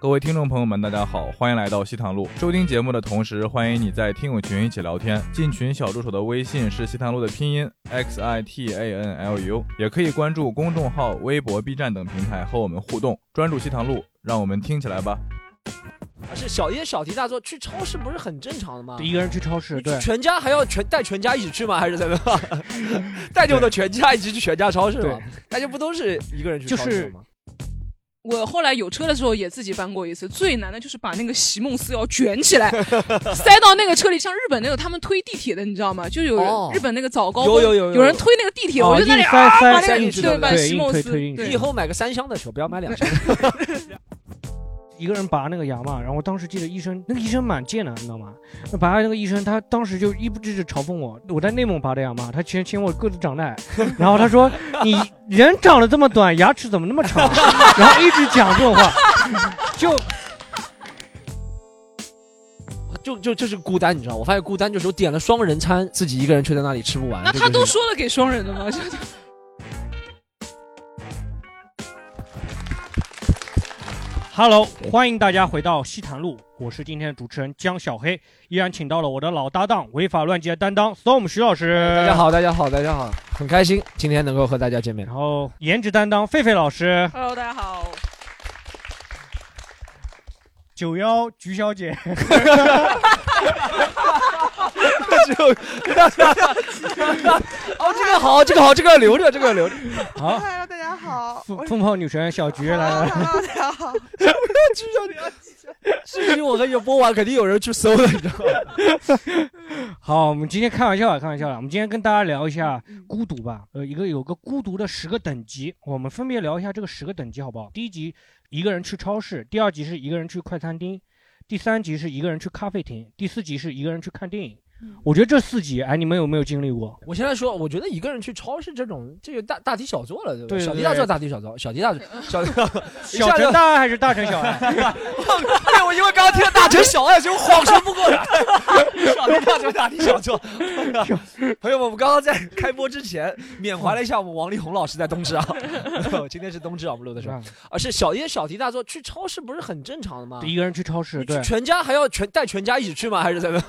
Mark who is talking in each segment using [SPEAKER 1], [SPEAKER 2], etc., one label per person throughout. [SPEAKER 1] 各位听众朋友们，大家好，欢迎来到西塘路。收听节目的同时，欢迎你在听友群一起聊天。进群小助手的微信是西塘路的拼音 x i t a n l u，也可以关注公众号、微博、B 站等平台和我们互动。专注西塘路，让我们听起来吧。
[SPEAKER 2] 啊是小叶小题大做，去超市不是很正常的吗？
[SPEAKER 3] 一个人去超市，对
[SPEAKER 2] 全家还要全带全家一起去吗？还是怎么样？ 带着我的全家一起去全家超市吗
[SPEAKER 3] 对？
[SPEAKER 2] 大家不都是一个人去
[SPEAKER 3] 就
[SPEAKER 2] 超市
[SPEAKER 3] 是
[SPEAKER 2] 吗？
[SPEAKER 4] 我后来有车的时候也自己搬过一次，最难的就是把那个席梦思要卷起来，塞到那个车里，像日本那个他们推地铁的，你知道吗？就有人
[SPEAKER 2] 哦
[SPEAKER 4] 日本那个早高峰，
[SPEAKER 2] 有有有有
[SPEAKER 4] 人推那个地铁，
[SPEAKER 3] 哦
[SPEAKER 4] 我就在那里
[SPEAKER 3] 硬塞
[SPEAKER 4] 啊，
[SPEAKER 3] 塞
[SPEAKER 4] 把那
[SPEAKER 2] 塞
[SPEAKER 4] 个
[SPEAKER 2] 进去的
[SPEAKER 4] 把
[SPEAKER 3] 对
[SPEAKER 4] 席梦思，
[SPEAKER 3] 硬推推进去
[SPEAKER 2] 你
[SPEAKER 4] 对
[SPEAKER 2] 以后买个三箱的车，不要买两箱。
[SPEAKER 3] 一个人拔那个牙嘛，然后当时记得医生，那个医生蛮贱的，你知道吗？那拔牙那个医生，他当时就一不就是嘲讽我，我在内蒙拔的牙嘛，他嫌嫌我个子长得矮， 然后他说你人长得这么短，牙齿怎么那么长？ 然后一直讲这种话，就
[SPEAKER 2] 就就就是孤单，你知道吗？我发现孤单就是我点了双人餐，自己一个人却在那里吃不完。
[SPEAKER 4] 那
[SPEAKER 2] 这
[SPEAKER 4] 他
[SPEAKER 2] 就
[SPEAKER 4] 都
[SPEAKER 2] 是
[SPEAKER 4] 说了给双人的吗？
[SPEAKER 3] Hello，欢迎大家回到西坛路，我是今天的主持人江小黑，依然请到了我的老搭档违法乱纪的担当 Storm 徐老师，
[SPEAKER 2] 大家。好，大家好，大家好，很开心今天能够和大家见面。
[SPEAKER 3] 然后颜值担当狒狒老师，
[SPEAKER 4] Hello，大家好，
[SPEAKER 3] 九幺 菊小姐，
[SPEAKER 2] 哦，这个 好，这个好，这个留着，这个 留着。
[SPEAKER 3] 好，
[SPEAKER 5] Hello，大家好，
[SPEAKER 3] 凤
[SPEAKER 5] 我是
[SPEAKER 3] 凤凰女神小菊来了。
[SPEAKER 5] Hello，大家好，
[SPEAKER 2] 视频我和你播完，肯定有人去搜的，你知道吗？
[SPEAKER 3] 好，我们今天开玩笑啊，开玩笑了。我们今天跟大家聊一下孤独吧，呃，一个有个孤独的十个等级，我们分别聊一下这个十个等级好不好？第一集一个人去超市，第二集是一个人去快餐厅，第三集是一个人去咖啡厅，第四集是一个人去看电影。
[SPEAKER 5] 嗯
[SPEAKER 3] 我觉得这四集，哎，你们有没有经历过？
[SPEAKER 2] 我现在说，我觉得一个人去超市这种，这个大大题小做了，对吧？
[SPEAKER 3] 对对
[SPEAKER 2] 小题
[SPEAKER 3] 对
[SPEAKER 2] 大做，大题小做，小题大做，小题。一
[SPEAKER 3] 小
[SPEAKER 2] 下
[SPEAKER 3] 陈
[SPEAKER 2] 就
[SPEAKER 3] 大爱还是大陈 小爱？
[SPEAKER 2] 对，哎我因为刚刚听了大题小爱，所以我恍神不 过来。小题大做，大题小做。朋友们，我们刚刚在开播之前缅怀了一下我们王力宏老师在冬至 啊， 今天是冬至啊，我们录的
[SPEAKER 3] 是
[SPEAKER 2] 时候
[SPEAKER 3] 吧？
[SPEAKER 2] 啊，是小叶小题大做，去超市不是很正常的
[SPEAKER 5] 啊
[SPEAKER 2] 吗？
[SPEAKER 3] 一个人去超市，
[SPEAKER 2] 你
[SPEAKER 3] 对
[SPEAKER 2] 去全家还要全带全家一起去吗？还是怎么样？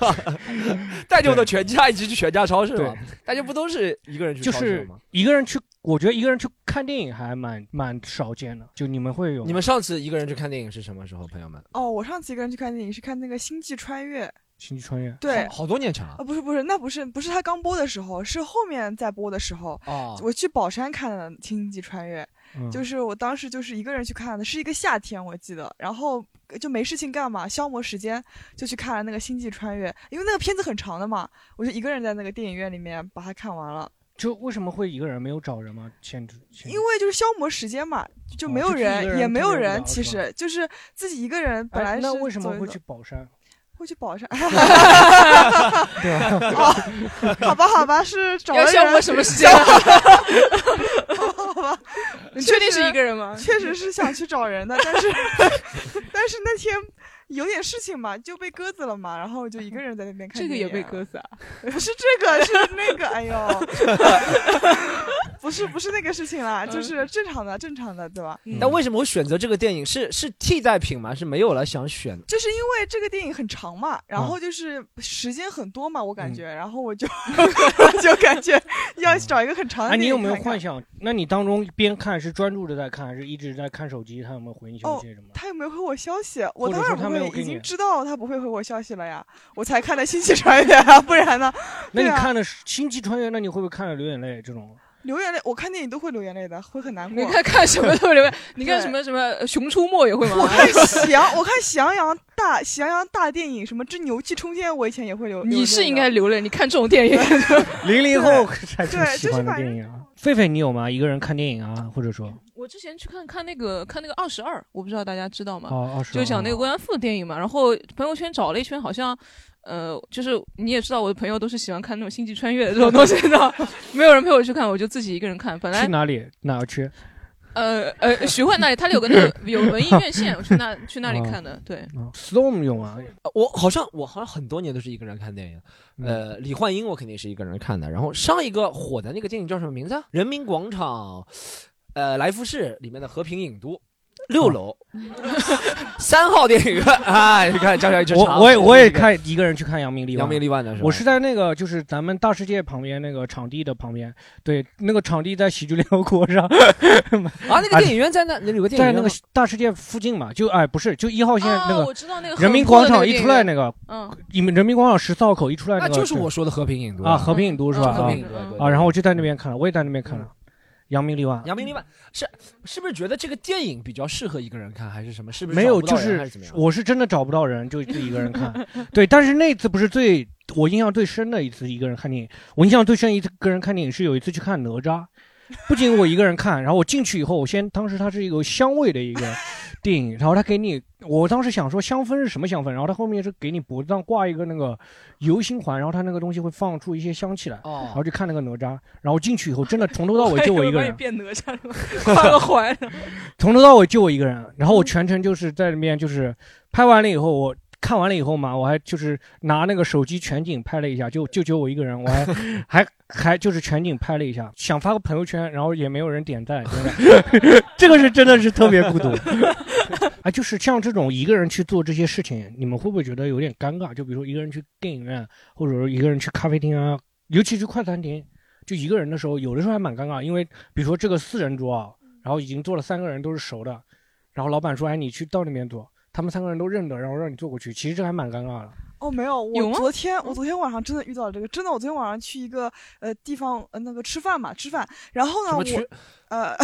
[SPEAKER 2] 带着我的全家一起去全家超市吗
[SPEAKER 3] 对？
[SPEAKER 2] 大家不都是一个人去
[SPEAKER 3] 就
[SPEAKER 2] 超市
[SPEAKER 3] 是
[SPEAKER 2] 吗？
[SPEAKER 3] 一个人去，我觉得一个人去看电影还蛮蛮少见的。就你们会有吗
[SPEAKER 2] 你们上次一个人去看电影是什么时候，朋友们？
[SPEAKER 5] 哦，我上次一个人去看电影是看那个《星际穿越》，
[SPEAKER 3] 星际穿越？
[SPEAKER 5] 对，
[SPEAKER 2] 好多年前了
[SPEAKER 5] 啊，不是不是，那不是不是他刚播的时候，是后面在播的时候，
[SPEAKER 2] 啊
[SPEAKER 5] 我去宝山看的《星际穿越》，
[SPEAKER 3] 嗯
[SPEAKER 5] 就是我当时就是一个人去看的，是一个夏天我记得，然后就没事情干嘛，消磨时间就去看了那个《星际穿越》，因为那个片子很长的嘛，我就一个人在那个电影院里面把它看完了。
[SPEAKER 3] 就为什么会一个人没有找人吗？前前
[SPEAKER 5] 因为就是消磨时间嘛，就没有
[SPEAKER 3] 哦就自己一个
[SPEAKER 5] 人，
[SPEAKER 3] 人
[SPEAKER 5] 也没有人，
[SPEAKER 3] 特
[SPEAKER 5] 其
[SPEAKER 3] 别无聊是吧
[SPEAKER 5] 实就是自己一个人，
[SPEAKER 3] 哎
[SPEAKER 5] 本来是
[SPEAKER 3] 那为什么
[SPEAKER 5] 走一
[SPEAKER 3] 会
[SPEAKER 5] 走
[SPEAKER 3] 去宝山？
[SPEAKER 5] 会去宝山？
[SPEAKER 3] 对吧？
[SPEAKER 5] 好吧，好吧，是找了
[SPEAKER 4] 要消磨
[SPEAKER 5] 人，
[SPEAKER 4] 什么时间啊？
[SPEAKER 5] 好 吧，
[SPEAKER 4] 你确定
[SPEAKER 5] 确实
[SPEAKER 4] 是一个人吗？
[SPEAKER 5] 确实是想去找人的，但是但是那天有点事情嘛，就被鸽子了嘛，然后我就一个人在那边看
[SPEAKER 4] 这个也被
[SPEAKER 5] 子，
[SPEAKER 4] 割死啊！
[SPEAKER 5] 不 是这个，是那个，哎呦， 不是不是那个事情啦，
[SPEAKER 4] 嗯
[SPEAKER 5] 就是正常的，正常的，对吧？
[SPEAKER 3] 嗯
[SPEAKER 2] 但为什么会选择这个电影？是是替代品吗？是没有了想选
[SPEAKER 5] 就是因为这个电影很长嘛，然后
[SPEAKER 4] 嗯
[SPEAKER 5] 就是时间很多嘛，我
[SPEAKER 3] 嗯
[SPEAKER 5] 感觉，然后我就 就感觉要找一个很长的
[SPEAKER 3] 哎，你
[SPEAKER 5] 电影
[SPEAKER 3] 有
[SPEAKER 5] 看
[SPEAKER 3] 没
[SPEAKER 5] 看。
[SPEAKER 3] 有幻想？那你当中边看是专注的在看，还是一直在看手机？他有没有回你消
[SPEAKER 5] 哦
[SPEAKER 3] 息什么？
[SPEAKER 5] 他有没有回我消息？我
[SPEAKER 3] 或者
[SPEAKER 5] 当
[SPEAKER 3] 说
[SPEAKER 5] 然
[SPEAKER 3] 他
[SPEAKER 5] 不
[SPEAKER 3] 没有
[SPEAKER 5] 会，
[SPEAKER 3] 给
[SPEAKER 5] 已
[SPEAKER 3] 你啊
[SPEAKER 5] 经知道他不会回我消息了呀，我才看的《星际穿越》啊， 不然呢？
[SPEAKER 3] 那你
[SPEAKER 5] 对啊
[SPEAKER 3] 看的是《星际穿越》，那你会不会看了流眼泪这种？
[SPEAKER 5] 流眼泪，我看电影都会流眼泪的，会很难
[SPEAKER 4] 你
[SPEAKER 5] 过。
[SPEAKER 4] 看看什么都流泪，你看
[SPEAKER 5] 对
[SPEAKER 4] 什么什么呃《熊出没》也会吗
[SPEAKER 5] 我？看喜羊，我看喜羊羊大喜羊羊大电影，什么《之牛气冲天》，我以前也会流。流
[SPEAKER 4] 你
[SPEAKER 5] 泪
[SPEAKER 4] 是
[SPEAKER 5] 的
[SPEAKER 4] 应该流泪，你看这种电影，
[SPEAKER 3] 零零后才
[SPEAKER 5] 对
[SPEAKER 3] 最喜
[SPEAKER 5] 就是
[SPEAKER 3] 欢的
[SPEAKER 5] 反
[SPEAKER 3] 电影啊。狒狒，你有吗？一个人看电影啊，或者说
[SPEAKER 4] 我之前去看看那个看那个二十二，我不知道大家知道吗？
[SPEAKER 3] 哦，二十
[SPEAKER 4] 就讲那个慰安妇的电影嘛。然后朋友圈找了一圈，好像，呃，就是你也知道，我的朋友都是喜欢看那种星际穿越的这种东西 的，没有人陪我去看，我就自己一个人看。本
[SPEAKER 2] 哎
[SPEAKER 3] 去
[SPEAKER 4] 来
[SPEAKER 3] 哪里哪个区？
[SPEAKER 4] 呃呃，徐汇那里他有个那个有文艺院线，我去那去那里看的。对，
[SPEAKER 3] 啊 Storm 有吗？
[SPEAKER 2] 呃我好像我好像很多年都是一个人看电影。
[SPEAKER 3] 嗯
[SPEAKER 2] 呃，李焕英我肯定是一个人看的。然后上一个火的那个电影叫什
[SPEAKER 3] 哦
[SPEAKER 2] 么名字啊？人民广场，呃，来福士里面的和平影都六楼。
[SPEAKER 6] 三号 电影院啊，你看江小一直
[SPEAKER 3] 我我也我也看一个人去看扬名立万，
[SPEAKER 6] 扬名立万的是吧
[SPEAKER 3] 我是在那个就是咱们大世界旁边那个场地的旁边，对，那个场地在喜剧联合国上。啊
[SPEAKER 6] 啊，那个电影院在那，有个电影
[SPEAKER 3] 在
[SPEAKER 6] 院
[SPEAKER 3] 那个
[SPEAKER 6] 吗
[SPEAKER 3] 大世界附近嘛，就哎不是，就一号线那个，
[SPEAKER 4] 啊我知道那个
[SPEAKER 3] 人民
[SPEAKER 4] 很破
[SPEAKER 3] 广
[SPEAKER 4] 的
[SPEAKER 3] 场
[SPEAKER 4] 那个
[SPEAKER 3] 一出来
[SPEAKER 4] 电
[SPEAKER 3] 那
[SPEAKER 4] 影
[SPEAKER 3] 个
[SPEAKER 4] 院，嗯，
[SPEAKER 3] 你们人民广场十字道口一出来那个，
[SPEAKER 6] 那就是我说的和平影都
[SPEAKER 3] 啊，和平影都是
[SPEAKER 6] 嗯
[SPEAKER 3] 吧？
[SPEAKER 6] 和平影
[SPEAKER 3] 啊
[SPEAKER 6] 都对对嗯
[SPEAKER 3] 啊，然后我就在那边看了，我也在那边看了，扬名立万。
[SPEAKER 6] 扬名立万是是不是觉得这个电影比较适合一个人看，还是什么？是不是
[SPEAKER 3] 没有，
[SPEAKER 6] 找不到
[SPEAKER 3] 就
[SPEAKER 6] 人还
[SPEAKER 3] 是
[SPEAKER 6] 是怎么样？
[SPEAKER 3] 我是真的找不到人，就自己一个人看。对，但是那次不是最我印象最深的一次一个人看电影。我印象最深一次一个人看电影是有一次去看哪吒，不仅我一个人看，然后我进去以后，我先当时它是一个香味的一个电影，然后它给你，我当时想说香氛是什么香氛，然后它后面是给你脖子上挂一个那个油心环，然后它那个东西会放出一些香气来，
[SPEAKER 6] 哦
[SPEAKER 3] 然后就看那个哪吒，然后进去以后真的从头到尾就我一 个人。
[SPEAKER 4] 变哪吒了， 画个环。
[SPEAKER 3] 从头到尾就我一个人，然后我全程就是在那边就是拍完了以后，我看完了以后嘛，我还就是拿那个手机全景拍了一下，就就只有我一个人，我还还还就是全景拍了一下，想发个朋友圈，然后也没有人点赞，真的， 这个是真的是特别孤 独。啊，就是像这种一个人去做这些事情，你们会不会觉得有点尴尬？就比如说一个人去电影院，或者说一个人去咖啡厅啊，尤其是快餐厅，就一个人的时候，有的时候还蛮尴尬，因为比如说这个四人桌啊，然后已经坐了三个人都是熟的，然后老板说：“哎，你去到那边坐。”他们三个人都认得，然后让你坐过去，其实这还蛮尴尬 的。
[SPEAKER 5] 哦，没有，
[SPEAKER 4] 有吗
[SPEAKER 5] 我
[SPEAKER 4] 嗯
[SPEAKER 5] 昨天我昨天晚上真的遇到了这个，真的，我昨天晚上去一个呃地方呃那个吃饭嘛，吃饭，然后呢
[SPEAKER 6] 什么
[SPEAKER 5] 我
[SPEAKER 6] 区
[SPEAKER 5] 呃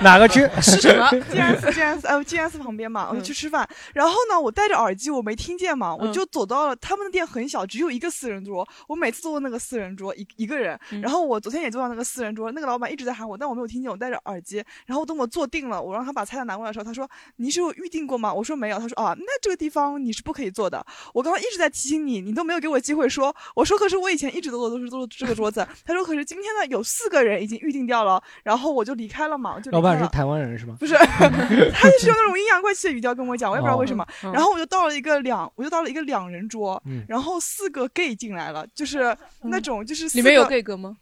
[SPEAKER 3] 哪个 区
[SPEAKER 4] 是什么
[SPEAKER 5] G S G S 呃 G S 旁边嘛，我就去吃饭，然后呢我戴着耳机我没听见嘛，我就走到了他们的店很小，只有一个四人桌，我每次坐过那个四人桌一一个人，然后我昨天也坐到那个四人桌，那个老板一直在喊我，但我没有听见，我戴着耳机，然后等我坐定了，我让他把菜单拿过来的时候，他说你是有预定过吗？我说没有，他说啊那这个地方你是不可以坐的，我刚刚一直在提醒你，你都没有给我机会说。我说可是我以前一直都坐都是坐这个桌子。他说可是今天呢有四个人已经预定掉了，然后我就离开了嘛，我就离
[SPEAKER 3] 老板
[SPEAKER 5] 开
[SPEAKER 3] 是
[SPEAKER 5] 了
[SPEAKER 3] 台湾人是吗？
[SPEAKER 5] 不是，他就是用那种阴阳怪气的语调跟我讲，我也不知道为什么。
[SPEAKER 4] 嗯嗯
[SPEAKER 5] 然后我就到了一个两，我就到了一个两人桌，
[SPEAKER 3] 嗯
[SPEAKER 5] 然后四个 gay 进来了，就是那种就是四个
[SPEAKER 4] 里面嗯有 gay 哥吗？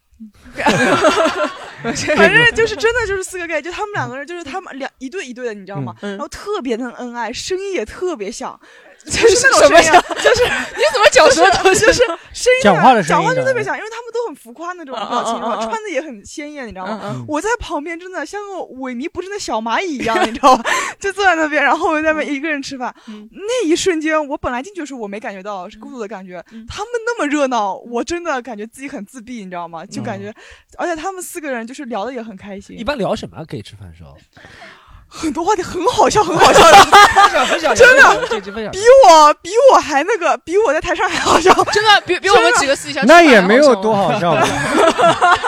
[SPEAKER 5] 反正就是真的就是四个 gay，就他们两个人就是他们两一对一对的，你知道吗？
[SPEAKER 4] 嗯嗯嗯
[SPEAKER 5] 然后特别能恩爱，声音也特别响，就是那种
[SPEAKER 4] 什么
[SPEAKER 5] 声音啊，就是
[SPEAKER 4] 你怎么讲什么东西？
[SPEAKER 5] 就是声音啊
[SPEAKER 3] 讲话的声
[SPEAKER 5] 讲
[SPEAKER 3] 音
[SPEAKER 5] 话就
[SPEAKER 3] 的
[SPEAKER 5] 特别响，因为他们都很浮夸那种表情，
[SPEAKER 4] 嗯嗯嗯嗯
[SPEAKER 5] 穿的也很鲜艳，你知道
[SPEAKER 4] 嗯
[SPEAKER 5] 吗
[SPEAKER 4] 嗯？
[SPEAKER 5] 我在旁边真的像个萎靡不振的小蚂蚁一样，你知道吗？ 就坐在那边，然后我在
[SPEAKER 4] 嗯
[SPEAKER 5] 那边一个人吃饭。那一瞬间，我本来进去的时候我没感觉到是孤独的感觉，
[SPEAKER 4] 嗯
[SPEAKER 5] 他们那么热闹，我真的感觉自己很自闭，你知道吗？就感觉，而且他们四个人就是聊的也很开心
[SPEAKER 6] 嗯一，般聊什么啊？可以吃饭的时候，
[SPEAKER 5] 很多话题很好笑，很好笑 的，
[SPEAKER 6] 分享分享，
[SPEAKER 5] 真的
[SPEAKER 6] 这这分享
[SPEAKER 5] 比我比我还那个，比我在台上还好笑。
[SPEAKER 4] 真的比比我们几个私底下吃
[SPEAKER 3] 那
[SPEAKER 4] 饭
[SPEAKER 3] 也
[SPEAKER 4] 还
[SPEAKER 3] 没有
[SPEAKER 4] 好笑
[SPEAKER 3] 多
[SPEAKER 4] 吗。
[SPEAKER 3] 好笑吧。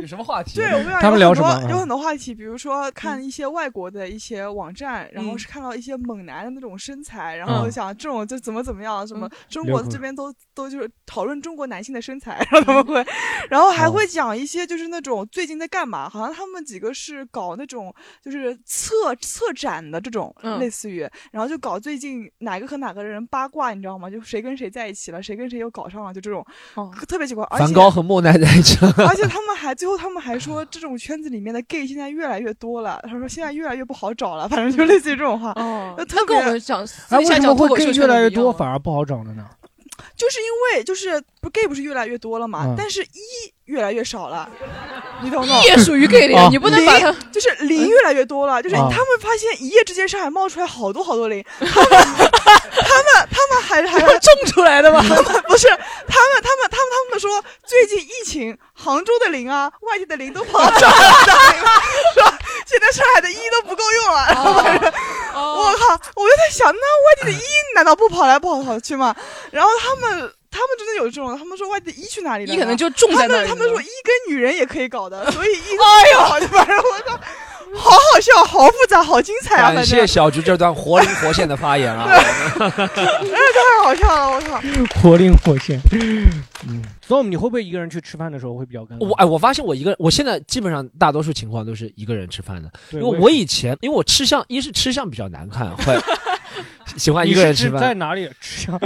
[SPEAKER 6] 有什么话题？
[SPEAKER 5] 对，我们俩
[SPEAKER 3] 他们
[SPEAKER 5] 有
[SPEAKER 3] 聊
[SPEAKER 5] 很多
[SPEAKER 3] 什么嗯
[SPEAKER 5] 有很多话题，比如说看一些外国的一些网站，然后是看到一些猛男的那种身材，然后
[SPEAKER 3] 嗯
[SPEAKER 5] 想这种就怎么怎么样，什么中
[SPEAKER 3] 流
[SPEAKER 5] 国
[SPEAKER 3] 口
[SPEAKER 5] 这
[SPEAKER 3] 水
[SPEAKER 5] 边都都就是讨论中国男性的身材，然后他们
[SPEAKER 3] 嗯
[SPEAKER 5] 会，然后
[SPEAKER 3] 哦
[SPEAKER 5] 还会讲一些就是那种最近在干嘛，好像他们几个是搞那种就是策策展的这种
[SPEAKER 4] 嗯
[SPEAKER 5] 类似于，然后就搞最近哪个和哪个人八卦，你知道吗？就谁跟谁在一起了，谁跟谁又搞上了，就这种
[SPEAKER 4] 哦
[SPEAKER 5] 特别奇怪，而
[SPEAKER 6] 梵
[SPEAKER 5] 且
[SPEAKER 6] 高和莫奈在一起 了，
[SPEAKER 5] 而且他们还最后他们还说，这种圈子里面的 gay 现在越来越多了。他说现在越来越不好找了，反正就类似于这种话。
[SPEAKER 4] 哦，
[SPEAKER 5] 那
[SPEAKER 4] 他
[SPEAKER 5] 特
[SPEAKER 4] 跟
[SPEAKER 5] 别
[SPEAKER 4] 我们讲私
[SPEAKER 3] 哎，为
[SPEAKER 4] 底下
[SPEAKER 3] 什么
[SPEAKER 4] 讲脱
[SPEAKER 3] 会
[SPEAKER 4] 口秀
[SPEAKER 3] gay
[SPEAKER 4] 圈
[SPEAKER 3] 越来
[SPEAKER 4] 的
[SPEAKER 3] 越
[SPEAKER 4] 不一
[SPEAKER 3] 多，
[SPEAKER 4] 样啊吗
[SPEAKER 3] 反而不好找了呢？
[SPEAKER 5] 就是因为就是不 gay 不是越来越多了嘛，
[SPEAKER 3] 嗯
[SPEAKER 5] 但是一越来越少 了，你懂不懂？
[SPEAKER 4] 也属于 gay
[SPEAKER 3] 啊
[SPEAKER 4] 的，你不能把它
[SPEAKER 5] 零就是零越来越多
[SPEAKER 4] 嗯
[SPEAKER 5] 了，就是他
[SPEAKER 3] 啊
[SPEAKER 5] 们发现一夜之间上海冒出来好多好 多零，他们他们他们还还还
[SPEAKER 4] 种出来的吧？
[SPEAKER 5] 他们 不是，他们他们他们他们说，最近疫情，杭州的零啊，外地的零都跑到上海的零了，是吧？ 现在上海的一都不够用了，然后 反正我靠，我就在想，那外地的一难道不跑来跑跑去吗？然后他们。他们真的有这种，他们说外地的一去哪里了呢？
[SPEAKER 4] 一可能就种在那里
[SPEAKER 5] 他们他们
[SPEAKER 4] 了
[SPEAKER 5] 说一跟女人也可以搞的，所以一哎呦，反正我靠，好好笑，好复杂，好精彩啊！
[SPEAKER 6] 感
[SPEAKER 5] 反
[SPEAKER 6] 谢
[SPEAKER 5] 正
[SPEAKER 6] 小菊这段活灵活现的发言啊！
[SPEAKER 5] 太好笑了，我靠！
[SPEAKER 3] 活灵活 现。嗯，所以你会不会一个人去吃饭的时候会比较尴尬？
[SPEAKER 6] 我哎，我发现我一个，我现在基本上大多数情况都是一个人吃饭的，
[SPEAKER 3] 对
[SPEAKER 6] 因为
[SPEAKER 3] 我
[SPEAKER 6] 我以前因为我吃相，一是吃相比较难看，会
[SPEAKER 2] 喜欢
[SPEAKER 3] 你
[SPEAKER 2] 一个
[SPEAKER 3] 是
[SPEAKER 2] 人吃
[SPEAKER 3] 指在
[SPEAKER 2] 饭，
[SPEAKER 3] 哪里 吃香？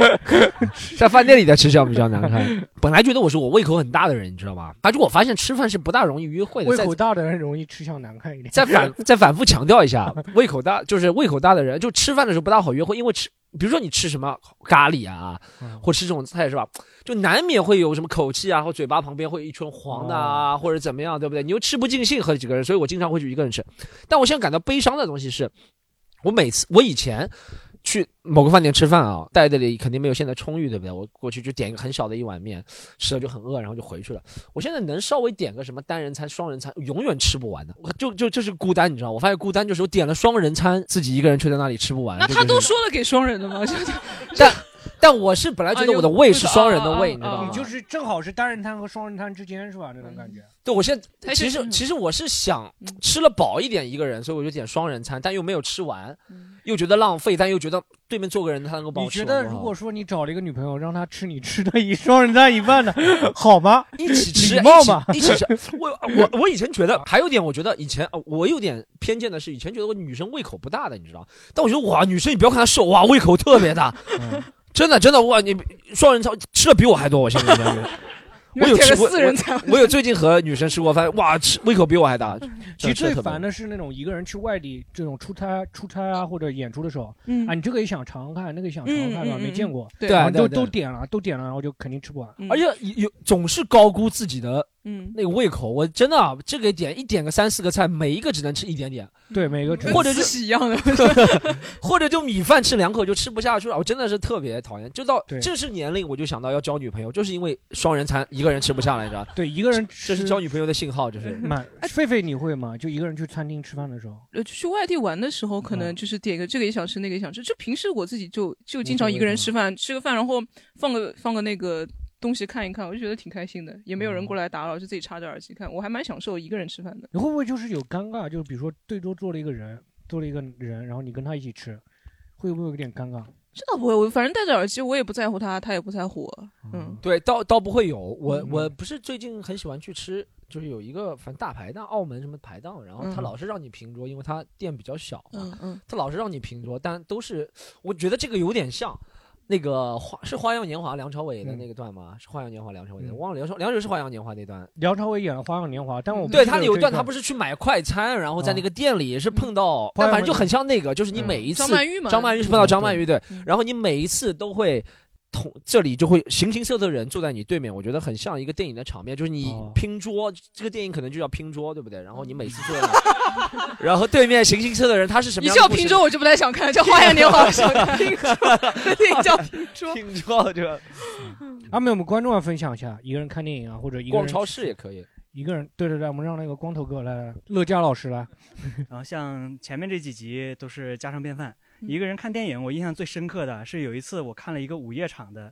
[SPEAKER 2] 在饭店里的吃相比较难看。本来觉得我是我胃口很大的人，你知道吗？而且我发现吃饭是不大容易约会的，
[SPEAKER 3] 胃
[SPEAKER 2] 在
[SPEAKER 3] 口大的人容易吃相难看一点。
[SPEAKER 2] 再 反再反复强调一下，胃口大就是胃口大的人，就吃饭的时候不大好约会，因为吃，比如说你吃什么咖喱啊，
[SPEAKER 3] 嗯
[SPEAKER 2] 或吃这种菜是吧，就难免会有什么口气啊，或嘴巴旁边会有一圈黄的
[SPEAKER 3] 哦
[SPEAKER 2] 啊，或者怎么样，对不对？你又吃不尽兴和几个人，所以我经常会去一个人吃。但我现在感到悲伤的东西是，我每次我以前。去某个饭店吃饭啊，待的里肯定没有现在充裕，对不对？我过去就点一个很小的一碗面，吃了就很饿，然后就回去了。我现在能稍微点个什么单人餐、双人餐，永远吃不完的，我就就就是孤单，你知道吗？我发现孤单就是我点了双人餐，自己一个人却在那里吃不完。
[SPEAKER 4] 那
[SPEAKER 2] 这
[SPEAKER 4] 他
[SPEAKER 2] 就
[SPEAKER 4] 都
[SPEAKER 2] 是，
[SPEAKER 4] 说了给双人的吗？ 就
[SPEAKER 2] 但我是本来
[SPEAKER 4] 啊
[SPEAKER 2] 觉得我的胃是双人的胃，
[SPEAKER 4] 啊有
[SPEAKER 2] 你知道
[SPEAKER 4] 啊
[SPEAKER 2] 吗？
[SPEAKER 4] 啊
[SPEAKER 3] 你就是正好是单人摊和双人摊之间是吧？那种感觉。
[SPEAKER 2] 对，我现在
[SPEAKER 4] 还
[SPEAKER 2] 其
[SPEAKER 4] 是
[SPEAKER 2] 实
[SPEAKER 4] 嗯
[SPEAKER 2] 其实我是想
[SPEAKER 4] 嗯
[SPEAKER 2] 吃了饱一点一个人，所以我就点双人餐，但又没有吃完，
[SPEAKER 4] 嗯
[SPEAKER 2] 又觉得浪费，但又觉得对面坐个人他能够帮
[SPEAKER 3] 你
[SPEAKER 2] 我吃
[SPEAKER 3] 觉
[SPEAKER 2] 完
[SPEAKER 3] 得
[SPEAKER 2] 多好
[SPEAKER 3] 如果说你找了一个女朋友，让她吃你吃的一双人摊 一半的， 好吗？
[SPEAKER 2] 一起吃，
[SPEAKER 3] 礼貌嘛
[SPEAKER 2] 一 起一起 吃。我我我以前觉得还有一点，我觉得以前呃我有点偏见的是，以前觉得我女生胃口不大的，你知道？但我觉得哇，女生你不要看她瘦，哇，胃口特别大，
[SPEAKER 3] 嗯
[SPEAKER 2] 真的真的哇，你双人餐吃的比我还多，我现在感觉。我有
[SPEAKER 4] 点
[SPEAKER 2] 吃
[SPEAKER 4] 个
[SPEAKER 2] 过
[SPEAKER 4] 四人餐，
[SPEAKER 2] 我有最近和女生吃过饭，哇，吃胃口比我还大。
[SPEAKER 3] 其实最烦
[SPEAKER 2] 的
[SPEAKER 3] 的是那种一个人去外地这种出差、出差啊或者演出的时候，
[SPEAKER 4] 嗯
[SPEAKER 3] 啊，你这个也想尝尝看，那个也想尝尝看，是吧？
[SPEAKER 4] 嗯嗯嗯
[SPEAKER 3] 没见过，
[SPEAKER 4] 对
[SPEAKER 2] 对啊
[SPEAKER 3] 然后都
[SPEAKER 2] 对
[SPEAKER 3] 都
[SPEAKER 2] 对
[SPEAKER 3] 点了，都点了，然后就肯定吃不完。
[SPEAKER 4] 嗯
[SPEAKER 2] 而且有有总是高估自己的
[SPEAKER 4] 嗯，
[SPEAKER 2] 那个胃口，我真的啊，这个点一点个三四个菜，每一个只能吃一点点，
[SPEAKER 3] 对，每个只
[SPEAKER 4] 跟
[SPEAKER 2] 或者就
[SPEAKER 4] 慈禧一样的，
[SPEAKER 2] 或者就米饭吃两口就吃不下去了，我真的是特别讨厌。就到
[SPEAKER 3] 对
[SPEAKER 2] 这是年龄，我就想到要交女朋友，就是因为双人餐一个人吃不下来，你知道吧？
[SPEAKER 3] 对一个人
[SPEAKER 2] 这
[SPEAKER 3] 吃
[SPEAKER 2] 是交女朋友的信号，就是
[SPEAKER 3] 蛮。狒狒你会吗？就一个人去餐厅吃饭的时候，
[SPEAKER 4] 呃，去外地玩的时候，可能就是点个这个也想吃，那个也想吃。就平时我自己就就经常一个人吃饭，吃个饭，然后放个放个那个东西看一看，我就觉得挺开心的，也没有人过来打扰，就自己插着耳机看，我还蛮享受一个人吃饭的。
[SPEAKER 3] 你会不会就是有尴尬？就是比如说对桌坐了一个人，坐了一个人，然后你跟他一起吃，会不会有点尴尬？
[SPEAKER 4] 这倒不会，我反正戴着耳机，我也不在乎他，他也不在乎我。嗯，
[SPEAKER 2] 对，倒倒不会有。我
[SPEAKER 3] 嗯
[SPEAKER 2] 我不是最近很喜欢去吃，就是有一个反正大排档，澳门什么排档，然后他
[SPEAKER 4] 嗯
[SPEAKER 2] 老是让你平桌，因为他店比较小嘛，
[SPEAKER 4] 嗯嗯，
[SPEAKER 2] 他老是让你平桌，但都是我觉得这个有点像。那个花是《花样年华》梁朝伟的那个段吗？是《花样年华》梁朝伟的，
[SPEAKER 3] 嗯
[SPEAKER 2] 忘了梁朝梁朝伟是《花样年华》那段，
[SPEAKER 3] 梁朝伟演了《花样年华》，但我
[SPEAKER 4] 嗯
[SPEAKER 3] 哦不
[SPEAKER 2] 对
[SPEAKER 3] 记
[SPEAKER 2] 他
[SPEAKER 3] 得
[SPEAKER 2] 有一
[SPEAKER 3] 这
[SPEAKER 2] 段，
[SPEAKER 3] 个
[SPEAKER 2] 他不是去买快餐，然后在
[SPEAKER 3] 啊
[SPEAKER 2] 那个店里是碰到，
[SPEAKER 3] 花
[SPEAKER 2] 但
[SPEAKER 3] 样
[SPEAKER 2] 反正就
[SPEAKER 3] 年
[SPEAKER 2] 很像那个，就是你
[SPEAKER 3] 嗯
[SPEAKER 2] 每一次
[SPEAKER 4] 张曼玉嘛，
[SPEAKER 2] 张曼玉是碰到张曼玉对
[SPEAKER 4] 嗯，
[SPEAKER 2] 然后你每一次都会同这里就会形形色色的人坐在你对面，我觉得很像一个电影的场面，就是你
[SPEAKER 3] 哦
[SPEAKER 2] 拼桌，这个电影可能就叫拼桌，对不对？然后你每次坐在那， 然后对面形形色色的人他是什么
[SPEAKER 4] 一
[SPEAKER 2] 样
[SPEAKER 4] 叫
[SPEAKER 2] 的故事？
[SPEAKER 4] 平洲，我就不太想看，叫《花样年 华》想看。 平洲，电影叫平洲。
[SPEAKER 2] 拼桌对吧？
[SPEAKER 3] 阿啊美，我们观众要分享一下，一个人看电影啊，或者一个
[SPEAKER 2] 逛
[SPEAKER 3] 人
[SPEAKER 2] 超市也可以。
[SPEAKER 3] 一个人，对对对，我们让那个光头哥来，来乐嘉老师来，
[SPEAKER 7] 然后像前面这几集都是家常便饭。
[SPEAKER 4] 嗯
[SPEAKER 7] 一个人看电影，我印象最深刻的是有一次我看了一个午夜场的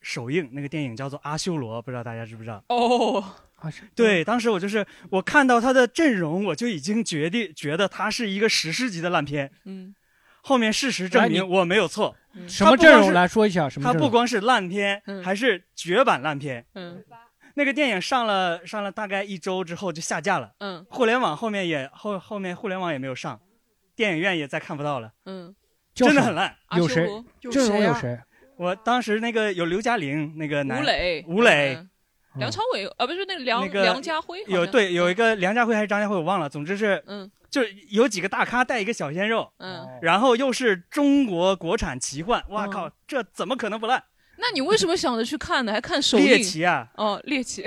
[SPEAKER 7] 首映，那个电影叫做《阿修罗》，不知道大家知不知道？
[SPEAKER 4] 哦，
[SPEAKER 3] 啊是
[SPEAKER 7] 对，当时我就是我看到他的阵容，我就已经决定觉得他是一个史诗级的烂片。
[SPEAKER 4] 嗯，
[SPEAKER 7] 后面事实
[SPEAKER 3] 来
[SPEAKER 7] 证
[SPEAKER 3] 你
[SPEAKER 7] 明我没有错，
[SPEAKER 3] 什么
[SPEAKER 7] 他不光
[SPEAKER 3] 阵容
[SPEAKER 7] 是
[SPEAKER 3] 来说一下？什么
[SPEAKER 7] 它
[SPEAKER 3] 阵
[SPEAKER 7] 不
[SPEAKER 3] 容？
[SPEAKER 7] 光是烂片
[SPEAKER 4] 嗯，
[SPEAKER 7] 还是绝版烂片。
[SPEAKER 4] 嗯
[SPEAKER 7] 那个电影上了上了大概一周之后就下架了，
[SPEAKER 4] 嗯
[SPEAKER 7] 互联网后面也后后面互联网也没有上，电影院也再看不到了，
[SPEAKER 4] 嗯，
[SPEAKER 3] 叫
[SPEAKER 7] 真的
[SPEAKER 3] 什
[SPEAKER 7] 很
[SPEAKER 3] 么
[SPEAKER 7] 烂。
[SPEAKER 4] 阿
[SPEAKER 3] 有
[SPEAKER 4] 修
[SPEAKER 3] 谁
[SPEAKER 4] 罗
[SPEAKER 8] 有
[SPEAKER 3] 阵容
[SPEAKER 8] 谁
[SPEAKER 3] 有
[SPEAKER 8] 啊？
[SPEAKER 3] 谁？
[SPEAKER 7] 我当时那个有刘嘉玲那个
[SPEAKER 4] 吴
[SPEAKER 7] 男，
[SPEAKER 4] 磊，
[SPEAKER 7] 吴磊
[SPEAKER 4] 嗯， 梁朝伟啊，不是那个梁
[SPEAKER 7] 那个
[SPEAKER 4] 梁家辉好像，
[SPEAKER 7] 有对有一个梁家辉还是张家辉我忘了，总之是
[SPEAKER 4] 嗯
[SPEAKER 7] 就是有几个大咖带一个小鲜肉，
[SPEAKER 4] 嗯，
[SPEAKER 7] 然后又是中国国产奇幻，哇靠，这怎么可能不烂？
[SPEAKER 4] 那你为什么想着去看呢？还看首
[SPEAKER 7] 猎
[SPEAKER 4] 映？
[SPEAKER 7] 奇啊！
[SPEAKER 4] 哦，猎奇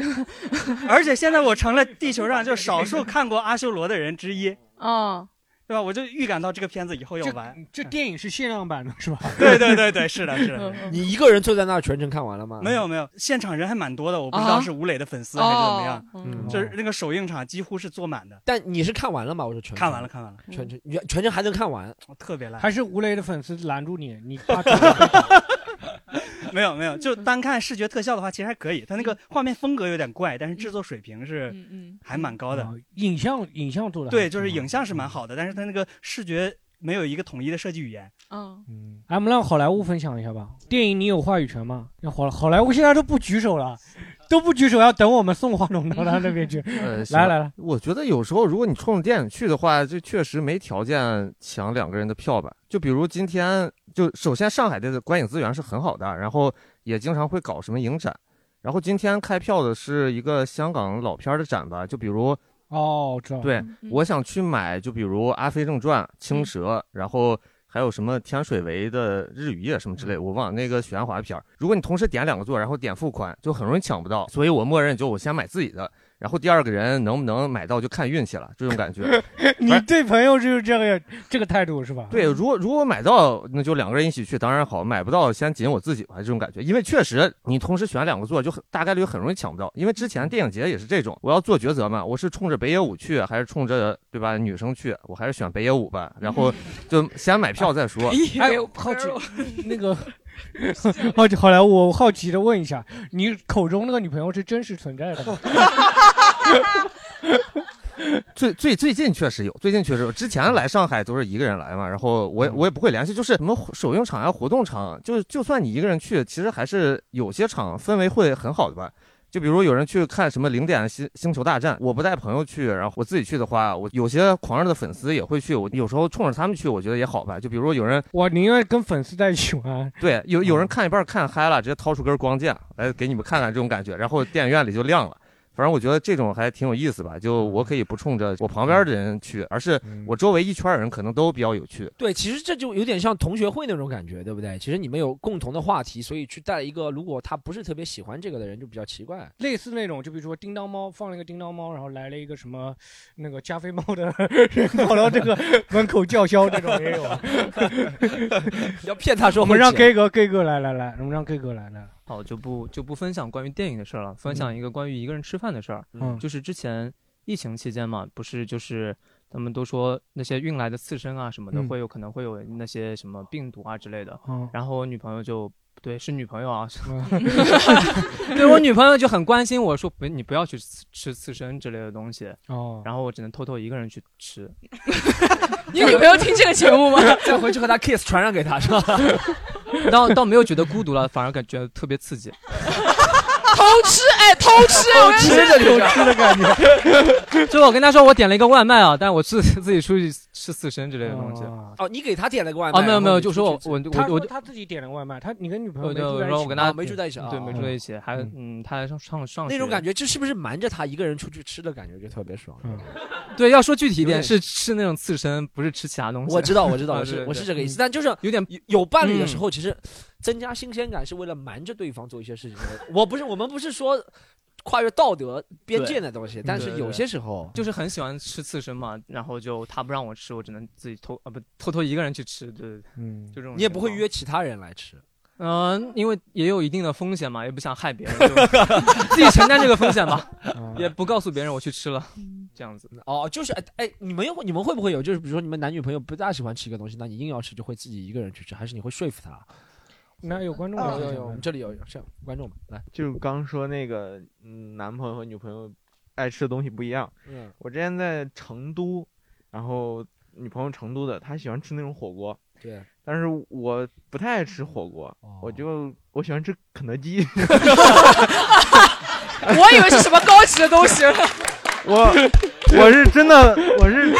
[SPEAKER 7] 而且现在我成了地球上就少数看过《阿修罗》的人之一，
[SPEAKER 4] 哦，
[SPEAKER 7] 对吧？我就预感到这个片子以后要完。
[SPEAKER 3] 这这电影是限量版的是吧？
[SPEAKER 7] 对对对对，是的，是的。
[SPEAKER 4] 嗯
[SPEAKER 2] 你一个人坐在那儿全程看完了吗？
[SPEAKER 7] 没有，没有，现场人还蛮多的，我不知道
[SPEAKER 4] 啊
[SPEAKER 7] 是吴磊的粉丝还是怎么
[SPEAKER 4] 哦
[SPEAKER 7] 样，，
[SPEAKER 2] 嗯
[SPEAKER 7] 就是那个首映场几乎是坐满的。
[SPEAKER 2] 但你是看完了吗？我说全
[SPEAKER 7] 看完了，，看完了，
[SPEAKER 2] 全程全全程还能看完。
[SPEAKER 7] 我特别烂。
[SPEAKER 3] 还是吴磊的粉丝拦住你，你怕出事
[SPEAKER 7] 没有没有，
[SPEAKER 4] 嗯
[SPEAKER 7] 就单看视觉特效的话，其实还可以。它那个画面风格有点怪，但是制作水平是
[SPEAKER 4] 嗯嗯，
[SPEAKER 7] 还蛮高的。
[SPEAKER 3] 啊影像影像做的
[SPEAKER 7] 对，就是影像是
[SPEAKER 3] 嗯
[SPEAKER 7] 蛮好的，但是它那个视觉没有一个统一的设计语言。
[SPEAKER 4] 嗯，
[SPEAKER 3] 嗯，哎，我们让好莱坞分享一下吧。电影你有话语权吗？让好好莱坞现在都不举手了，都不举手，要等我们送话筒到他那边去。
[SPEAKER 9] 呃，行
[SPEAKER 3] 来来来，
[SPEAKER 9] 我觉得有时候如果你冲着电影去的话，就确实没条件抢两个人的票吧。就比如今天，就首先上海的观影资源是很好的，然后也经常会搞什么影展。然后今天开票的是一个香港老片儿的展吧，就比如
[SPEAKER 3] 哦，知道了
[SPEAKER 9] 对，我想去买，就比如《阿飞正传》《青蛇》然后还有什么天水围的《日与夜》什么之类，我忘了那个许鞍华片儿。如果你同时点两个座，然后点付款，就很容易抢不到。所以我默认就我先买自己的，然后第二个人能不能买到就看运气了，这种感觉。
[SPEAKER 3] 你对朋友就是这个这个态度是吧？
[SPEAKER 9] 对， 如果如果买到，那就两个人一起去，当然好；买不到，先紧我自己吧，这种感觉。因为确实，你同时选两个座，就很大概率很容易抢不到。因为之前电影节也是这种，我要做抉择嘛，我是冲着北野武去，还是冲着对吧女生去？我还是选北野武吧，然后就先买票 再 说。
[SPEAKER 3] 哎，好奇那个，好奇哦好来，我好奇的问一下，你口中那个女朋友是真实存在的 吗？
[SPEAKER 9] 最最最近确实有，最近确实有。之前来上海都是一个人来嘛，然后我也我也不会联系，就是什么首映场啊、活动场，就是就算你一个人去，其实还是有些场氛围会很好的吧。就比如有人去看什么零点星星球大战，我不带朋友去，然后我自己去的话，我有些狂热的粉丝也会去，我有时候冲着他们去，我觉得也好吧。就比如有人
[SPEAKER 3] 我宁愿跟粉丝在一起玩。
[SPEAKER 9] 对，有有人
[SPEAKER 3] 嗯
[SPEAKER 9] 看一半看嗨了，直接掏出根光剑来给你们看看这种感觉，然后电影院里就亮了。反正我觉得这种还挺有意思吧，就
[SPEAKER 3] 嗯
[SPEAKER 9] 我可以不冲着我旁边的人去，而是我周围一圈人可能都比较有趣。
[SPEAKER 2] 对，其实这就有点像同学会那种感觉，对不对？其实你们有共同的话题，所以去带一个如果他不是特别喜欢这个的人，就比较奇怪。
[SPEAKER 3] 类似那种，就比如说叮当猫放了一个叮当猫，然后来了一个什么那个加菲猫的人跑到这个门口叫嚣，这种也有啊。
[SPEAKER 2] 要骗他说
[SPEAKER 3] 我们
[SPEAKER 2] 会
[SPEAKER 3] 让
[SPEAKER 2] 钱
[SPEAKER 3] K 哥 K 哥来来来，我们让 K 哥来来。
[SPEAKER 10] 好，就不就不分享关于电影的事儿了，分享一个关于一个人吃饭的事儿。
[SPEAKER 3] 嗯
[SPEAKER 10] 就是之前疫情期间嘛，不是就是他们都说那些运来的刺身啊什么的，
[SPEAKER 3] 嗯
[SPEAKER 10] 会有可能会有那些什么病毒啊之类的。
[SPEAKER 3] 嗯
[SPEAKER 10] 然后我女朋友就不对，是女朋友啊，是
[SPEAKER 3] 嗯
[SPEAKER 10] 对我女朋友就很关心我说，不，你不要去吃吃刺身之类的东西。
[SPEAKER 3] 哦，
[SPEAKER 10] 然后我只能偷偷一个人去吃。
[SPEAKER 4] 你女朋友听这个节目吗？
[SPEAKER 2] 再回去和他 kiss 传染给他是吧？
[SPEAKER 10] 倒倒没有觉得孤独了，反而感觉特别刺 激。
[SPEAKER 4] 偷吃，哎，偷吃， 我跟你说
[SPEAKER 2] 这哦就是
[SPEAKER 3] 吃的感觉。
[SPEAKER 10] 就我跟他说我点了一个外卖啊，但我自自己出去吃刺身之类的东西。
[SPEAKER 3] 哦
[SPEAKER 2] 哦，你给他点了个外卖
[SPEAKER 10] 啊，没有没有，就说
[SPEAKER 2] 说
[SPEAKER 10] 我我
[SPEAKER 3] 他
[SPEAKER 10] 我
[SPEAKER 3] 说
[SPEAKER 10] 我
[SPEAKER 3] 他自己点了外卖，他你跟女朋友
[SPEAKER 10] 我
[SPEAKER 3] 没
[SPEAKER 10] 就
[SPEAKER 3] 住
[SPEAKER 10] 我
[SPEAKER 3] 在一
[SPEAKER 10] 说
[SPEAKER 3] 起
[SPEAKER 10] 我跟
[SPEAKER 3] 吗
[SPEAKER 10] 他
[SPEAKER 2] 哦没住在一起啊，
[SPEAKER 10] 对没住在一起，还
[SPEAKER 3] 嗯
[SPEAKER 10] 嗯，他还上上上
[SPEAKER 2] 那种
[SPEAKER 10] 学
[SPEAKER 2] 感觉，这是不是瞒着他一个人出去吃的感觉就特别爽？
[SPEAKER 3] 嗯
[SPEAKER 10] 对，要说具体一点
[SPEAKER 2] 有点
[SPEAKER 10] 是吃那种刺身，不是吃其他东西。
[SPEAKER 2] 我知道，我知 道，
[SPEAKER 10] 啊
[SPEAKER 2] 我是
[SPEAKER 10] 对
[SPEAKER 2] 我是
[SPEAKER 10] 对
[SPEAKER 2] 这个意思。但就是
[SPEAKER 10] 有点嗯
[SPEAKER 2] 有有伴侣的时候，其实增加新鲜感是为了瞒着对方做一些事情。我不是，我们不是说跨越道德边界的东西，
[SPEAKER 10] 嗯
[SPEAKER 2] 但
[SPEAKER 10] 对
[SPEAKER 2] 是
[SPEAKER 10] 对
[SPEAKER 2] 有
[SPEAKER 10] 对
[SPEAKER 2] 些时候
[SPEAKER 10] 就是很喜欢吃刺身嘛，然后就他不让我吃，我只能自己偷啊不偷偷一个人去吃，对对，对
[SPEAKER 3] 嗯
[SPEAKER 10] 就，这种。
[SPEAKER 2] 你也不会约，其他人来吃。
[SPEAKER 10] 嗯、因为也有一定的风险嘛，也不想害别人，就自己承担这个风险 吧，
[SPEAKER 3] 啊
[SPEAKER 10] 也不告诉别人我去吃了，
[SPEAKER 4] 嗯
[SPEAKER 10] 这样子。
[SPEAKER 2] 哦，就是哎哎，你们有你们会不会有？就是比如说你们男女朋友不大喜欢吃一个东西，那你硬要吃，就会自己一个人去吃，还是你会说服他？
[SPEAKER 3] 那有观众
[SPEAKER 5] 啊
[SPEAKER 3] 有
[SPEAKER 2] 有哦有
[SPEAKER 3] 有
[SPEAKER 2] 有，我
[SPEAKER 3] 有
[SPEAKER 2] 们这里有有这样观众们来，
[SPEAKER 11] 就刚说那个，嗯，男朋友和女朋友爱吃的东西不一样。
[SPEAKER 2] 嗯，
[SPEAKER 11] 我之前在成都，然后女朋友成都的，她喜欢吃那种火锅，
[SPEAKER 2] 对，
[SPEAKER 11] 但是我不太爱吃火锅，
[SPEAKER 2] 哦
[SPEAKER 11] 我就我喜欢吃肯德基。
[SPEAKER 4] 我以为是什么高级的东西，
[SPEAKER 11] 我我是真的，我 是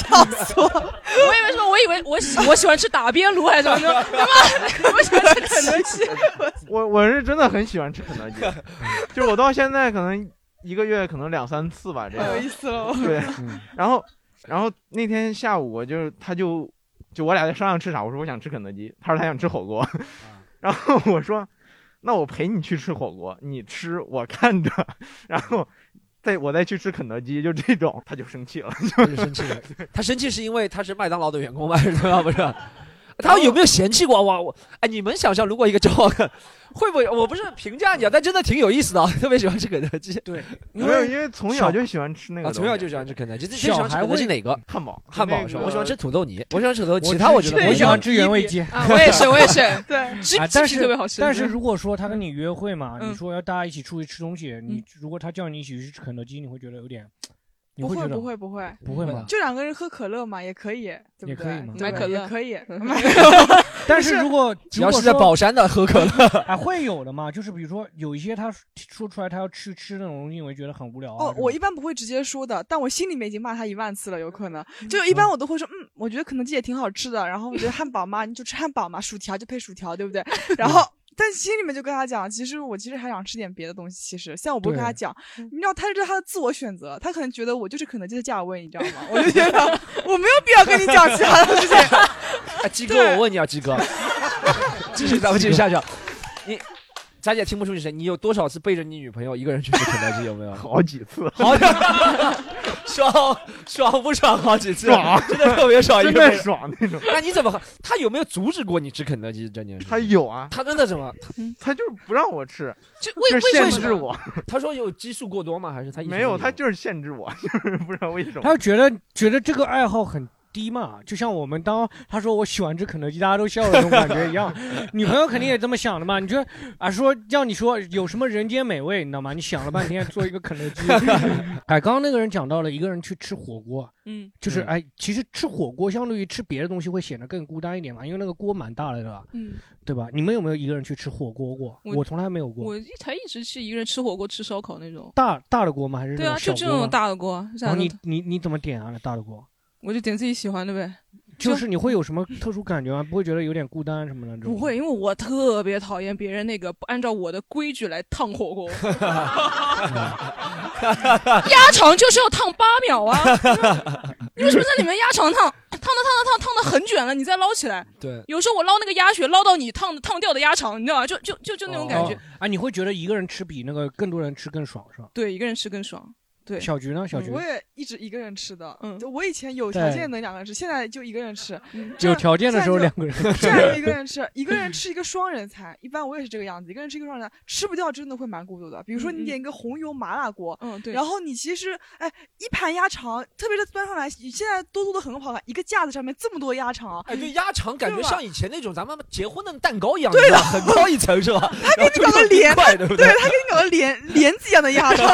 [SPEAKER 4] 我以为什么？我以为我喜我喜欢吃打边炉还是什么 的，他妈，我喜欢吃肯德基。
[SPEAKER 11] 我我是真的很喜欢吃肯德基， 就是我到现在可能一个月可能两三次吧，这
[SPEAKER 5] 太有
[SPEAKER 11] 样。
[SPEAKER 5] 意思了。哦
[SPEAKER 11] 对，
[SPEAKER 3] 嗯
[SPEAKER 11] 然后然后那天下午我就是他就就我俩在商量吃啥，我说我想吃肯德基，他说他想吃火锅，
[SPEAKER 3] 啊
[SPEAKER 11] 然后我说那我陪你去吃火锅，你吃我看着， 然后再我再去吃肯德基，就这种他就生气了。
[SPEAKER 2] 他就生气了。 他生气是因为他是麦当劳的员工吗？ 对吧？不是，他有没有嫌弃过哇？我哎，你们想象如果一个交换，会不会？我不是评价你啊，但真的挺有意思的啊，特别喜欢吃肯德基。对，
[SPEAKER 11] 没有，因为从小就喜欢吃那个
[SPEAKER 2] 啊，
[SPEAKER 11] 东西，
[SPEAKER 2] 从小就喜欢吃肯德基。最最
[SPEAKER 3] 小
[SPEAKER 2] 喜欢吃
[SPEAKER 3] 孩
[SPEAKER 2] 肯德基
[SPEAKER 3] 会
[SPEAKER 2] 哪个？
[SPEAKER 11] 汉堡，
[SPEAKER 2] 汉堡
[SPEAKER 11] 那
[SPEAKER 2] 是吧？
[SPEAKER 11] 个
[SPEAKER 2] 我喜欢吃土豆泥，我喜欢吃土豆泥，其他
[SPEAKER 3] 只
[SPEAKER 2] 我觉得
[SPEAKER 3] 呃我
[SPEAKER 2] 我
[SPEAKER 3] 喜欢吃原味 鸡。
[SPEAKER 4] 啊，我也是，我 也是，
[SPEAKER 5] 对，
[SPEAKER 4] 鸡
[SPEAKER 3] 啊
[SPEAKER 4] 鸡
[SPEAKER 3] 但
[SPEAKER 4] 皮
[SPEAKER 3] 是
[SPEAKER 4] 特别好吃。
[SPEAKER 3] 但是如果说他跟你约会嘛，
[SPEAKER 4] 嗯
[SPEAKER 3] 你说要大家一起出去吃东西，你如果他叫你一起去吃肯德基，你会觉得有点，你
[SPEAKER 5] 不
[SPEAKER 3] 觉
[SPEAKER 5] 会
[SPEAKER 3] 得
[SPEAKER 5] 不会不会，
[SPEAKER 2] 嗯
[SPEAKER 3] 不会吗？
[SPEAKER 5] 就两个人喝可乐嘛，也可以，对嗯
[SPEAKER 3] 也
[SPEAKER 5] 不
[SPEAKER 3] 可以
[SPEAKER 5] 对
[SPEAKER 3] 吗？
[SPEAKER 5] 对
[SPEAKER 4] 买可乐
[SPEAKER 5] 也可以，
[SPEAKER 3] 但是如果
[SPEAKER 2] 只要是在宝山的喝可 乐，
[SPEAKER 3] 啊，会有的嘛，就是比如说有一些他说出来他要去吃那种东西，你会觉得很无聊啊。
[SPEAKER 5] 哦，我一般不会直接说的，但我心里面已经骂他一万次了，有可能。就一般我都会说，嗯，我觉得肯德基也挺好吃的，然后我觉得汉堡嘛，你就吃汉堡嘛，薯条就配薯条，对不对？
[SPEAKER 3] 嗯
[SPEAKER 5] 然后。但心里面就跟他讲，其实我其实还想吃点别的东西。其实，像我不会跟他
[SPEAKER 3] 对嗯
[SPEAKER 5] 讲，你知道，他是他的自我选择，他可能觉得我就是肯德基的价位，你知道吗？我就觉得 我没有必要跟你讲其他的事情。
[SPEAKER 2] 哎，鸡哥，我问你啊，鸡哥，继续咱们继续下去啊。你，咱姐听不出你声，你有多少次背着你女朋友一个人去吃肯德基？有没 有？
[SPEAKER 11] 好几次，
[SPEAKER 2] 好 几爽爽不爽？好几次，
[SPEAKER 11] 爽
[SPEAKER 2] 真的特 别爽，
[SPEAKER 11] 真
[SPEAKER 2] 一个
[SPEAKER 11] 的
[SPEAKER 2] 人。
[SPEAKER 11] 爽那种。
[SPEAKER 2] 那你怎么？他有没有阻止过你吃肯德基这件事？
[SPEAKER 11] 他有啊，嗯
[SPEAKER 2] 他真的什么？
[SPEAKER 11] 他就是不让我吃，
[SPEAKER 2] 就为
[SPEAKER 11] 就是
[SPEAKER 2] 为
[SPEAKER 11] 限
[SPEAKER 2] 什
[SPEAKER 11] 制
[SPEAKER 2] 么
[SPEAKER 11] 我。
[SPEAKER 2] 他说有基数过多吗？还是他一直
[SPEAKER 11] 没有，他就是限制我，就是不知道为什么。
[SPEAKER 3] 他觉得觉得这个爱好很低嘛，就像我们当他说我喜欢吃肯德基，大家都笑的那种感觉 一样。女朋友肯定也这么想的嘛？你说啊，说让你说有什么人间美味，你知道吗？你想了半天做一个肯德基。哎，刚刚那个人讲到了一个人去吃火锅，
[SPEAKER 4] 嗯
[SPEAKER 3] 就是
[SPEAKER 4] 嗯
[SPEAKER 3] 哎，其实吃火锅相对于吃别的东西会显得更孤单一点嘛，因为那个锅蛮大的，对吧？
[SPEAKER 4] 嗯，
[SPEAKER 3] 对吧？你们有没有一个人去吃火锅过？
[SPEAKER 4] 我
[SPEAKER 3] 我从来没有过
[SPEAKER 4] 我。一才一直是一个人吃火锅、吃烧烤那种。
[SPEAKER 3] 大大的锅吗？还是
[SPEAKER 4] 对啊，
[SPEAKER 3] 那小
[SPEAKER 4] 就这
[SPEAKER 3] 锅
[SPEAKER 4] 种
[SPEAKER 3] 吗
[SPEAKER 4] 大的锅，这
[SPEAKER 3] 然
[SPEAKER 4] 样
[SPEAKER 3] 后
[SPEAKER 4] 的
[SPEAKER 3] 你你你怎么点啊？那大的锅？
[SPEAKER 4] 我就点自己喜欢的呗。
[SPEAKER 3] 就是你会有什么特殊感觉吗？不会觉得有点孤单什么的？这种
[SPEAKER 4] 不会，因为我特别讨厌别人那个不按照我的规矩来烫火锅， 鸭肠就是要烫八秒啊！你为什么在里面鸭肠烫？烫的烫的烫烫的很卷了，你再捞起来。
[SPEAKER 2] 对
[SPEAKER 4] 有时候我捞那个鸭血，捞到你烫烫掉的鸭肠，你知道吗？就就就就那种感觉。
[SPEAKER 3] 哦啊，你会觉得一个人吃比那个更多人吃更爽是吧？
[SPEAKER 4] 对，一个人吃更爽。对，
[SPEAKER 3] 小菊呢？小菊
[SPEAKER 5] 嗯我也一直一个人吃的，嗯，我以前有条件能两个人吃，现在就一个人吃。
[SPEAKER 2] 嗯
[SPEAKER 5] 这
[SPEAKER 3] 有
[SPEAKER 5] 样
[SPEAKER 3] 条件的时候
[SPEAKER 5] 现在
[SPEAKER 3] 两
[SPEAKER 5] 就
[SPEAKER 3] 个人
[SPEAKER 5] 这样一个人吃，一个人吃一个双人餐，一般我也是这个样子，一个人吃一个双人餐，吃不掉真的会蛮孤独的。比如说
[SPEAKER 4] 嗯
[SPEAKER 5] 你
[SPEAKER 4] 嗯
[SPEAKER 5] 点一个红油麻辣锅，
[SPEAKER 4] 嗯对
[SPEAKER 5] 然后你其实哎一盘鸭肠，特别是端上来，现在多做的很好看，一个架子上面这么多鸭肠，
[SPEAKER 2] 哎，对鸭肠感觉
[SPEAKER 5] 对吧
[SPEAKER 2] 像以前那种咱们结婚的蛋糕一样，
[SPEAKER 5] 对
[SPEAKER 2] 的，
[SPEAKER 5] 的
[SPEAKER 2] 很高一层是吧？
[SPEAKER 5] 他给你搞个
[SPEAKER 2] 连
[SPEAKER 5] 帘，
[SPEAKER 2] 块，对
[SPEAKER 5] 对
[SPEAKER 2] 不
[SPEAKER 5] 他给你搞个 帘帘子一样的鸭肠，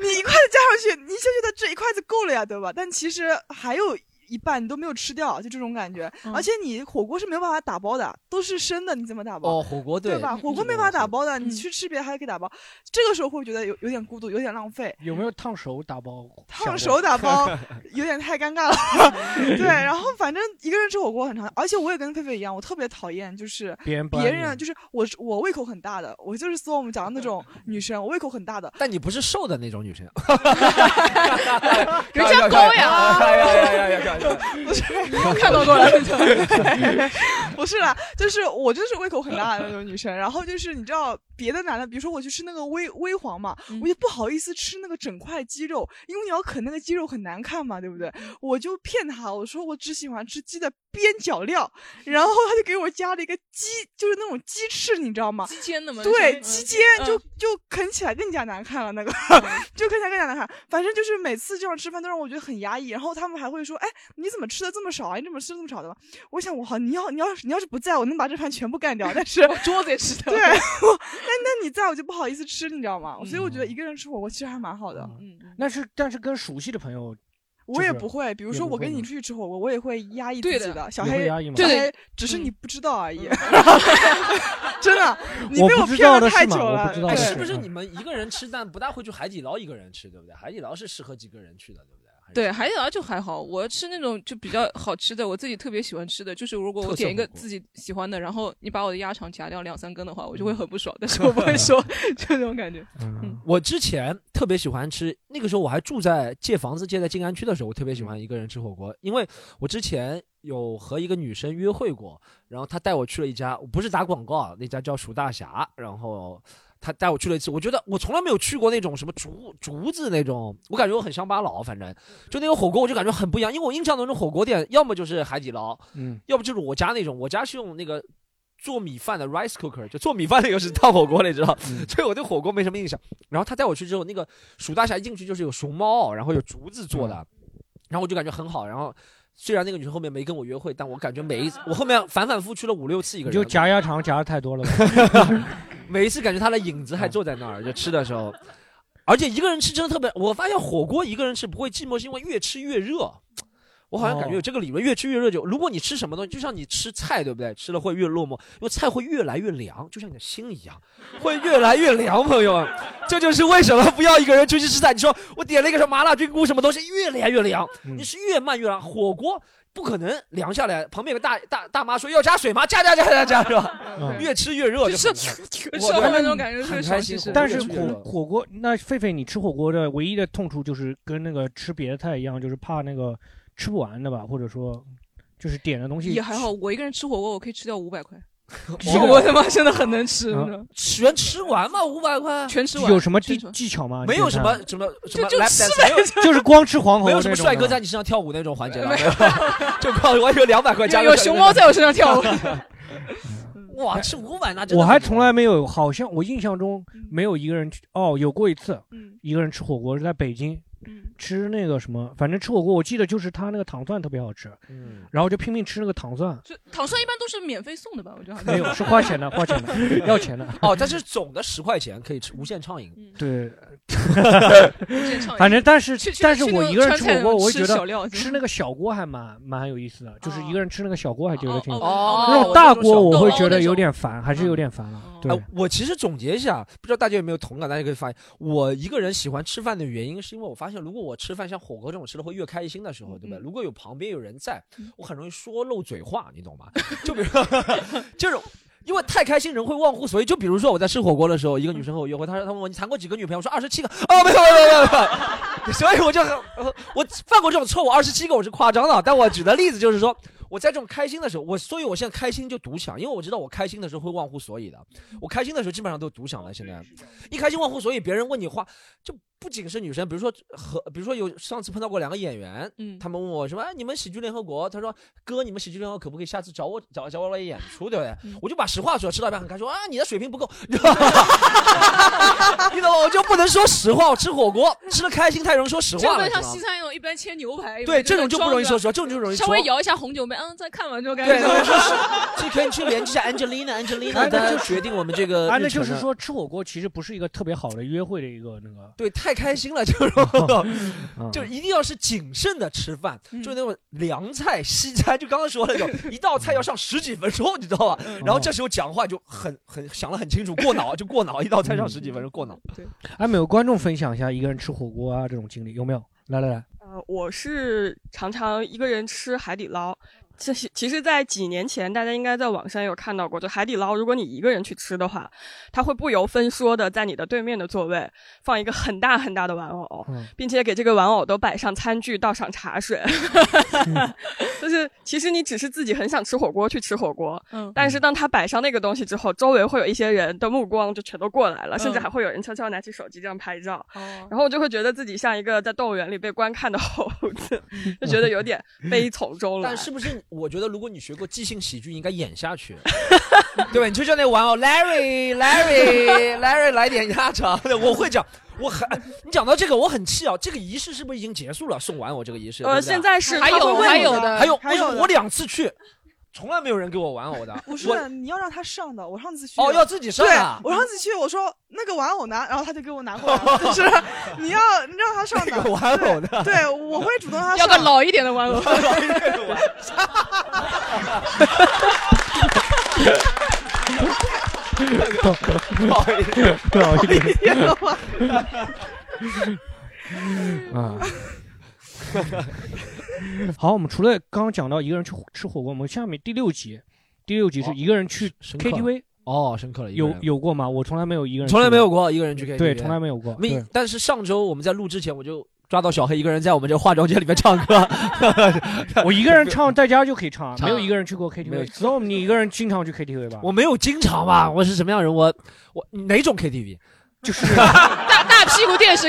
[SPEAKER 5] 你一筷子夹上去，你就觉得这一筷子够了呀，对吧？但其实还有。一半你都没有吃掉，就这种感觉，而且你火锅是没有办法打包的，都是生的，你怎么打包？
[SPEAKER 2] 哦火锅
[SPEAKER 5] 对
[SPEAKER 2] 对
[SPEAKER 5] 吧？火锅没法打包的，你去吃别的还可以打包。这个时候会觉得有有点孤独，有点浪费。
[SPEAKER 3] 有没有烫手打包？
[SPEAKER 5] 烫手打包有点太尴尬了，对。然后反正一个人吃火锅很长，而且我也跟菲菲一样，我特别讨厌就是
[SPEAKER 3] 别人不爱
[SPEAKER 5] 别
[SPEAKER 3] 你
[SPEAKER 5] 人就是我是我胃口很大的，我就是说我们讲的那种女生，我胃口很大的。
[SPEAKER 2] 但你不是瘦的那种女生，
[SPEAKER 5] 人
[SPEAKER 4] 家高呀
[SPEAKER 2] 哎呀呀呀呀呀！
[SPEAKER 5] 不是
[SPEAKER 4] 看到过了
[SPEAKER 5] 不是啦，就是我就是胃口很大的那种女生，然后就是你知道别的男的，比如说我去吃那个微微黄嘛，我就不好意思吃那个整块鸡肉，因为你要啃那个鸡肉很难看嘛，对不对？我就骗他，我说我只喜欢吃鸡的边角料，然后他就给我加了一个鸡，就是那种鸡翅，你知道吗？
[SPEAKER 4] 鸡尖的嘛
[SPEAKER 5] 对，
[SPEAKER 4] 嗯
[SPEAKER 5] 鸡尖就就啃起来更加难看了，那个 就啃起来更加难看。反正就是每次这样吃饭都让我觉得很压抑，然后他们还会说：“哎，你怎么吃的这么少啊？你怎么吃得这么少的吗？”我想，我好，你要你要是你要是不在，我能把这盘全部干掉，但是
[SPEAKER 4] 桌子也吃掉
[SPEAKER 5] 对，我那那你在我就不好意思吃，你知道吗？所以我觉得一个人吃火锅其实还蛮好的。
[SPEAKER 3] 嗯，那是 但是跟熟悉的朋友，
[SPEAKER 5] 我也
[SPEAKER 3] 就是
[SPEAKER 5] 不会，比如说我跟你出去吃火锅，我也会压抑自
[SPEAKER 4] 对
[SPEAKER 5] 己
[SPEAKER 4] 的
[SPEAKER 5] 的。小
[SPEAKER 3] 你会
[SPEAKER 5] 黑
[SPEAKER 3] 压抑吗，
[SPEAKER 5] 小
[SPEAKER 3] 对
[SPEAKER 5] 黑
[SPEAKER 3] 的
[SPEAKER 5] 只是你不知道而已。 真的，你
[SPEAKER 3] 我
[SPEAKER 5] 被
[SPEAKER 3] 不知
[SPEAKER 5] 骗
[SPEAKER 3] 道
[SPEAKER 5] 了
[SPEAKER 3] 的
[SPEAKER 5] 太
[SPEAKER 3] 是吗
[SPEAKER 5] 久
[SPEAKER 3] 我不
[SPEAKER 5] 了
[SPEAKER 3] 知。道
[SPEAKER 2] 哎，
[SPEAKER 3] 的
[SPEAKER 2] 是不
[SPEAKER 3] 是
[SPEAKER 2] 是你们一个人吃，但不大会去海底捞一个人吃，对不对？海底捞是适合几个人去的，对不对？
[SPEAKER 4] 对，海底捞就还好。我吃那种就比较好吃的，我自己特别喜欢吃的，就是如果
[SPEAKER 2] 特
[SPEAKER 4] 我
[SPEAKER 2] 色
[SPEAKER 4] 点一
[SPEAKER 2] 火
[SPEAKER 4] 个
[SPEAKER 2] 锅
[SPEAKER 4] 自己喜欢的，然后你把我的鸭肠夹掉两三根的话，我就会很不爽，但是我 不会说 就那种感觉。
[SPEAKER 2] 嗯我之前特别喜欢吃，那个时候我还住在借房子借在静安区的时候，我特别喜欢一个人吃火锅，因为我之前有和一个女生约会过，然后她带我去了一家，不是打广告啊，那家叫蜀大侠，然后。她带我去了一次，我觉得我从来没有去过那种什么竹竹子那种，我感觉我很乡巴佬，反正就那个火锅我就感觉很不一样，因为我印象当中火锅店要么就是海底捞，
[SPEAKER 3] 嗯，
[SPEAKER 2] 要不就是我家那种，我家是用那个做米饭的 rice cooker，就做米饭那个是大火锅，你知道，
[SPEAKER 3] 嗯
[SPEAKER 2] 所以我对火锅没什么印象。然后他带我去之后，那个蜀大侠一进去就是有熊猫，然后有竹子做的，
[SPEAKER 3] 嗯
[SPEAKER 2] 然后我就感觉很好。然后虽然那个女生后面没跟我约会，但我感觉每一次我后面反反复去了五六次一个
[SPEAKER 3] 你
[SPEAKER 2] 人，
[SPEAKER 3] 就夹鸭肠夹的太多了吧。
[SPEAKER 2] 每一次感觉他的影子还
[SPEAKER 3] 嗯
[SPEAKER 2] 坐在那儿，就吃的时候，而且一个人吃真的特别。我发现火锅一个人吃不会寂寞，是因为越吃越热。我好像感觉有
[SPEAKER 10] 哦
[SPEAKER 2] 这个理论，越吃越热酒。如果你吃什么东西，就像你吃菜，对不对？吃了会越落寞，因为菜会越来越凉，就像你的心一样，会越来越凉，朋友们。这就是为什么不要一个人出去吃菜。你说我点了一个什么麻辣菌菇什么东西，越来越凉，你是越慢越凉。火锅不可能凉下来，旁边有个大大大妈说要加水吗？加加加加加，是吧？越吃越热，就是
[SPEAKER 4] 社会那种感觉特别
[SPEAKER 2] 开心。
[SPEAKER 3] 但是
[SPEAKER 2] 火
[SPEAKER 3] 火火锅，那狒狒，你吃火锅的唯一的痛处就是跟那个吃别的菜一样，就是怕那个吃不完的吧，或者说就是点的东西
[SPEAKER 4] 也还好，我一个人吃火锅，我可以吃掉五 百块。
[SPEAKER 3] 哦
[SPEAKER 4] 我他妈真的很能吃，
[SPEAKER 3] 啊
[SPEAKER 4] 你知道
[SPEAKER 2] 全吃完吗？五百块
[SPEAKER 4] 全吃完。
[SPEAKER 3] 有什么技
[SPEAKER 4] 全吃完
[SPEAKER 3] 技巧吗？
[SPEAKER 2] 没有什么
[SPEAKER 3] 你
[SPEAKER 2] 什么什
[SPEAKER 4] 就
[SPEAKER 2] 么
[SPEAKER 4] 就
[SPEAKER 2] 来
[SPEAKER 4] 吃
[SPEAKER 2] 没有
[SPEAKER 3] 这就是光吃黄喉
[SPEAKER 2] 没有什么
[SPEAKER 3] 那种
[SPEAKER 2] 帅哥
[SPEAKER 3] 的
[SPEAKER 2] 在你身上跳舞那种环节了，没有 就靠我以为两百块加
[SPEAKER 4] 有有熊猫在我身上跳舞。
[SPEAKER 2] 哇，吃 五百那
[SPEAKER 3] 看
[SPEAKER 2] 真的
[SPEAKER 3] 我还
[SPEAKER 2] 很嗯
[SPEAKER 3] 从来没有，好像我印象中没有一个人去哦，有过一次，一个人吃火锅是在北京，
[SPEAKER 2] 嗯
[SPEAKER 3] 吃那个什么，反正吃火锅，我记得就是他那个糖蒜特别好吃，
[SPEAKER 2] 嗯
[SPEAKER 3] 然后就拼命吃那个糖蒜，
[SPEAKER 4] 就 糖蒜一般都是免费送的吧？我觉得好像
[SPEAKER 3] 没有是花钱的，花钱的，要钱的。
[SPEAKER 2] 哦，但是总的十块钱可以吃无限畅饮。
[SPEAKER 3] 对
[SPEAKER 2] 现嗯畅饮，
[SPEAKER 3] 反正但是
[SPEAKER 2] 去去
[SPEAKER 3] 但是
[SPEAKER 2] 去那
[SPEAKER 3] 我
[SPEAKER 2] 个
[SPEAKER 3] 一个人
[SPEAKER 2] 川
[SPEAKER 3] 吃
[SPEAKER 2] 菜那
[SPEAKER 3] 火锅，
[SPEAKER 2] 种
[SPEAKER 3] 我会
[SPEAKER 2] 吃
[SPEAKER 3] 觉
[SPEAKER 2] 小料
[SPEAKER 3] 得
[SPEAKER 2] 是
[SPEAKER 3] 吃那个小锅还蛮蛮有意思的，就是一个人吃那个小锅还觉得挺
[SPEAKER 2] 哦
[SPEAKER 3] 那种
[SPEAKER 2] 哦
[SPEAKER 3] 大
[SPEAKER 2] 那种小
[SPEAKER 3] 锅我会
[SPEAKER 2] 锅
[SPEAKER 3] 觉
[SPEAKER 2] 那
[SPEAKER 3] 得
[SPEAKER 2] 种
[SPEAKER 3] 有点烦，还是有点烦了。对
[SPEAKER 2] 哎，我其实总结一下，不知道大家有没有同感，大家可以发现，我一个人喜欢吃饭的原因，是因为我发现，如果我吃饭像火锅这种吃的会越开心的时候，对吧？如果有旁边有人在，我很容易说漏嘴话，你懂吗？就比如， 就是。因为太开心，人会忘乎所以。就比如说我在吃火锅的时候，一个女生和我约会，她说她问我你谈过几个女朋友，我说二十七个。哦，没有没有没有没有。 所以我就很，呃我犯过这种错误，二十七个我是夸张的，但我举的例子就是说，我在这种开心的时候，我所以我现在开心就独享，因为我知道我开心的时候会忘乎所以的。我开心的时候基本上都独享了，现在一开心忘乎所以，别人问你话就。不仅是女生，比如说和，比如说有上次碰到过两个演员，
[SPEAKER 4] 嗯，
[SPEAKER 2] 他们问我什么、哎你们喜剧联合国，他说哥，你们喜剧联合国可不可以下次找我找找我来演出，对不对？
[SPEAKER 4] 嗯
[SPEAKER 2] 我就把实话说，吃到一半很开心，说啊，你的水平不够， 你知道吗？你懂吗？我就不能说实话，我吃火锅吃的开心，太容易说 实
[SPEAKER 4] 这
[SPEAKER 2] 话
[SPEAKER 4] 个
[SPEAKER 2] 了，
[SPEAKER 4] 会
[SPEAKER 2] 你知
[SPEAKER 4] 像
[SPEAKER 2] 道吗
[SPEAKER 4] 西餐那种一般切牛排，
[SPEAKER 2] 对，这种就不容易说实
[SPEAKER 4] 说
[SPEAKER 2] 话，这种就容易
[SPEAKER 4] 稍微
[SPEAKER 2] 说
[SPEAKER 4] 摇一下红酒杯，嗯，再看完就感
[SPEAKER 2] 对，
[SPEAKER 4] 觉。
[SPEAKER 2] 对就是 这可以去联系一下 Angelina，Angelina，
[SPEAKER 3] 哎那
[SPEAKER 2] 大家
[SPEAKER 3] 就
[SPEAKER 2] 决定我们这个
[SPEAKER 3] 啊，那
[SPEAKER 2] 日程
[SPEAKER 3] 就是
[SPEAKER 2] 了
[SPEAKER 3] 说吃火锅其实不是一个特别好的约会的一个那 个。
[SPEAKER 2] 对，太开心了，就是
[SPEAKER 3] 嗯
[SPEAKER 2] 就是一定要是谨慎的吃饭，就是那种凉菜、西餐，就刚刚说了，就一道菜要上十几分钟，你知道吧？然后这时候讲话就很很想得很清楚，过脑就过脑，一道菜上十几分钟过脑。
[SPEAKER 4] 对，
[SPEAKER 3] 哎，没有观众分享一下一个人吃火锅啊这种经历有没有？来来来，
[SPEAKER 12] 呃，我是常常一个人吃海底捞。这是其实，在几年前，大家应该在网上有看到过，就海底捞，如果你一个人去吃的话，它会不由分说的在你的对面的座位放一个很大很大的玩偶，
[SPEAKER 3] 嗯
[SPEAKER 12] 并且给这个玩偶都摆上餐具，倒上茶水。 就是其实你只是自己很想吃火锅去吃火锅，
[SPEAKER 4] 嗯
[SPEAKER 12] 但是当他摆上那个东西之后，周围会有一些人的目光就全都过来了，甚至
[SPEAKER 4] 嗯
[SPEAKER 12] 还会有人悄悄拿起手机这样拍照。然后我就会觉得自己像一个在动物园里被观看的猴子，就觉得有点悲从中来。
[SPEAKER 2] 但是不是？我觉得如果你学过即兴喜剧，应该演下去，对吧？你就叫那玩偶 Larry，Larry，Larry 来点鸭肠，我会讲。我很，你讲到这个，我很气啊！这个仪式是不是已经结束了？送玩偶这个仪式？
[SPEAKER 12] 呃
[SPEAKER 2] 对不对
[SPEAKER 12] 现在是还
[SPEAKER 2] 他会
[SPEAKER 12] 有
[SPEAKER 2] 问
[SPEAKER 12] 还
[SPEAKER 2] 你
[SPEAKER 12] 有的
[SPEAKER 2] 还有，
[SPEAKER 12] 还有
[SPEAKER 2] 我
[SPEAKER 12] 的
[SPEAKER 2] 我两次去，从来没有人给我玩偶的。
[SPEAKER 5] 不是
[SPEAKER 2] 我
[SPEAKER 5] 的，你要让他上的。我上次去
[SPEAKER 2] 哦要自己上啊
[SPEAKER 5] 对，我上次去，我说那个玩偶拿，然后他就给我拿过来 了。就是你要你让他上的
[SPEAKER 2] 那个玩偶
[SPEAKER 5] 对
[SPEAKER 2] 呢
[SPEAKER 5] 对，我会主动让他
[SPEAKER 4] 要
[SPEAKER 5] 上
[SPEAKER 4] 个老一点的玩偶。
[SPEAKER 3] 不好意思，不好意思。啊， 好，我们除了刚刚讲到一个人去吃火锅，我们下面第六集，第六集是一个人去
[SPEAKER 2] 刻了
[SPEAKER 3] KTV。
[SPEAKER 2] 哦，深刻了一个
[SPEAKER 3] 有
[SPEAKER 2] 人
[SPEAKER 3] 有过吗？我从来没有一个人去，
[SPEAKER 2] 从来没有过一个人去 KTV，
[SPEAKER 3] 对，从来没有过。
[SPEAKER 2] 没
[SPEAKER 3] 对，
[SPEAKER 2] 但是上周我们在录之前，我就抓到小黑一个人在我们这化妆间里面唱歌，
[SPEAKER 3] 我一个人 唱，在家就可以唱，
[SPEAKER 2] 唱
[SPEAKER 3] 没有一个人去 过 KTV。Storm，你一个人经常去 KTV 吧？嗯
[SPEAKER 2] 我没有经常吧，我是什么样人？我我哪种 KTV？
[SPEAKER 4] 大 大屁股电视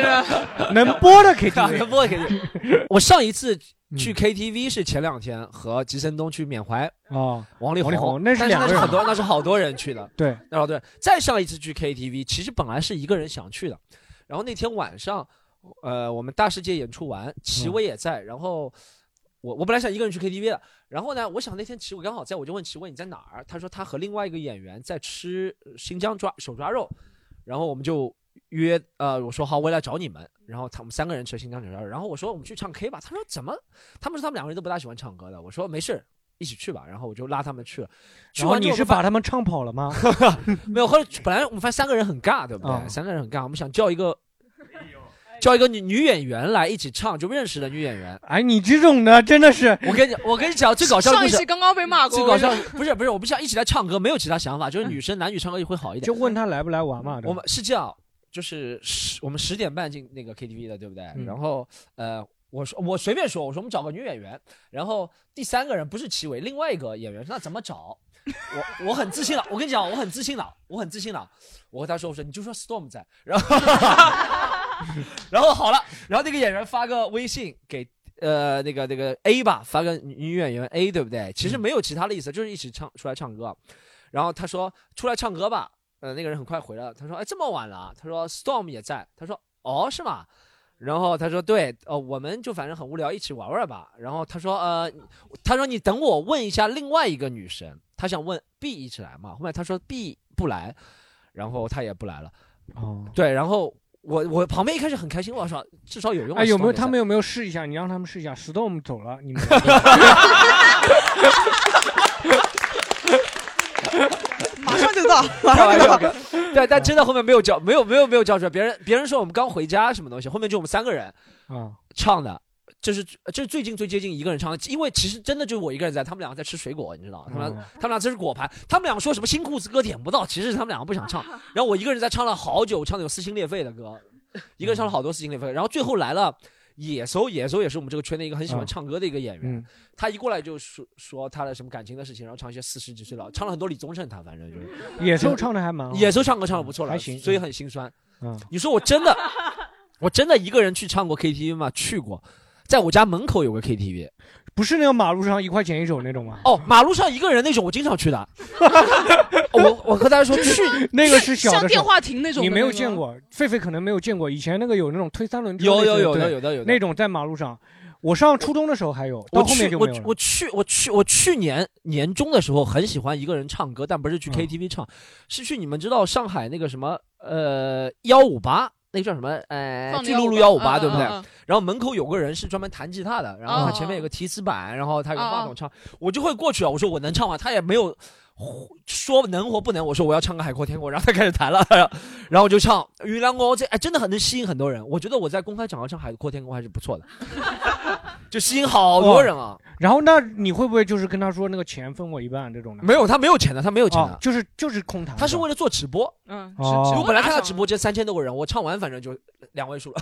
[SPEAKER 4] 的，
[SPEAKER 3] 能播的
[SPEAKER 2] KTV，能 播的 KTV。我上一次
[SPEAKER 3] 嗯
[SPEAKER 2] 去 KTV 是前两天和吉森东去缅怀
[SPEAKER 3] 啊，
[SPEAKER 2] 王力
[SPEAKER 3] 王力宏那
[SPEAKER 2] 但
[SPEAKER 3] 是
[SPEAKER 2] 是
[SPEAKER 3] 两
[SPEAKER 2] 那是
[SPEAKER 3] 个人
[SPEAKER 2] 很多，那是好多人去的。
[SPEAKER 3] 对，
[SPEAKER 2] 然后对，再上一次去 KTV，其实本来是一个人想去的，然后那天晚上，呃，我们大世界演出
[SPEAKER 3] 嗯
[SPEAKER 2] 完，齐薇也在，然后我我本来想一个人去 KTV 的，然后呢，我想那天齐薇刚好在，我就问齐薇你在哪儿，他说他和另外一个演员在吃呃新疆抓手抓肉，然后我们就约呃，我说好，我也来找你们。然后他们三个人吃新疆牛肉，然后我说我们去唱 K 吧。他说怎么？他们说他们两个人都不大喜欢唱歌的。我说没事儿，一起去吧。然后我就拉他们去了。去
[SPEAKER 3] 然后
[SPEAKER 2] 完
[SPEAKER 3] 你
[SPEAKER 2] 之后
[SPEAKER 3] 是
[SPEAKER 2] 我们
[SPEAKER 3] 把他们唱跑了吗？
[SPEAKER 2] 没有，后来本来我们发现三个人很尬，对不对？
[SPEAKER 3] 啊
[SPEAKER 2] 三个人很尬，我们想叫一个叫一个女女演员来一起唱，就认识的女演员。
[SPEAKER 3] 哎，你这种的真的是，
[SPEAKER 2] 我跟你我跟你啊讲最搞笑的
[SPEAKER 4] 上
[SPEAKER 2] 故
[SPEAKER 4] 一
[SPEAKER 2] 事
[SPEAKER 4] 期刚刚被骂过，
[SPEAKER 2] 最搞笑
[SPEAKER 4] 我跟你
[SPEAKER 2] 不是不是，我不想一起来唱歌，没有其他想法，就是女生男女唱歌会好一点。
[SPEAKER 3] 就问他来不来玩嘛？
[SPEAKER 2] 我们是这样，就是十我们十点半进那个 KTV 的，对不对？
[SPEAKER 3] 嗯
[SPEAKER 2] 然后呃，我说我随便说，我说我们找个女演员，然后第三个人不是齐伟，另外一个演员说那怎么找？我我很自信了，我跟你讲，我很自信了，我很自信了。我和他说，我说你就说 Storm 在，然后然后好了，然后那个演员发个微信给。呃，那个那个 A 吧，发个女女演员 A，对不对？其实没有其他的意思，就是一起唱出来唱歌。然后他说出来唱歌吧，呃，那个人很快回了，他说哎这么晚了啊，他说 Storm 也在，他说哦是吗？然后他说对，呃我们就反正很无聊，一起玩玩吧。然后他说呃，他说你等我问一下另外一个女生，他想问 B 一起来嘛，后面他说 B 不来，然后他也不来了。
[SPEAKER 3] 哦，
[SPEAKER 2] 对，然后我我旁边一开始很开心，我说至少有用啊。
[SPEAKER 3] 哎，有没有
[SPEAKER 2] Storm 也
[SPEAKER 3] 他
[SPEAKER 2] 在
[SPEAKER 3] 们有没有试一下？你让他们试一下。Storm 走了，你们
[SPEAKER 2] 马上就 到，
[SPEAKER 5] 马上就到
[SPEAKER 2] 对，但真的后面没有叫，没有没有没有叫出来。别人别人说我们刚回家什么东西，后面就我们三个人
[SPEAKER 3] 啊，
[SPEAKER 2] 唱的，这是这是最近最接近一个人唱的，因为其实真的就我一个人在，他们两个在吃水果，你知道吗？他们俩、
[SPEAKER 3] 嗯
[SPEAKER 2] 他们俩这是果盘，他们俩说什么新裤子歌点不到，其实是他们两个不想唱。然后我一个人在唱了好久，唱那种撕心裂肺的歌，
[SPEAKER 3] 嗯
[SPEAKER 2] 一个人唱了好多撕心裂肺。然后最后来了。野搜，野搜也是我们这个圈内一个很喜欢
[SPEAKER 3] 嗯
[SPEAKER 2] 唱歌的一个演员，
[SPEAKER 3] 嗯
[SPEAKER 2] 他一过来就说说他的什么感情的事情，然后唱一些四十几岁老，唱了很多李宗盛，他反正就是
[SPEAKER 3] 野兽唱的还蛮好
[SPEAKER 2] 野兽唱歌唱的不错了，
[SPEAKER 3] 还行
[SPEAKER 2] 所以很心酸。
[SPEAKER 3] 嗯
[SPEAKER 2] 你说我真的，我真的一个人去唱过 KTV 吗？去过，在我家门口有个 KTV，
[SPEAKER 3] 不是那个马路上一块钱一首那种吗？
[SPEAKER 2] 哦，马路上一个人那种，我经常去的。我我和大家说去
[SPEAKER 3] 那个是小的时候
[SPEAKER 4] 像电话亭那种的啊
[SPEAKER 3] 你没有
[SPEAKER 4] 那个
[SPEAKER 3] 见过，狒狒可能没有见过。以前那个有那种推三轮车
[SPEAKER 2] 有
[SPEAKER 3] 类似的，
[SPEAKER 2] 有有的
[SPEAKER 3] 对
[SPEAKER 2] 有的有的
[SPEAKER 3] 那种在马路上。我上初中的时候还有，
[SPEAKER 2] 我
[SPEAKER 3] 到后面
[SPEAKER 2] 去
[SPEAKER 3] 就
[SPEAKER 2] 我
[SPEAKER 3] 没有了。
[SPEAKER 2] 我去我去我去年年中的时候很喜欢一个人唱歌，但不是
[SPEAKER 3] 嗯
[SPEAKER 2] 去 KTV 唱，是去你们知道上海那个什么呃幺五八。那个叫什么？呃，
[SPEAKER 6] 放的
[SPEAKER 2] 巨鹿路幺
[SPEAKER 6] 158
[SPEAKER 2] 五八，
[SPEAKER 6] 嗯
[SPEAKER 2] 对不对
[SPEAKER 6] 嗯哦嗯？
[SPEAKER 2] 然后门口有个人是专门弹吉他的，然后他前面有个提词板，然后他有个
[SPEAKER 6] 哦
[SPEAKER 2] 话筒唱，我就会过去啊。我说我能唱吗？他也没有说能或不能，我说我要唱个《海阔天空》，然后他开始弹了， 然后我就唱《云南光》，这哎真的很能吸引很多人。我觉得我在公开场合唱《海阔天空》还是不错的，就吸引好
[SPEAKER 3] 哦
[SPEAKER 2] 多人啊。
[SPEAKER 3] 然后那你会不会就是跟他说那个钱分我一半这种的？哦
[SPEAKER 2] 没有，他没有钱的，他没有钱的，
[SPEAKER 3] 就是就是空谈。
[SPEAKER 2] 他是为了做直播，
[SPEAKER 4] 嗯
[SPEAKER 3] 是哦直播
[SPEAKER 2] 我本来
[SPEAKER 3] 打
[SPEAKER 2] 看他
[SPEAKER 3] 赏
[SPEAKER 2] 直播间三千多个人，我唱完反正就两位数了，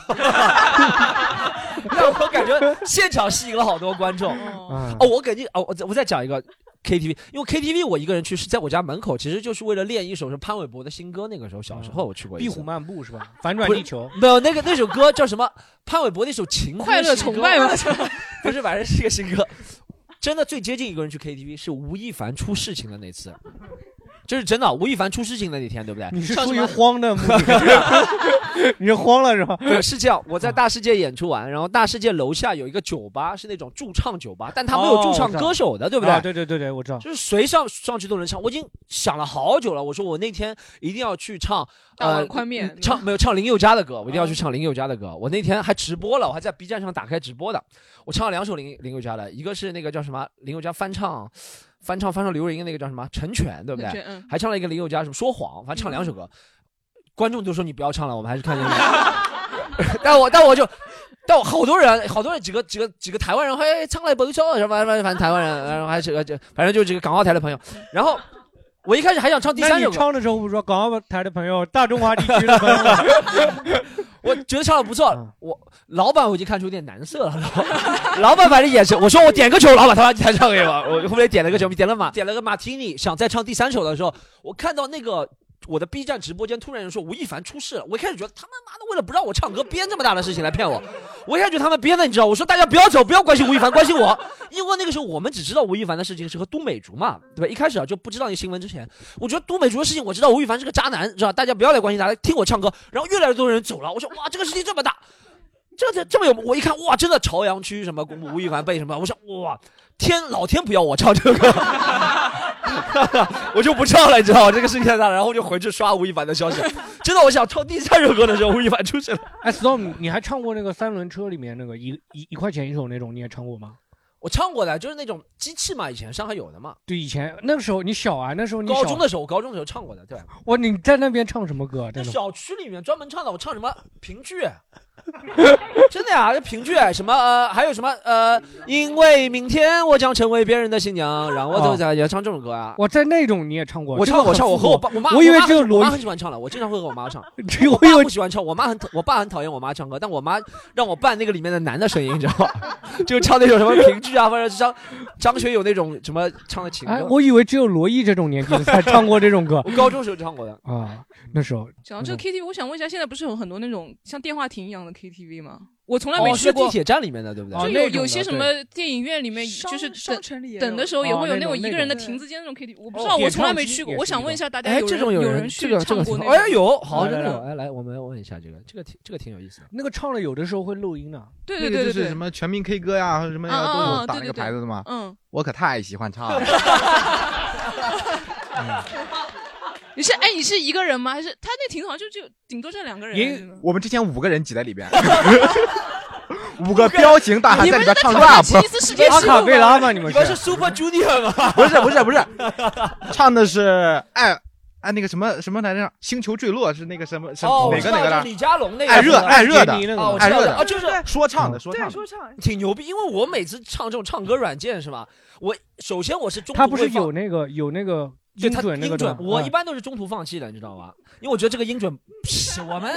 [SPEAKER 2] 让我感觉现场吸引了好多观众。
[SPEAKER 3] 嗯
[SPEAKER 2] 哦，我给你哦，我再我再讲一个 KTV，因为 KTV 我一个人去是在我家门口，其实就是为了练一首是潘玮柏的新歌，那个时候小时候我去过一
[SPEAKER 3] 壁
[SPEAKER 2] 次。
[SPEAKER 3] 虎漫步是吧？反转
[SPEAKER 2] 不是
[SPEAKER 3] 地球。
[SPEAKER 2] 没有那个那首歌叫什么？潘玮柏那首《情歌
[SPEAKER 4] 快乐
[SPEAKER 2] 是一个
[SPEAKER 4] 崇拜吗
[SPEAKER 2] 不是，反正是一个新歌。真的最接近一个人去 KTV 是吴亦凡出事情的那次，这是真的。吴亦凡出事情的那天，对不对？
[SPEAKER 3] 你是
[SPEAKER 2] 上
[SPEAKER 3] 出
[SPEAKER 2] 什
[SPEAKER 3] 于
[SPEAKER 2] 么
[SPEAKER 3] 慌的目的， 你是慌了是吧？
[SPEAKER 2] 对，是这样。我在大世界演出完，然后大世界楼下有一个酒吧，是那种驻唱酒吧，但他没有驻
[SPEAKER 3] 哦
[SPEAKER 2] 唱歌手的，对不对？
[SPEAKER 3] 啊对对对对，我知道。
[SPEAKER 2] 就是谁上上去都能唱。我已经想了好久了，我说我那天一定要去唱
[SPEAKER 4] 大碗
[SPEAKER 2] 呃
[SPEAKER 4] 宽面哦
[SPEAKER 2] 唱没有唱林宥嘉的歌，我一定要去唱林宥嘉的歌。我那天还直播了，我还在 B 站上打开直播的，我唱了两首林林宥嘉的，一个是那个叫什么林宥嘉翻唱。翻唱翻唱刘若英的那个叫什么《成全》，对不对
[SPEAKER 4] 成全？嗯
[SPEAKER 2] 还唱了一个林宥嘉什么《说谎》，反正唱两首歌，观众都说你不要唱了，我们还是看音乐。 但我但我就，但我好多人，好多人几个几个几个台湾人，还唱了一不错，什么反正反正台湾人，然后还几个就反正就几个港澳台的朋友。然后我一开始还想唱第
[SPEAKER 3] 那
[SPEAKER 2] 三
[SPEAKER 3] 你
[SPEAKER 2] 首歌，
[SPEAKER 3] 唱的时候不说港澳台的朋友、大中华地区的朋友，
[SPEAKER 2] 我觉得唱的不错。
[SPEAKER 3] 嗯
[SPEAKER 2] 我老板我已经看出有点难色了，老老板 反正眼神，我说我点个球，老板他妈你再唱给 我，我后面点了个球，点了马点了个马提尼，想再唱第三首的时候，我看到那个。我的 B 站直播间突然有人说吴亦凡出事了，我一开始觉得他们妈的为了不让我唱歌编这么大的事情来骗我，我一开始觉得他们编的，你知道，我说大家不要走，不要关心吴亦凡，关心我，因为那个时候我们只知道吴亦凡的事情是和都美竹嘛，对吧？一开始啊就不知道那个新闻之前，我觉得都美竹的事情我知道吴亦凡是个渣男，知道吧大家不要再关心他，来听我唱歌，然后越来越多人走了，我说哇这个事情这么大，这这这么有，我一看哇，真的朝阳区什么公布吴亦凡被什么，我想哇，天老天不要我唱这个， 我就不唱了，你知道吗？这个事情太大了，然后就回去刷吴亦凡的消息。真的，我想唱第三首歌的时候，吴亦凡出现了。
[SPEAKER 3] 哎，Storm，你还唱过那个三轮车里面那个一一一块钱一首那种，你也唱过吗？
[SPEAKER 2] 我唱过的，就是那种机器嘛，以前上海有的嘛。
[SPEAKER 3] 对，以前那个时候你小啊，那时候你
[SPEAKER 2] 高
[SPEAKER 3] 小
[SPEAKER 2] 中的时候，我高中的时候唱过的，对。
[SPEAKER 3] 哇，你在那边唱什么歌啊？
[SPEAKER 2] 在
[SPEAKER 3] 真的
[SPEAKER 2] 小区里面专门唱的，我唱什么评剧， 真的呀，这评剧什么呃，还有什么呃，因为明天我将成为别人的新娘，然后
[SPEAKER 3] 哦
[SPEAKER 2] 我走在也唱这种歌啊。
[SPEAKER 3] 我在那种你也唱过，
[SPEAKER 2] 我
[SPEAKER 3] 这个
[SPEAKER 2] 唱我
[SPEAKER 3] 很
[SPEAKER 2] 唱我
[SPEAKER 3] 复
[SPEAKER 2] 和
[SPEAKER 3] 古
[SPEAKER 2] 我爸我妈，
[SPEAKER 3] 我以为
[SPEAKER 2] 妈
[SPEAKER 3] 这个
[SPEAKER 2] 很我妈
[SPEAKER 3] 逻
[SPEAKER 2] 很
[SPEAKER 3] 辑
[SPEAKER 2] 喜欢唱的，我经常会和我妈 唱
[SPEAKER 3] 这。个
[SPEAKER 2] 我
[SPEAKER 3] 我以
[SPEAKER 2] 爸
[SPEAKER 3] 为
[SPEAKER 2] 不喜欢唱，我妈很我爸很讨厌我妈唱歌，但我妈让我扮那个里面的男的声音，你知道吧？就唱那种什么评剧啊，或者是张张学友那种什么唱的情歌。。
[SPEAKER 3] 哎，我以为只有罗毅这种年纪的才唱过这种歌
[SPEAKER 2] 我高中时候唱过的。
[SPEAKER 3] 啊，那时候
[SPEAKER 4] 讲到这
[SPEAKER 2] 嗯
[SPEAKER 3] 那种
[SPEAKER 4] 个 KTV，我想问一下，现在不是有很多那种像电话亭一样的 KTV 吗？我从来没
[SPEAKER 2] 哦
[SPEAKER 4] 去
[SPEAKER 2] 是
[SPEAKER 4] 过。
[SPEAKER 2] 地铁站里哦面的，对不对？
[SPEAKER 4] 就有有些什么电影院里面，就是等
[SPEAKER 5] 也
[SPEAKER 4] 等的
[SPEAKER 5] 有
[SPEAKER 4] 时候也
[SPEAKER 2] 哦
[SPEAKER 4] 会有
[SPEAKER 2] 那
[SPEAKER 4] 种
[SPEAKER 2] 种
[SPEAKER 4] 一
[SPEAKER 2] 那
[SPEAKER 4] 个人的
[SPEAKER 2] 种
[SPEAKER 4] 亭子间那种 KTV，我不
[SPEAKER 2] 哦
[SPEAKER 4] 知道，我
[SPEAKER 2] 点
[SPEAKER 4] 从来
[SPEAKER 2] 唱
[SPEAKER 4] 没
[SPEAKER 2] 机
[SPEAKER 4] 去过。
[SPEAKER 2] 也
[SPEAKER 4] 我
[SPEAKER 2] 是
[SPEAKER 4] 想
[SPEAKER 2] 一
[SPEAKER 4] 问一
[SPEAKER 2] 种
[SPEAKER 4] 下大家，
[SPEAKER 2] 哎，这种
[SPEAKER 4] 人有
[SPEAKER 2] 人这
[SPEAKER 4] 去
[SPEAKER 2] 个这
[SPEAKER 4] 唱
[SPEAKER 2] 个
[SPEAKER 4] 过
[SPEAKER 2] 挺
[SPEAKER 4] 那
[SPEAKER 2] 好哎
[SPEAKER 4] 种
[SPEAKER 2] 有，好
[SPEAKER 4] 对
[SPEAKER 2] 真的
[SPEAKER 4] 对
[SPEAKER 2] 有哎，来我们问一下这个，这个挺这个挺有意思的。
[SPEAKER 3] 那个唱了有的时候会漏音的。啊
[SPEAKER 4] 对
[SPEAKER 11] 那个就是什么全民 K 歌呀，啊还有什么呀，都有打那个牌子的嘛。
[SPEAKER 4] 嗯，
[SPEAKER 11] 我可太喜欢唱 了。
[SPEAKER 4] 你是哎，你是一个人吗？还是他那亭子好像就就顶多站两个人？
[SPEAKER 11] 我们之前五个人挤在里 边，五个彪形大汉在里边唱
[SPEAKER 4] 你们是在
[SPEAKER 11] rap，
[SPEAKER 4] 讨论吉尼斯世界纪录吗阿卡贝拉吗你们是你们是
[SPEAKER 2] Super Junior 吗？
[SPEAKER 11] 不是不是不是，唱的是爱爱那个什么什么来着，星球坠落是那个什么什么
[SPEAKER 2] 哦，我
[SPEAKER 11] 哪个
[SPEAKER 2] 知道
[SPEAKER 11] 哪个
[SPEAKER 2] 就
[SPEAKER 11] 的
[SPEAKER 2] 是李佳隆那个
[SPEAKER 11] 爱热
[SPEAKER 2] 是吧
[SPEAKER 11] 爱热的嗯
[SPEAKER 2] 杰尼那个哦我知道
[SPEAKER 11] 爱热的
[SPEAKER 2] 啊就是
[SPEAKER 11] 说唱的说唱的，
[SPEAKER 5] 说唱
[SPEAKER 2] 挺牛逼，因为我每次唱这种唱歌软件是吧？我首先我是中途
[SPEAKER 3] 他不
[SPEAKER 2] 会
[SPEAKER 3] 是
[SPEAKER 2] 放
[SPEAKER 3] 有那个有那个
[SPEAKER 2] 对
[SPEAKER 3] 音
[SPEAKER 2] 它
[SPEAKER 3] 准那
[SPEAKER 2] 音
[SPEAKER 3] 个的
[SPEAKER 2] 准，我
[SPEAKER 3] 嗯
[SPEAKER 2] 一般都是中途放弃的，你知道吗？因为我觉得这个音准，屁我们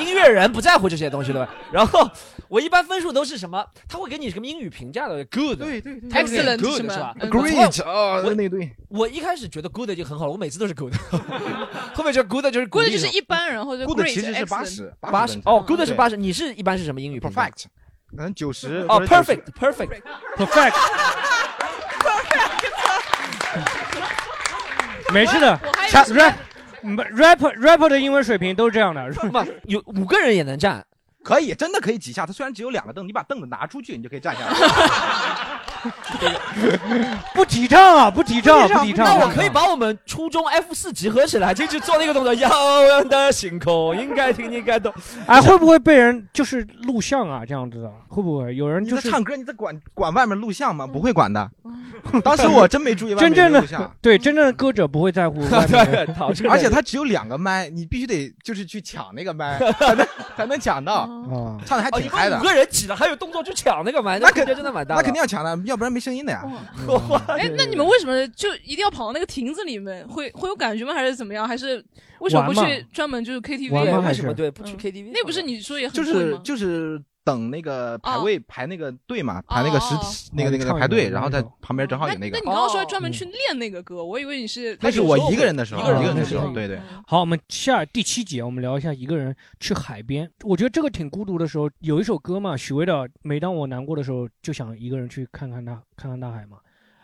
[SPEAKER 2] 音乐人不在乎这些东西，对吧？然后我一般分数都是什么？他会给你什么英语评价的？Good，对
[SPEAKER 11] 对
[SPEAKER 2] excellent
[SPEAKER 11] Good
[SPEAKER 2] 是吧
[SPEAKER 11] 嗯 Great，啊那对。
[SPEAKER 2] 我一开始觉得 good 已经很好了，我每次都是 good，后面就是 good 就是鼓
[SPEAKER 4] good
[SPEAKER 2] 励
[SPEAKER 4] 就是
[SPEAKER 2] 那种
[SPEAKER 4] 一般，然后就
[SPEAKER 11] Good
[SPEAKER 4] great
[SPEAKER 11] 其实是
[SPEAKER 4] excellent
[SPEAKER 11] 80
[SPEAKER 2] 八十
[SPEAKER 11] 分
[SPEAKER 2] 哦，good 是
[SPEAKER 11] 对
[SPEAKER 2] 八十，你是一般是什么英语评价
[SPEAKER 11] perfect，嗯九十
[SPEAKER 2] 哦，perfect perfect
[SPEAKER 3] perfect，没 事的
[SPEAKER 4] 我还以为
[SPEAKER 3] 像
[SPEAKER 4] 是
[SPEAKER 3] ，rap rapper rapper 的英文水平都是这样的。
[SPEAKER 2] 有五个人也能站，
[SPEAKER 11] 可以，真的可以挤下。它虽然只有两个凳，你把凳子拿出去，你就可以站 下来。
[SPEAKER 3] 不提倡啊，不提倡，不提倡。
[SPEAKER 2] 那我
[SPEAKER 3] 不提
[SPEAKER 2] 可以
[SPEAKER 3] 倡
[SPEAKER 2] 把我们初中 F 四集合起来，就去做那个动作。 遥远的星空，应该听，应该懂。
[SPEAKER 3] 哎，会不会被人就是录像啊？这样子的，会不会有人
[SPEAKER 11] 你
[SPEAKER 3] 就
[SPEAKER 11] 在
[SPEAKER 3] 是
[SPEAKER 11] 唱歌，你在管管外面录像
[SPEAKER 4] 嗯
[SPEAKER 11] 吗？不会管的。当时我真没注意外
[SPEAKER 3] 真
[SPEAKER 11] 面
[SPEAKER 3] 正
[SPEAKER 11] 有
[SPEAKER 3] 的
[SPEAKER 11] 录像。
[SPEAKER 3] 对真正的歌者不会在乎外面的，
[SPEAKER 11] 而且 它只有两个麦，你必须得就是去抢那个麦，才能才能抢到。
[SPEAKER 3] 哦啊
[SPEAKER 11] 唱的还挺嗨的。
[SPEAKER 2] 哦五个人挤了，还有动作去抢那个麦，那
[SPEAKER 11] 那
[SPEAKER 2] 空
[SPEAKER 11] 肯
[SPEAKER 2] 间真的蛮大
[SPEAKER 11] 那肯定要抢的，要不然没声音 的呀。
[SPEAKER 2] 嗯
[SPEAKER 4] 哎，那你们为什么就一定要跑到那个亭子里面？会会有感觉吗？还是怎么样？还是为什么不
[SPEAKER 11] 玩嘛
[SPEAKER 4] 去专门就是 KTV？
[SPEAKER 11] 玩嘛
[SPEAKER 4] 啊
[SPEAKER 11] 还是对
[SPEAKER 2] 不去 KTV？
[SPEAKER 4] 那不是你说也很
[SPEAKER 11] 就
[SPEAKER 4] 贵
[SPEAKER 11] 是
[SPEAKER 4] 吗
[SPEAKER 11] 就是等那个排
[SPEAKER 2] 哦
[SPEAKER 11] 位排那个队嘛，排那个实体那个那个
[SPEAKER 9] 唱一
[SPEAKER 11] 排
[SPEAKER 3] 哦
[SPEAKER 11] 队，
[SPEAKER 9] 首
[SPEAKER 11] 然后在旁边正好有那个
[SPEAKER 4] 哎那你。刚刚说专门去练那个歌，我以为你
[SPEAKER 2] 嗯
[SPEAKER 4] 是
[SPEAKER 11] 那是我一个人的时候，
[SPEAKER 3] 啊一个人
[SPEAKER 11] 一个人
[SPEAKER 3] 的
[SPEAKER 11] 的
[SPEAKER 3] 时
[SPEAKER 11] 时
[SPEAKER 3] 候
[SPEAKER 11] 候，对对。
[SPEAKER 3] 好，我们下第七节，我们聊一下一个人去海边。我觉得这个挺孤独的时候，有一首歌嘛，许巍的《每当我难过的时候，就想一个人去看看大看看大海》嘛。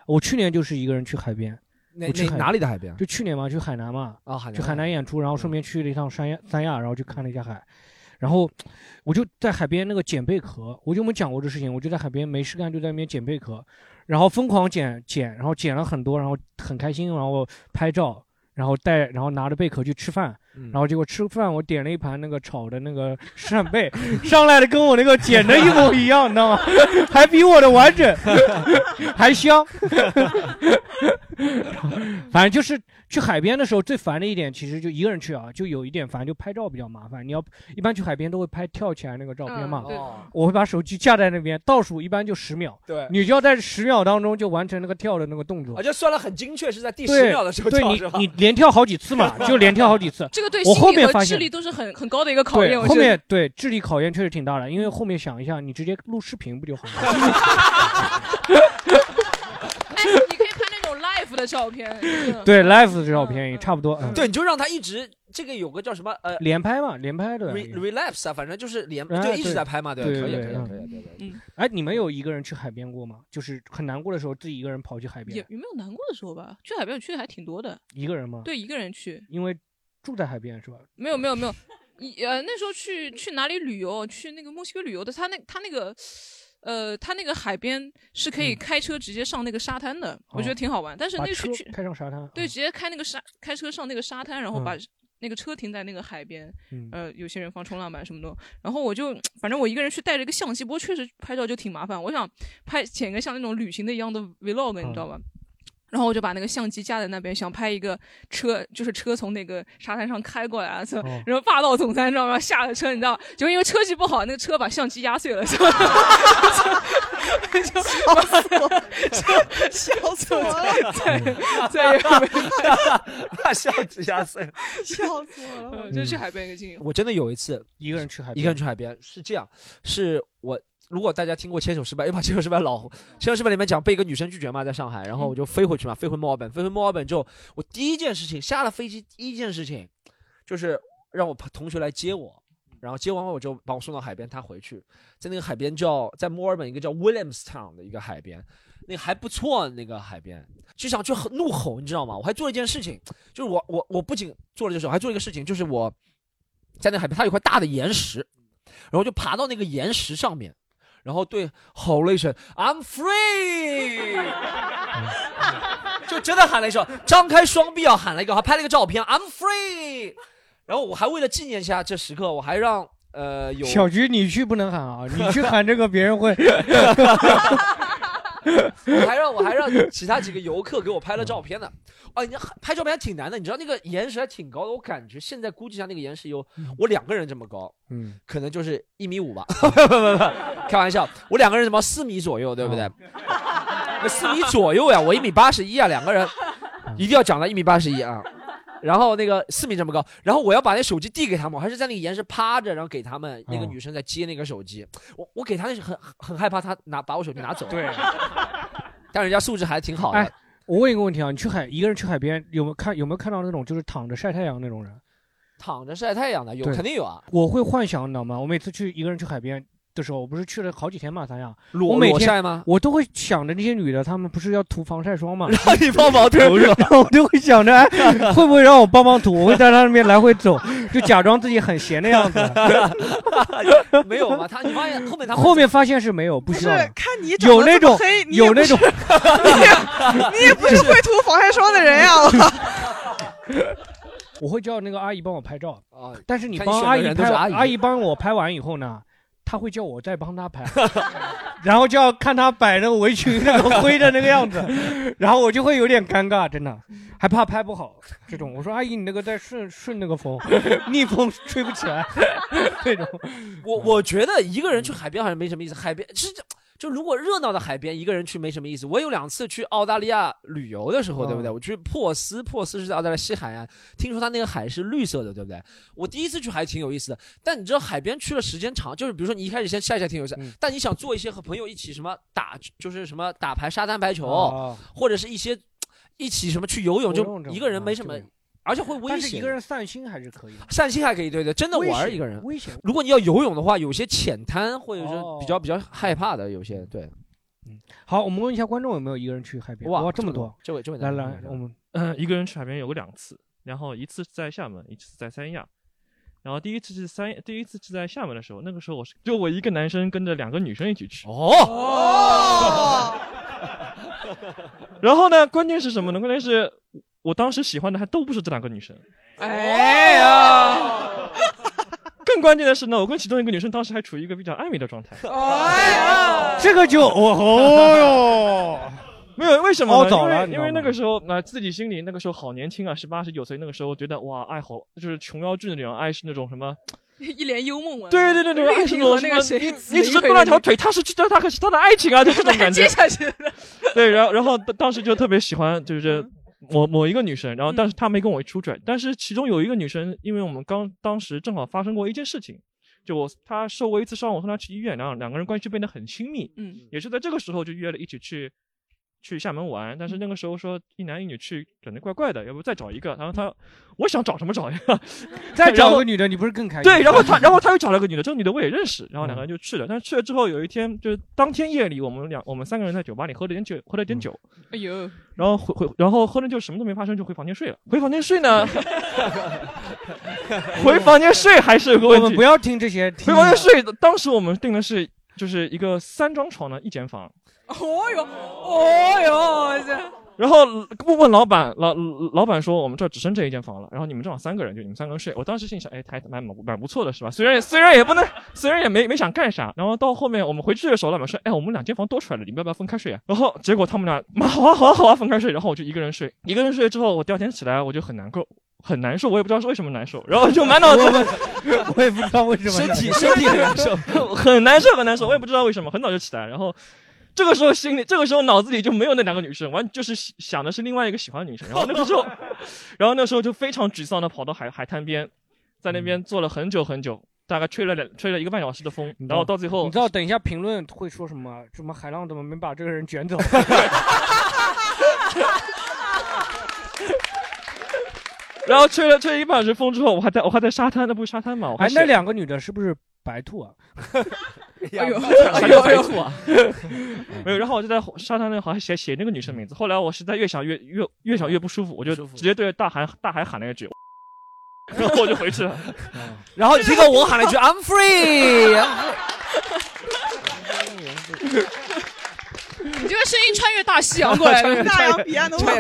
[SPEAKER 3] 我去年就是一个人去海边，
[SPEAKER 2] 哪
[SPEAKER 3] 我去
[SPEAKER 2] 哪
[SPEAKER 3] 海
[SPEAKER 2] 哪里的海边啊
[SPEAKER 3] 就去年嘛，去海南嘛，
[SPEAKER 2] 啊海南嗯
[SPEAKER 3] 去海南演出，然后顺便去了一趟三亚，三亚，然后去看了一下海，然后我就在海边那个捡贝壳，我就没讲过这事情，我就在海边没事干，就在那边捡贝壳，然后疯狂捡捡，然后捡了很多，然后很开心，然后拍照，然后带，然后拿着贝壳去吃饭，
[SPEAKER 2] 嗯
[SPEAKER 3] 然后结果吃饭我点了一盘那个炒的那个扇贝，哦上 来的跟我那个捡的一模一样，你知道吗？ 还比我的完整， 还香。 反正就是去海边的时候最烦的一点，其实就一个人去啊，就有一点烦，就拍照比较麻烦。你要一般去海边都会拍跳起来那个照片嘛，
[SPEAKER 2] 嗯对
[SPEAKER 3] 我会把手机架在那边，倒数一般就十秒，
[SPEAKER 2] 对
[SPEAKER 3] 你就要在十秒当中就完成那个跳的那个动作
[SPEAKER 2] 而。且算的很精确，是在第十
[SPEAKER 3] 对
[SPEAKER 2] 秒的时候
[SPEAKER 3] 对
[SPEAKER 2] 跳
[SPEAKER 3] 你
[SPEAKER 2] 是吧？
[SPEAKER 3] 你连跳好几次嘛，就连跳好几次。
[SPEAKER 4] 这个对
[SPEAKER 3] 我后
[SPEAKER 4] 心理
[SPEAKER 3] 面
[SPEAKER 4] 和
[SPEAKER 3] 发
[SPEAKER 4] 智
[SPEAKER 3] 现
[SPEAKER 4] 力都是很很高的一个考验。我
[SPEAKER 3] 对，后
[SPEAKER 4] 觉得
[SPEAKER 3] 面对智力考验确实挺大的，因为后面想一下，你直接录视频不就好了？
[SPEAKER 4] 哎，你可以拍那种 live 的 照片。嗯
[SPEAKER 3] 对，live 的照片也差不多。嗯，
[SPEAKER 2] 对，你就让他一直这个有个叫什么呃
[SPEAKER 3] 连拍嘛，连拍的。
[SPEAKER 2] re- relapse 啊，反正就是连
[SPEAKER 3] 哎
[SPEAKER 2] 就一直
[SPEAKER 3] 对
[SPEAKER 2] 在拍嘛，对，
[SPEAKER 3] 对
[SPEAKER 2] 可以
[SPEAKER 3] 对
[SPEAKER 2] 可以
[SPEAKER 3] 嗯
[SPEAKER 2] 可以对 对。
[SPEAKER 3] 哎，你们有一个人去海边过吗？就是很难过的时候，自己一个人跑去海
[SPEAKER 4] 也
[SPEAKER 3] 边，
[SPEAKER 4] 也没有难过的时候吧？去海边我去的还挺多的，
[SPEAKER 3] 一个人吗？
[SPEAKER 4] 对，一个人去。
[SPEAKER 3] 因为住在海边是吧？
[SPEAKER 4] 没有没有没有，一呃那时候去去哪里旅游？去那个墨西哥旅游的，他那他那个呃，它那个海边是可以开车直接上那个沙滩的，我觉得挺好玩。但是
[SPEAKER 3] 嗯
[SPEAKER 4] 那
[SPEAKER 3] 哦把
[SPEAKER 4] 个
[SPEAKER 3] 车
[SPEAKER 4] 去去
[SPEAKER 3] 开上沙滩，啊
[SPEAKER 4] 对，直接开那个沙，开车上那个沙滩，然后把
[SPEAKER 3] 嗯
[SPEAKER 4] 那个车停在那个海边，
[SPEAKER 3] 嗯
[SPEAKER 4] 呃，有些人放冲浪板什么的。然后我就，反正我一个人去带着一个相机，不过确实拍照就挺麻烦。我想拍剪个像那种旅行的一样的 vlog，你知
[SPEAKER 13] 嗯
[SPEAKER 4] 道吧？然后我就把那个相机架在那边，想拍一个车，就是车从那个沙滩上开过来啊，就
[SPEAKER 13] 哦
[SPEAKER 4] 然后霸道总裁你知道吗？下了车，你知道，就因为车技不好，那个车把相机压碎了，就就就
[SPEAKER 13] 哦
[SPEAKER 5] 笑死我了
[SPEAKER 4] 再再也没
[SPEAKER 2] 把相机压碎了，
[SPEAKER 5] 笑死 我了！
[SPEAKER 4] 就 去海边一个经历。
[SPEAKER 2] 我真的有一次
[SPEAKER 3] 一个人去海边
[SPEAKER 2] 一个人去海边是这样，是我如果大家听过《牵手失败》，因为把《牵手失败》老《牵手失败》里面讲被一个女生拒绝嘛，在上海，然后我
[SPEAKER 3] 嗯
[SPEAKER 2] 就飞回去嘛，飞回墨尔本，飞回墨尔本之后，我第一件事情下了飞机，第一件事情就是让我朋同学来接我。然后接完我就把我送到海边，他回去，在那个海边叫在墨尔本一个叫 Williamstown 的一个海边，那个还不错，那个海边就想去吼怒吼，你知道吗？我还做了一件事情，就是我我我不仅做了这事，我还做了一个事情，就是我在那海边，它有一块大的岩石，然后就爬到那个岩石上面，然后对吼了一声 “I'm free”，就真的喊了一声，张开双臂要喊了一个，还拍了一个照片 “I'm free”。然后我还为了纪念一下这时刻，我还让呃有
[SPEAKER 3] 小菊，你去不能喊啊！你去喊这个，别人会。
[SPEAKER 2] 我还让我还让其他几个游客给我拍了照片呢。哦，你拍照片还挺难的，你知道那个岩石还挺高的，我感觉现在估计一下那个岩石有我两个人这么高，
[SPEAKER 3] 嗯，
[SPEAKER 2] 可能就是一米五吧， 不不不，开玩笑，我两个人什么四米左右，对不对？ 四米左右呀，我一米八十一啊，两个人一定要长到一米八十一啊。然后那个四米这么高，然后我要把那手机递给他们，我还是在那个岩石趴着，然后给他们那个
[SPEAKER 3] 嗯
[SPEAKER 2] 女生在接那个手机，我我给她那是很很害怕她拿把我手机拿走，
[SPEAKER 3] 对，
[SPEAKER 2] 但人家素质还挺好的，
[SPEAKER 3] 哎，我问一个问题啊，你去海一个人去海边，有没有看有没有看到那种就是躺着晒太阳那种人？
[SPEAKER 2] 躺着晒太阳的有
[SPEAKER 3] 对
[SPEAKER 2] 肯定有啊，
[SPEAKER 3] 我会幻想，你知道吗？我每次去一个人去海边的时候，我不是去了好几天嘛，三亚，
[SPEAKER 2] 裸
[SPEAKER 3] 我每
[SPEAKER 2] 裸
[SPEAKER 3] 天
[SPEAKER 2] 晒吗
[SPEAKER 3] 我都会想着那些女的，她们不是要涂防 晒霜嘛？
[SPEAKER 2] 然后你帮忙涂是吧
[SPEAKER 3] 然后我就会想着，哎，会不会让我帮忙涂？我会在她那边来回走，就假装自己很闲 的样子。
[SPEAKER 2] 没有吗？他你发现后面他
[SPEAKER 3] 后面发现是没有，不需要了。
[SPEAKER 5] 看你长得
[SPEAKER 3] 有那
[SPEAKER 5] 这么
[SPEAKER 3] 种
[SPEAKER 5] 黑你也
[SPEAKER 3] 有
[SPEAKER 5] 不
[SPEAKER 3] 那
[SPEAKER 5] 是
[SPEAKER 3] 种
[SPEAKER 5] 你也不是会涂防晒霜的人呀！我
[SPEAKER 3] 我会叫那个阿姨帮我拍照
[SPEAKER 2] 啊
[SPEAKER 3] 但是你
[SPEAKER 2] 看你
[SPEAKER 3] 帮
[SPEAKER 2] 选
[SPEAKER 3] 阿
[SPEAKER 2] 的
[SPEAKER 3] 姨
[SPEAKER 2] 人都
[SPEAKER 3] 拍，
[SPEAKER 2] 是阿姨
[SPEAKER 3] 帮我拍完以后呢，她会叫我再帮她拍， 然后就要看她摆那个围裙那个灰的那个样子， 然后我就会有点尴尬，真的，还怕拍不好这种。我说阿姨，你那个在顺顺那个 风，逆风吹不起来，这种。嗯
[SPEAKER 2] 我我觉得一个人去海边好像没什么意思，海边是这就如果热闹的海边一个人去没什么意思。我有两次去澳大利亚旅游的时候，对
[SPEAKER 3] 嗯
[SPEAKER 2] 不对？我去珀斯，珀斯是在澳大利亚西海岸，听说它那个海是绿色的，对不对？我第一次去还挺有意思的，但你知道海边去了时间长，就是比如说你一开始先晒一晒挺有意思，
[SPEAKER 3] 嗯
[SPEAKER 2] 但你想做一些和朋友一起什么打，就是什么打牌、沙滩排球，
[SPEAKER 3] 哦
[SPEAKER 2] 或者是一些一起什么去游泳，
[SPEAKER 3] 活
[SPEAKER 2] 就
[SPEAKER 3] 动这
[SPEAKER 2] 一
[SPEAKER 3] 种
[SPEAKER 2] 个人
[SPEAKER 3] 啊
[SPEAKER 2] 没什么
[SPEAKER 3] 对。
[SPEAKER 2] 而且会危
[SPEAKER 3] 但
[SPEAKER 2] 险。
[SPEAKER 3] 是一个人散心还是可以的。
[SPEAKER 2] 散心还可以，对对，真的
[SPEAKER 3] 危
[SPEAKER 2] 玩儿
[SPEAKER 3] 险
[SPEAKER 2] 一个人
[SPEAKER 3] 危险
[SPEAKER 2] 如果你要游泳的话，有些浅滩或者是
[SPEAKER 3] 哦
[SPEAKER 2] 比较比较害怕的，有些对。
[SPEAKER 3] 好，我们问一下观众有没有一个人去海边？
[SPEAKER 2] 哇
[SPEAKER 3] 哇，这
[SPEAKER 2] 这么
[SPEAKER 3] 么多
[SPEAKER 2] 多！这位这位
[SPEAKER 3] 来
[SPEAKER 2] 男
[SPEAKER 3] 来，
[SPEAKER 2] 生
[SPEAKER 3] 我们
[SPEAKER 13] 嗯，一个人去海边有过两次，然后一次是在厦门，一次在三亚。然后第一次是三，第一次是在厦门的时候，那个时候我是就我一个男生跟着两个女生一起去。
[SPEAKER 2] 哦。
[SPEAKER 13] 然后呢，关键是什么呢？关键是我当时喜欢的还都不是这两个女生。
[SPEAKER 2] 哎呀！
[SPEAKER 13] 更关键的是呢，我跟其中一个女生当时还处于一个比较暧昧的状态。
[SPEAKER 3] 这个就哦哟，
[SPEAKER 13] 没有，为什么呢？
[SPEAKER 3] 凹早了
[SPEAKER 13] 因
[SPEAKER 3] 你知
[SPEAKER 13] 为因
[SPEAKER 3] 道
[SPEAKER 13] 为
[SPEAKER 3] 吗
[SPEAKER 13] 那个时候，那、自己心里那个时候好年轻啊，十八十九岁，那个时候觉得哇，爱好就是琼瑶剧那种爱是那种什么。
[SPEAKER 4] 一帘幽梦啊，
[SPEAKER 13] 对对 对对，
[SPEAKER 4] 绿
[SPEAKER 13] 爱是
[SPEAKER 4] 萍
[SPEAKER 13] 那
[SPEAKER 4] 和那
[SPEAKER 13] 种什
[SPEAKER 4] 个
[SPEAKER 13] 么
[SPEAKER 4] 谁，
[SPEAKER 13] 你
[SPEAKER 4] 紫
[SPEAKER 13] 你
[SPEAKER 4] 菱
[SPEAKER 13] 只是
[SPEAKER 4] 和
[SPEAKER 13] 断了
[SPEAKER 4] 任
[SPEAKER 13] 条
[SPEAKER 4] 君
[SPEAKER 13] 腿，他是他的他是他的爱情啊，就这种感觉
[SPEAKER 4] 接。下去的 嗯
[SPEAKER 13] 对，然后然后当当时就特别喜欢就是某某一个女生，然后但是她没跟我出轨，但是其中有一个女生，因为我们刚当时正好发生过一件事情，就我她受过一次伤，我送她去医院，然后两个人关系变得很亲 密，
[SPEAKER 4] 嗯，
[SPEAKER 13] 也是在这个时候就约了一起去。去厦门玩，但是那个时候说一男一女去，感觉怪怪的，要不再找一个。然后她，我想找什么找呀？
[SPEAKER 3] 再
[SPEAKER 13] 然
[SPEAKER 3] 找
[SPEAKER 13] 后
[SPEAKER 3] 个嗯女的，你不是更开心？
[SPEAKER 13] 对，然后他，然后他又找了个女的，这个女的我也认识，然后两个人就去了。但是去了之后，有一天就是当天夜里，我们两我们三个人在酒吧里喝了点酒，喝了
[SPEAKER 3] 嗯
[SPEAKER 13] 点酒，
[SPEAKER 4] 哎呦，
[SPEAKER 13] 然后回回，然后喝了就什么都没发生，就回房间睡了。回房间睡呢， 回房间睡还是有个问题。
[SPEAKER 3] 我们不要听这些，
[SPEAKER 13] 回房间睡，当时我们定的是就是一个三张床的一间房。
[SPEAKER 4] 哦哟，哦哟，这
[SPEAKER 13] 然后呃问问老板，老老板说我们这儿只剩这一间房了，然后你们正好三个人，就你们三个人睡。我当时心想，哎，还蛮蛮蛮不错的是吧？虽然虽然也不能， 虽然也没没想干啥。然后到后面我们回去的时候，老板说，哎，我们两间房多出来了，你们要不要分开睡啊？然后结果他们俩，妈，好啊好啊好啊，分开睡。然后我就一个人睡，一个人睡之后，我第二天起来我就很难过。很难受，我也不知道是为什么难受，然后就满脑子
[SPEAKER 3] 我也不知道为什么
[SPEAKER 13] 身体
[SPEAKER 3] 难受
[SPEAKER 13] 身体很难受， 很难受很难受，我也不知道为什么，很早就起来，然后这个时候心里，这个时候脑子里就没有那两个女生，完就是想想的是另外一个喜欢的女生，然后那 个 时候，然后那时候就非常沮丧的跑到海海滩边，在那
[SPEAKER 3] 嗯
[SPEAKER 13] 边坐了很久很久，大概吹了两吹了一个半小时的风，
[SPEAKER 3] 嗯
[SPEAKER 13] 然后到最后
[SPEAKER 3] 你知道等一下评论会说什么？啊什么海浪怎么没把这个人卷 走？
[SPEAKER 13] 然后吹了吹了一个半小时风之后，我还在我还在沙滩，那不是沙滩嘛，我还
[SPEAKER 3] 哎，那
[SPEAKER 13] 写
[SPEAKER 3] 两个女的是不是白兔啊？
[SPEAKER 13] 哎呦
[SPEAKER 3] 哎呦哎呦
[SPEAKER 13] 没有，然后我就在沙滩那好像写写那个女生名字，后来我实在越想越越越想越不舒服，我就直接对着大海大海喊了一句， 然后我就回 去了。
[SPEAKER 2] 然后你听到我喊了一句 “I'm free”，
[SPEAKER 4] 你这个声音穿越大 啊西洋过来的，
[SPEAKER 2] 穿越穿越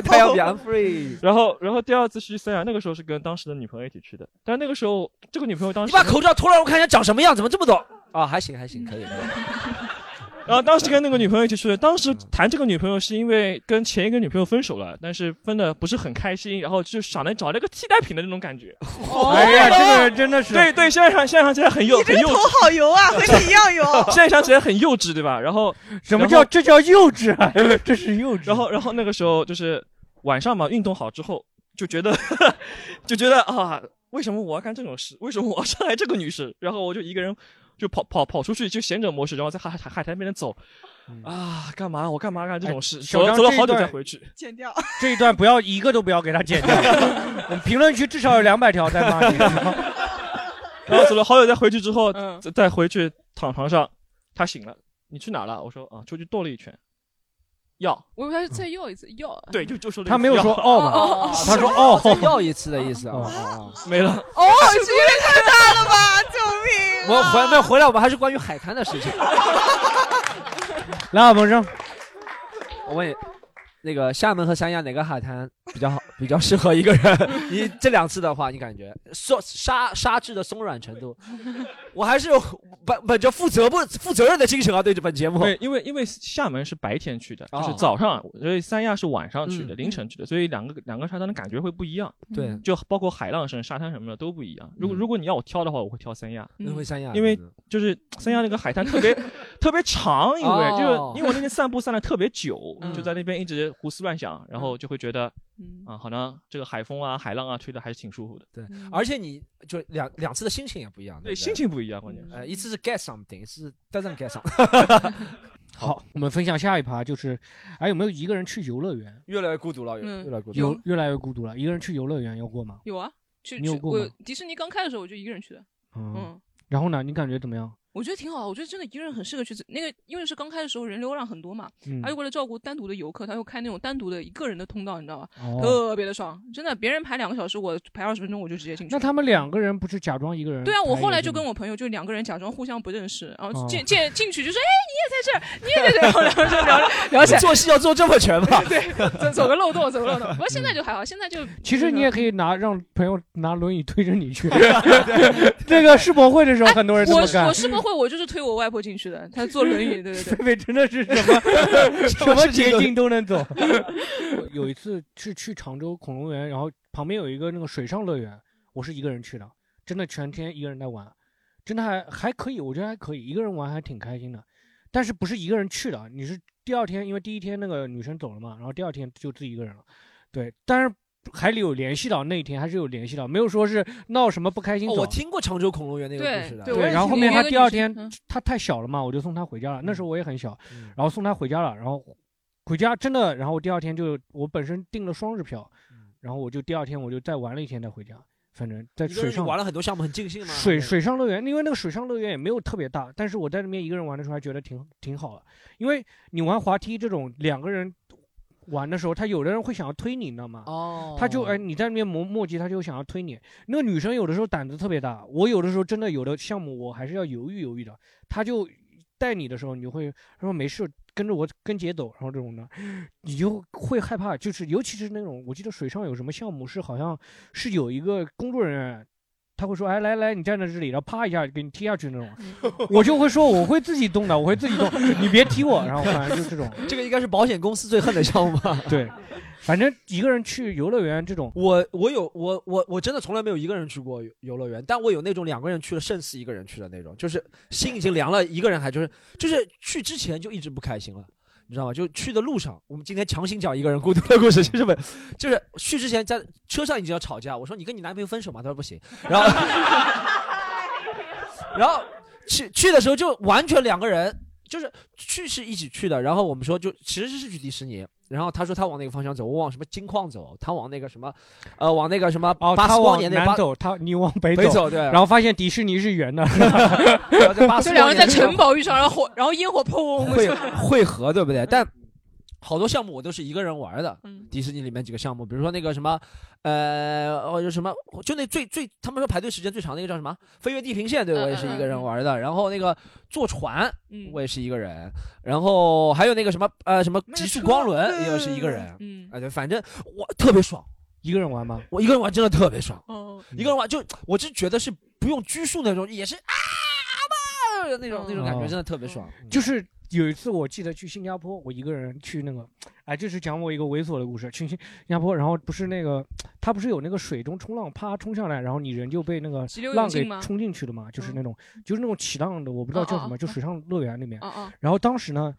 [SPEAKER 2] 太阳彼岸 free。
[SPEAKER 13] 然后然后第二次去三亚，那个时候是跟当时的女朋友一起去的，但那个时候这个女朋友当
[SPEAKER 2] 你
[SPEAKER 13] 时
[SPEAKER 2] 把口罩脱了，我看一下长什么样，怎么这么短？啊，还行还行，可以。
[SPEAKER 13] 然后当时跟那个女朋友一起去的，当时谈这个女朋友是因为跟前一个女朋友分手了，但是分的不是很开心，然后就想来找那个替代品的那种 感觉。
[SPEAKER 2] 哦
[SPEAKER 3] 哎呀，这个人真的是
[SPEAKER 13] 对对，现在想现在想起来很幼，很幼稚。
[SPEAKER 5] 头好油 啊，和你一样油。
[SPEAKER 13] 现在想起来很幼稚，对吧？然后
[SPEAKER 3] 什么
[SPEAKER 13] 然
[SPEAKER 3] 叫
[SPEAKER 13] 后
[SPEAKER 3] 这叫幼稚啊？ 这是幼稚。
[SPEAKER 13] 然后然后那个时候就是晚上嘛，运动好之后就觉得 就觉得啊，为什么我要干这种事？为什么我要伤害这个女生？然后我就一个人就跑跑跑出去，就闲者模式，然后在海海海滩边走。啊，干嘛？我干嘛干这种事？哎
[SPEAKER 3] 嗯
[SPEAKER 13] 走
[SPEAKER 3] 哎小
[SPEAKER 13] 了
[SPEAKER 3] 张
[SPEAKER 13] 走了
[SPEAKER 3] 这一
[SPEAKER 13] 好久
[SPEAKER 3] 段
[SPEAKER 13] 再回去。
[SPEAKER 5] 剪掉。
[SPEAKER 3] 这一段不要一个都不要给他剪掉， 我们评论区至少有两百条在骂你。
[SPEAKER 13] 然后走了好久再回去之后，
[SPEAKER 3] 嗯
[SPEAKER 13] 再再回去躺床上，他醒了，你去哪儿了？我说啊，出去跺了一圈。要，
[SPEAKER 4] 我以为他是再要一次要，啊
[SPEAKER 13] 对，就就说
[SPEAKER 3] 他没有说哦吧
[SPEAKER 4] 哦哦哦
[SPEAKER 3] 他说哦
[SPEAKER 2] 再要一次的意思啊，
[SPEAKER 13] 没了。
[SPEAKER 5] 哦， 这个人太大了吧！救命！
[SPEAKER 2] 我回没有回来，我们还是关于海滩的事情。
[SPEAKER 3] 来，彭生，
[SPEAKER 2] 我问你，那个厦门和三亚哪个海滩比较好， 比较适合一个人？ 你这两次的话，你感觉松沙沙质的松软程度？我还是有本本着负责不负责任的精神啊，对这本节目。
[SPEAKER 13] 对，因为因为厦门是白天去的，就是
[SPEAKER 2] 哦
[SPEAKER 13] 早上，所以三亚是晚上去的，
[SPEAKER 2] 嗯
[SPEAKER 13] 凌晨去的，所以两个两个沙滩的感觉会不一样。
[SPEAKER 2] 对嗯
[SPEAKER 13] 就包括海浪声、沙滩什么的都不一样。如果如果你要我挑的话，我会挑三亚，
[SPEAKER 2] 嗯会三亚
[SPEAKER 13] 因为就是三亚那个海 滩特别特别长，因为就是
[SPEAKER 2] 哦
[SPEAKER 13] 因为我那天散步散的特别久，
[SPEAKER 2] 嗯
[SPEAKER 13] 就在那边一直胡思乱想，然后就会觉得啊，好像这个海风啊、海浪啊吹的还是挺舒服的。
[SPEAKER 2] 对，而且你就两两次的心情也不一样，
[SPEAKER 13] 嗯对
[SPEAKER 2] 对
[SPEAKER 13] 心情不一样，关键
[SPEAKER 2] 不
[SPEAKER 13] 是
[SPEAKER 2] 对呃，一次是 get something，一次是 doesn't get something。
[SPEAKER 3] 好，我们分享下一趴，就是哎，有没有一个人去游乐园？
[SPEAKER 2] 越来越孤独了，越
[SPEAKER 4] 嗯
[SPEAKER 2] 越来越孤独。
[SPEAKER 3] 有越来越孤独了，一个人去游乐园有过吗？
[SPEAKER 4] 有啊，去
[SPEAKER 3] 你有
[SPEAKER 4] 去
[SPEAKER 3] 过
[SPEAKER 4] 我
[SPEAKER 3] 吗
[SPEAKER 4] 迪士尼刚开的时候我就一个人去的，
[SPEAKER 3] 嗯
[SPEAKER 4] 嗯。
[SPEAKER 3] 然后呢？你感觉怎么样？
[SPEAKER 4] 我觉得挺好，我觉得真的一个人很适合去那个，因为是刚开的时候人流量很多嘛，
[SPEAKER 3] 嗯
[SPEAKER 4] 他就为了照顾单独的游客，他又开那种单独的一个人的通道，你知道吧？
[SPEAKER 3] 哦
[SPEAKER 4] 特别的爽，真的，别人排两个小时，我排二十分钟我就直接进去。
[SPEAKER 3] 那他们两个人不是假装一个人？
[SPEAKER 4] 对啊，我后来就跟我朋友就两个人假装互相不认识，然后
[SPEAKER 3] 哦
[SPEAKER 4] 进进进去就说，哎，你也在这儿，你也在这儿，然后两个人就聊着聊起来，
[SPEAKER 2] 做戏要做这么全 吗？
[SPEAKER 4] 走走个漏洞，走个漏洞。不过现在就还好，现在就
[SPEAKER 3] 其实你也可以拿让朋友拿轮椅推着你 去 那
[SPEAKER 4] 对，
[SPEAKER 3] 个世博会的时候，很多人这
[SPEAKER 4] 哎我
[SPEAKER 3] 么干。
[SPEAKER 4] 我世博会我就是推我外婆进去的，她坐轮椅，对对对。
[SPEAKER 3] 菲菲真的是 什 么什么捷径都能 走。我有一次是去常州恐龙园，然后旁边有一个那个水上乐园，我是一个人去的，真的全天一个人在玩，真的还还可以，我觉得还可以，一个人玩还挺开心的。但是不是一个人去的，你是第二天，因为第一天那个女生走了嘛，然后第二天就自己一个人了，对，但是。还有联系到那一天，还是有联系到，没有说是闹什么不开心
[SPEAKER 2] 哦
[SPEAKER 3] 走。
[SPEAKER 2] 我听过常州恐龙园那个故事的，
[SPEAKER 3] 对，然后后面他第二天他太小了嘛，我就送他回家了。那
[SPEAKER 2] 嗯
[SPEAKER 3] 时候我也很小，然后送他回家了，然后回家真的，然后我第二天就我本身订了双日票，然后我就第二天我就再玩了一天再回家，反正在
[SPEAKER 2] 嗯一个
[SPEAKER 3] 水
[SPEAKER 2] 人
[SPEAKER 3] 上
[SPEAKER 2] 玩了很多项目，很尽兴吗？
[SPEAKER 3] 水水上乐园，因为那个水上乐园也没有特别大，但是我在那边一个人玩的时候还觉得挺挺好的，因为你玩滑梯这种两个人玩的时候，他有的人会想要推你，你知道吗？
[SPEAKER 2] 哦
[SPEAKER 3] 他就哎你在那边磨磨叽，他就想要推你。那个女生有的时候胆子特别大，我有的时候真的有的项目我还是要犹豫犹豫的，他就带你的时候，你就会说没事，跟着我跟姐走，然后这种的，你就会害怕，就是尤其是那种，我记得水上有什么项目是好像是有一个工作人员。他会说：“哎，来来，你站在这里，然后啪一下给你踢下去那种。”我就会说：“我会自己动的，我会自 己动，你别踢我。”然后反正就这种。
[SPEAKER 2] 这个应该是保险公司最恨的项目吧？
[SPEAKER 3] 对，反正一个人去游乐园这种，
[SPEAKER 2] 我我有我我我真的从来没有一个人去过游游乐园，但我有那种两个人去了胜似一个人去的那种，就是心已经凉了，一个人还就是就是去之前就一直不开心了。你知道吗？就去的路上，我们今天强行讲一个人孤独的故事，就是本就是去之前在车上已经要吵架，我说你跟你男朋友分手嘛，他说不行，然后然后去去的时候就完全两个人，就是去是一起去的，然后我们说就其实是去迪士尼。然后他说他往那个方向走，我往什么金矿走，他往那个什么，呃，往那个什么八
[SPEAKER 3] 哦他
[SPEAKER 2] 十光
[SPEAKER 3] 往
[SPEAKER 2] 年那
[SPEAKER 3] 南
[SPEAKER 2] 八
[SPEAKER 3] 走，他你往北
[SPEAKER 2] 北走对
[SPEAKER 3] 然后发现迪士尼是圆的，
[SPEAKER 4] 就两个人在城堡遇上，然后火，然后烟火砰，
[SPEAKER 2] 会嗯会合，对不对？但好多项目我都是一个人玩的。迪士尼里面几个项目，比如说那个什么，呃，哦，有什么，就那最最他们说排队时间最长那个叫什么《飞越地平线》，对我也是一个人玩的。然后那个坐船，我也是一个人。然后还有那个什么，呃，什么极速光轮，也是一个人。嗯，啊，对，反正我特别爽。
[SPEAKER 3] 一个人玩吗？
[SPEAKER 2] 我一个人玩真的特别爽。
[SPEAKER 4] 哦，
[SPEAKER 2] 一个人玩就我是觉得是不用拘束那种，也是啊吧那种那种感觉，
[SPEAKER 3] 哦
[SPEAKER 2] 真的
[SPEAKER 4] 嗯
[SPEAKER 2] 特别爽。
[SPEAKER 3] 就是有一次我记得去新加坡，我一个人去那个，哎，这是讲我一个猥琐的故事。去新加坡，然后不是那个，它不是有那个水中冲浪，啪冲下来，然后你人就被那个
[SPEAKER 4] 急流
[SPEAKER 3] 浪
[SPEAKER 4] 勇进
[SPEAKER 3] 给
[SPEAKER 4] 吗嗯
[SPEAKER 3] 冲进去了嘛，就是那种，就是那种起浪的，我不知道叫什么，
[SPEAKER 4] 哦哦
[SPEAKER 3] 就水上乐园里面。
[SPEAKER 4] 哦哦
[SPEAKER 3] 然后当时呢，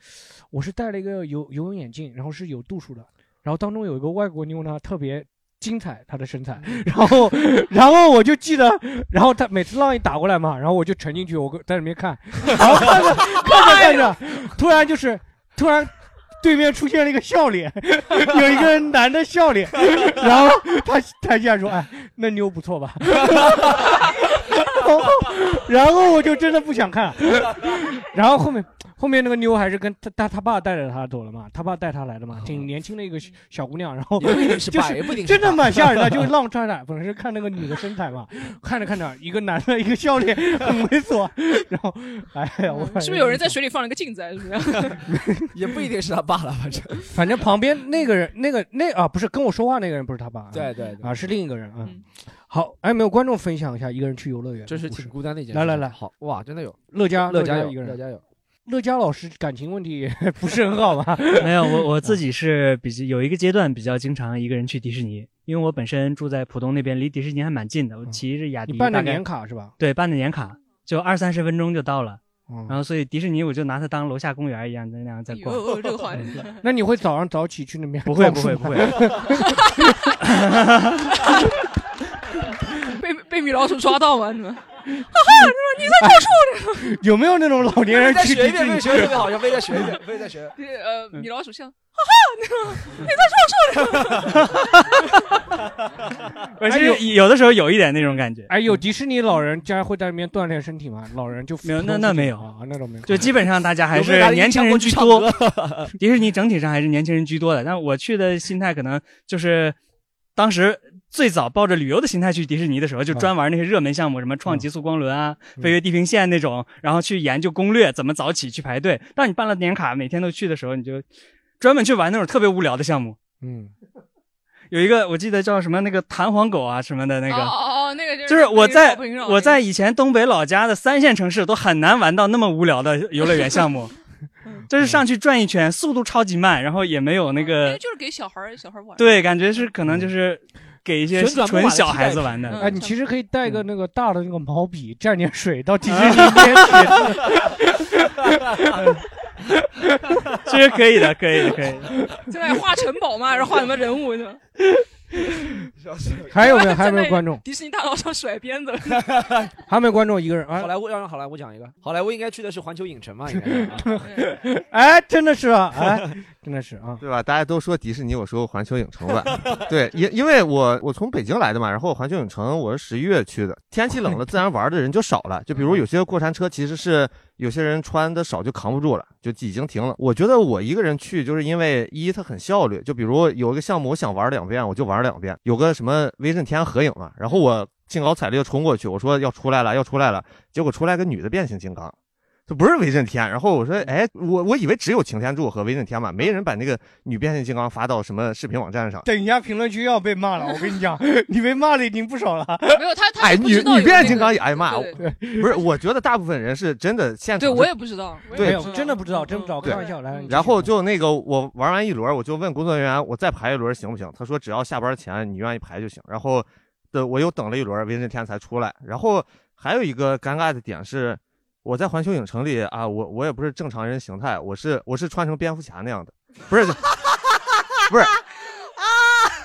[SPEAKER 3] 我是戴了一个游游泳眼镜，然后是有度数的，然后当中有一个外国妞呢，特别。精彩，她的身材，
[SPEAKER 4] 嗯
[SPEAKER 3] 然后，然后我就记得，然后她每次浪一打过来嘛，然后我就沉进去，我在里面看，然后看着看着看着，突然就是突然对面出现了一个笑脸，有一个男的笑脸，然后他他这样说：“哎，那妞不错吧？” 然后然后我就真的不想 看，然后后面后面那个妞还是跟他他他爸带着他走了嘛，他爸带他来的嘛，挺年轻的一个小小姑娘，然后
[SPEAKER 2] 哦也不一定是
[SPEAKER 3] 就
[SPEAKER 2] 爸也不一定是
[SPEAKER 3] 真的
[SPEAKER 2] 爸
[SPEAKER 3] 蛮吓人的，就是浪穿的，本来是看那个女的身材嘛，看着看着一个男的一个笑脸很猥 琐，然后哎呀，
[SPEAKER 2] 嗯
[SPEAKER 3] 我
[SPEAKER 4] 是不是有人在水里放了个镜子，还啊是怎么样？
[SPEAKER 2] 也不一定是他爸了，反正。
[SPEAKER 3] 反正旁边那个人，那个那啊，不是跟我说话那个人，不是他爸，
[SPEAKER 2] 对对对嗯
[SPEAKER 3] 啊，是另一个人啊。好，哎，没有观众分享一下一个人去游乐园的故
[SPEAKER 2] 这
[SPEAKER 3] 事，
[SPEAKER 2] 是挺孤单的一件事
[SPEAKER 3] 来
[SPEAKER 2] 情。
[SPEAKER 3] 来来，
[SPEAKER 2] 好哇，真的有
[SPEAKER 3] 乐嘉
[SPEAKER 2] 乐嘉
[SPEAKER 3] 嘉
[SPEAKER 2] 有
[SPEAKER 3] 一个人，
[SPEAKER 2] 乐嘉 有，
[SPEAKER 3] 乐嘉老师感情问题也 不是很好 吧？
[SPEAKER 7] 没有，我我自己是比较有一个阶段比较经常一个人去迪士尼，因为我本身住在浦东那边，离迪士尼还蛮近的。我骑着雅迪，
[SPEAKER 3] 嗯你办的
[SPEAKER 7] 大概
[SPEAKER 3] 年卡是吧？
[SPEAKER 7] 对，办的年卡就二三十分钟就到了。
[SPEAKER 3] 嗯
[SPEAKER 7] 然后，所以迪士尼我就拿它当楼下公园一样，那样在
[SPEAKER 5] 哎
[SPEAKER 7] 逛。
[SPEAKER 4] 哦，这个 话，
[SPEAKER 3] 那你会早上早起去那边
[SPEAKER 7] 嗯不会
[SPEAKER 3] 撞树吗？
[SPEAKER 7] 不会
[SPEAKER 4] 被被米老鼠抓到吗？你们？哈哈，你在做树呢？
[SPEAKER 3] 有没有那种老 年人
[SPEAKER 4] 再
[SPEAKER 3] 去
[SPEAKER 4] 学一
[SPEAKER 3] 迪
[SPEAKER 4] 遍
[SPEAKER 3] 士尼？
[SPEAKER 4] 再学一遍好像
[SPEAKER 2] 非得学一遍，非得学。
[SPEAKER 4] 呃，米老鼠像，哈哈，你在做树呢？
[SPEAKER 7] 我其实有的时候有一点那种感觉。
[SPEAKER 3] 哎
[SPEAKER 7] 嗯
[SPEAKER 3] 哎，有迪士尼老人家会在那边锻炼身体吗？老人就
[SPEAKER 7] 没有，那
[SPEAKER 3] 普通
[SPEAKER 7] 那
[SPEAKER 3] 自己
[SPEAKER 7] 没有
[SPEAKER 3] 啊，那倒没有。
[SPEAKER 7] 就基本上大家还是年轻人居多。 迪士尼整体上还是年轻人居多的，但我去的心态可能就是当时最早抱着旅游的心态去迪士尼的时候，就专玩那些热门项目，什么创极速光轮啊、飞越地平线那种，然后去研究攻略，怎么早起去排队。当你办了年卡，每天都去的时候，你就专门去玩那种特别无聊的项目。
[SPEAKER 3] 嗯，
[SPEAKER 7] 有一个我记得叫什么那个弹簧狗啊什么的那个。
[SPEAKER 4] 哦哦哦，那个
[SPEAKER 7] 就是我在
[SPEAKER 4] 那个草坪上
[SPEAKER 7] 我在以前东北老家的三线城市都很难玩到那么无聊的游乐园项目，就是上去转一圈，速度超级慢，然后也没有那
[SPEAKER 10] 嗯
[SPEAKER 7] 个
[SPEAKER 4] 就是给小孩儿小孩儿玩。
[SPEAKER 7] 对，感觉是可能就是给一些
[SPEAKER 3] 旋转木马
[SPEAKER 7] 纯
[SPEAKER 3] 的
[SPEAKER 7] 小
[SPEAKER 3] 替代
[SPEAKER 7] 孩子
[SPEAKER 3] 品
[SPEAKER 7] 玩的。。
[SPEAKER 3] 哎，你其实可以带个那个大的那个毛笔，蘸点水到迪士尼里面去
[SPEAKER 7] 这是可以的，可以的，可以的。
[SPEAKER 4] 在那里画城堡嘛，然后画什么 人物呢？
[SPEAKER 3] 还有没有
[SPEAKER 4] 在那里
[SPEAKER 3] 还 有没有观众
[SPEAKER 4] 迪士尼大道上甩鞭子，
[SPEAKER 3] 还没有观众一个人啊
[SPEAKER 2] 好？莱坞要让好莱坞讲一个，好莱坞应该去的是环球影城嘛，应该 是啊
[SPEAKER 3] 哎，真的是啊， 哎，真的是啊，
[SPEAKER 9] 对吧？大家都说迪士尼，我说环球影城吧。对，因因为我我从北京来的嘛，然后环球影城我是十一月去的，天气冷了，自然玩的人就少了。就比如有些过山车，其实是有些人穿的少就扛不住了，就已经停了。我觉得我一个人去，就是因为一它很效率。就比如有一个项目，我想玩两遍，我就玩两遍。有个什么威震天合影嘛，然后我兴高采烈地冲过去，我说要出来了，要出来了，结果出来个女的变形金刚。就不是威震天。然后我说，哎，我我以为只有擎天柱和威震天嘛，没人把那个女变形金刚发到什么视频网站上。
[SPEAKER 3] 等一下评论区要被骂了，我跟你讲， 你被骂的已经不少了。
[SPEAKER 4] 没有他，他
[SPEAKER 9] 哎，
[SPEAKER 4] 是不
[SPEAKER 9] 女
[SPEAKER 4] 知道有
[SPEAKER 9] 女
[SPEAKER 4] 那
[SPEAKER 9] 变
[SPEAKER 4] 个
[SPEAKER 9] 形金刚也挨骂，
[SPEAKER 4] 对
[SPEAKER 9] 不是？我觉得大部分人是真的现场
[SPEAKER 4] 对
[SPEAKER 9] 是
[SPEAKER 4] 我也不知道，
[SPEAKER 9] 对
[SPEAKER 3] 没有，真的不知道，真不知
[SPEAKER 4] 嗯
[SPEAKER 3] 道，
[SPEAKER 9] 对
[SPEAKER 3] 开玩笑，来，
[SPEAKER 9] 然后就那个我玩完一轮，我就问工作人员，我再排一轮行不行？他说只要下班前你愿意排就行。然后，对，我又等了一轮，威震天才出来。然后还有一个尴尬的点是，我在环球影城里啊，我我也不是正常人形态，我是我是穿成蝙蝠侠那样的，不是 不是。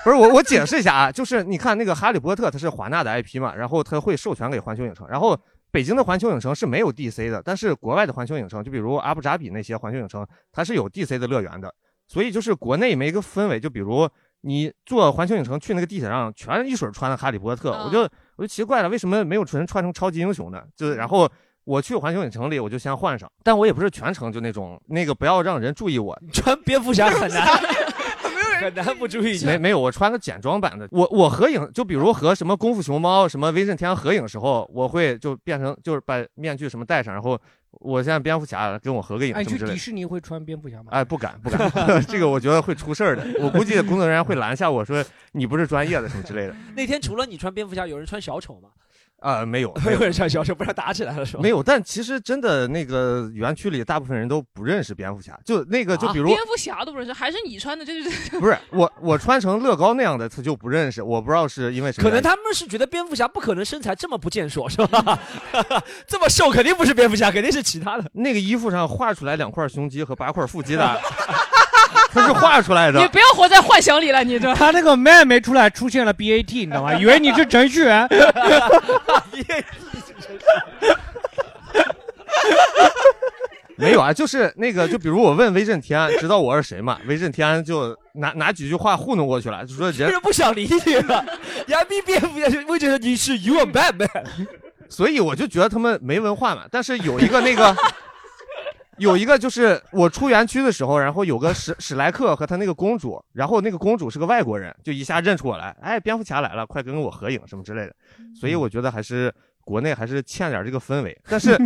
[SPEAKER 9] 不是我，我解释一下啊，就是你看那个《哈利波特》，它是华纳的 IP 嘛，然后它会授权给环球影城，然后北京的环球影城是没有 DC 的，但是国外的环球影城，就比如阿布扎比那些环球影城，它是有 DC 的乐园的，所以就是国内没一个氛围，就比如你坐环球影城去那个地铁上，全是一水儿穿的《哈利波特》，我就我就奇怪了，为什么没有纯穿成超级英雄呢？就是然后。我去环球影城里，我就先换上，但我也不是全程就那种那个不要让人注意我，
[SPEAKER 2] 穿蝙蝠侠很难， 很难不注意一
[SPEAKER 9] 没
[SPEAKER 2] 下。
[SPEAKER 9] 没有，我穿个简装版的。我我合影，就比如和什么功夫熊猫、什么威震天合影时候，我会就变成就是把面具什么戴上，然后我现在蝙蝠侠跟我合个影
[SPEAKER 3] 哎，你
[SPEAKER 9] 什
[SPEAKER 3] 去
[SPEAKER 9] 么之类
[SPEAKER 3] 迪
[SPEAKER 9] 的。
[SPEAKER 3] 士尼会穿蝙蝠侠吗？
[SPEAKER 9] 哎，不敢不敢， 这个我觉得会出事儿的。我估计工作人员会拦下我说你不是专业的什么之类的。
[SPEAKER 2] 那天除了你穿蝙蝠侠，有人穿小丑吗？
[SPEAKER 9] 啊，没有，
[SPEAKER 2] 没有人穿小丑，不然打起来了是吧？
[SPEAKER 9] 没有，但其实真的那个园区里大部分人都不认识蝙蝠侠，就那个就
[SPEAKER 2] 啊
[SPEAKER 9] 比如、
[SPEAKER 4] 啊蝙蝠侠都不认识，还是你穿的，这就是
[SPEAKER 9] 不是我我穿成乐高那样的他就不认识，我不知道是因为什么
[SPEAKER 2] 可
[SPEAKER 9] 原
[SPEAKER 2] 能
[SPEAKER 9] 因。
[SPEAKER 2] 他们是觉得蝙蝠侠不可能身材这么不健硕，是吧？ 这么瘦肯定不是蝙蝠侠，肯定是其他的。
[SPEAKER 9] 那个衣服上画出来两块胸肌和八块腹肌的，他是画出来
[SPEAKER 4] 你
[SPEAKER 9] 的。
[SPEAKER 4] 不要活在幻想里了，你 这
[SPEAKER 3] 他那个 man 没出来，出现了 BAT，你知道吗？以为你是程序 员。
[SPEAKER 9] 没有啊，就是那个，就比如我问威震天，知道我是谁嘛？威震天就拿拿几句话糊弄过去了，就说
[SPEAKER 2] 就
[SPEAKER 9] 人
[SPEAKER 2] 是不想理你了。 杨幂蝙蝠侠就会觉得你是 you are Batman，
[SPEAKER 9] 所以我就觉得他们没文化嘛。但是有一个那个，有一个就是我出园区的时候，然后有个史史莱克和他那个公主，然后那个公主是个外国人，就一下认出我来，哎，蝙蝠侠来了，快跟我合影什么之类的。所以我觉得还是国内还是欠点这个氛围。但是，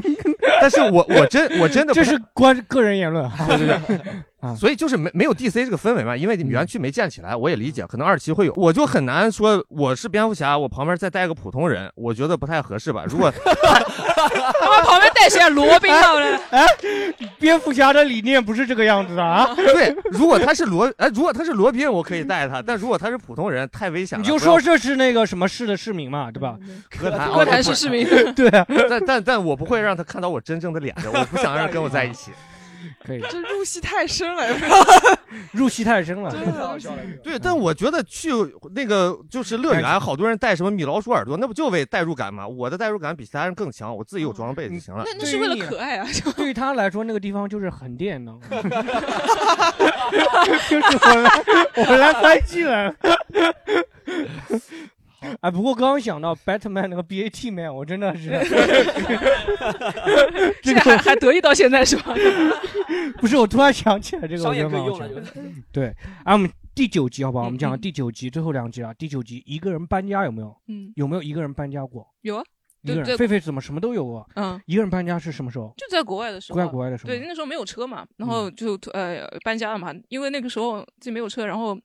[SPEAKER 9] 但是我我真我真的不
[SPEAKER 3] 这
[SPEAKER 9] 太
[SPEAKER 3] 是关 个人言论。
[SPEAKER 9] 对对对，所以就是没没有 DC 这个氛围嘛，因为你们园区没建起来，我也理解，可能二期会有，我就很难说我是蝙蝠侠，我旁边再带个普通人，我觉得不太合适吧。如果
[SPEAKER 4] 他们旁边带些罗宾到了，
[SPEAKER 3] 哎， 蝙蝠侠的理念不是这个样子的啊。
[SPEAKER 9] 对，如果他是罗，哎，如果他是罗宾，我可以带他，但如果他是普通人，太危险
[SPEAKER 3] 你
[SPEAKER 9] 了。
[SPEAKER 3] 就
[SPEAKER 9] 不要
[SPEAKER 3] 说这是那个什么市的市民嘛，对吧？
[SPEAKER 9] 歌坛，
[SPEAKER 3] 歌坛
[SPEAKER 9] 哦
[SPEAKER 3] 是市民
[SPEAKER 9] 不
[SPEAKER 3] 对啊
[SPEAKER 9] 但但但我不会让他看到我真正的脸的，我不想让他跟我在一起。
[SPEAKER 3] 可以
[SPEAKER 5] 这入戏太深了，
[SPEAKER 3] 入戏太深了。嗯
[SPEAKER 9] 对，但我觉得去那个就是乐园，好多人戴什么米老鼠耳朵，那不就为代入感吗？我的代入感比其他人更强，我自己有装备就行了。
[SPEAKER 4] 爱啊！
[SPEAKER 3] 嗯 对于他来说，那个地方就是很电脑。 就是我来，我来三季了。哎，不过刚刚想到 Batman 那个 BAT man，我真的 是，这个
[SPEAKER 4] 还还得意到现在是吧？
[SPEAKER 3] 不是，我突然想起来这个，
[SPEAKER 4] 商业
[SPEAKER 3] 我觉得
[SPEAKER 4] 可以
[SPEAKER 3] 蛮好
[SPEAKER 4] 用了
[SPEAKER 3] 笑的
[SPEAKER 4] 这个
[SPEAKER 3] 对，啊，我们第九集好
[SPEAKER 4] 嗯
[SPEAKER 3] 不好？我们讲了第九集最后两集了。第九集一个人搬家有没有？
[SPEAKER 4] 嗯
[SPEAKER 3] 有没有一个人搬家过？
[SPEAKER 4] 有啊，
[SPEAKER 3] 一
[SPEAKER 4] 对
[SPEAKER 3] 个
[SPEAKER 4] 对
[SPEAKER 3] 人，狒狒怎么什么都有过？
[SPEAKER 4] 嗯，
[SPEAKER 3] 一个人搬家是什么时候？
[SPEAKER 4] 就在国外的时候啊，
[SPEAKER 3] 在国外的时候嗯
[SPEAKER 4] 对，那时候没有车嘛，然后就、呃搬家了嘛，因为那个时候自己没有车，然后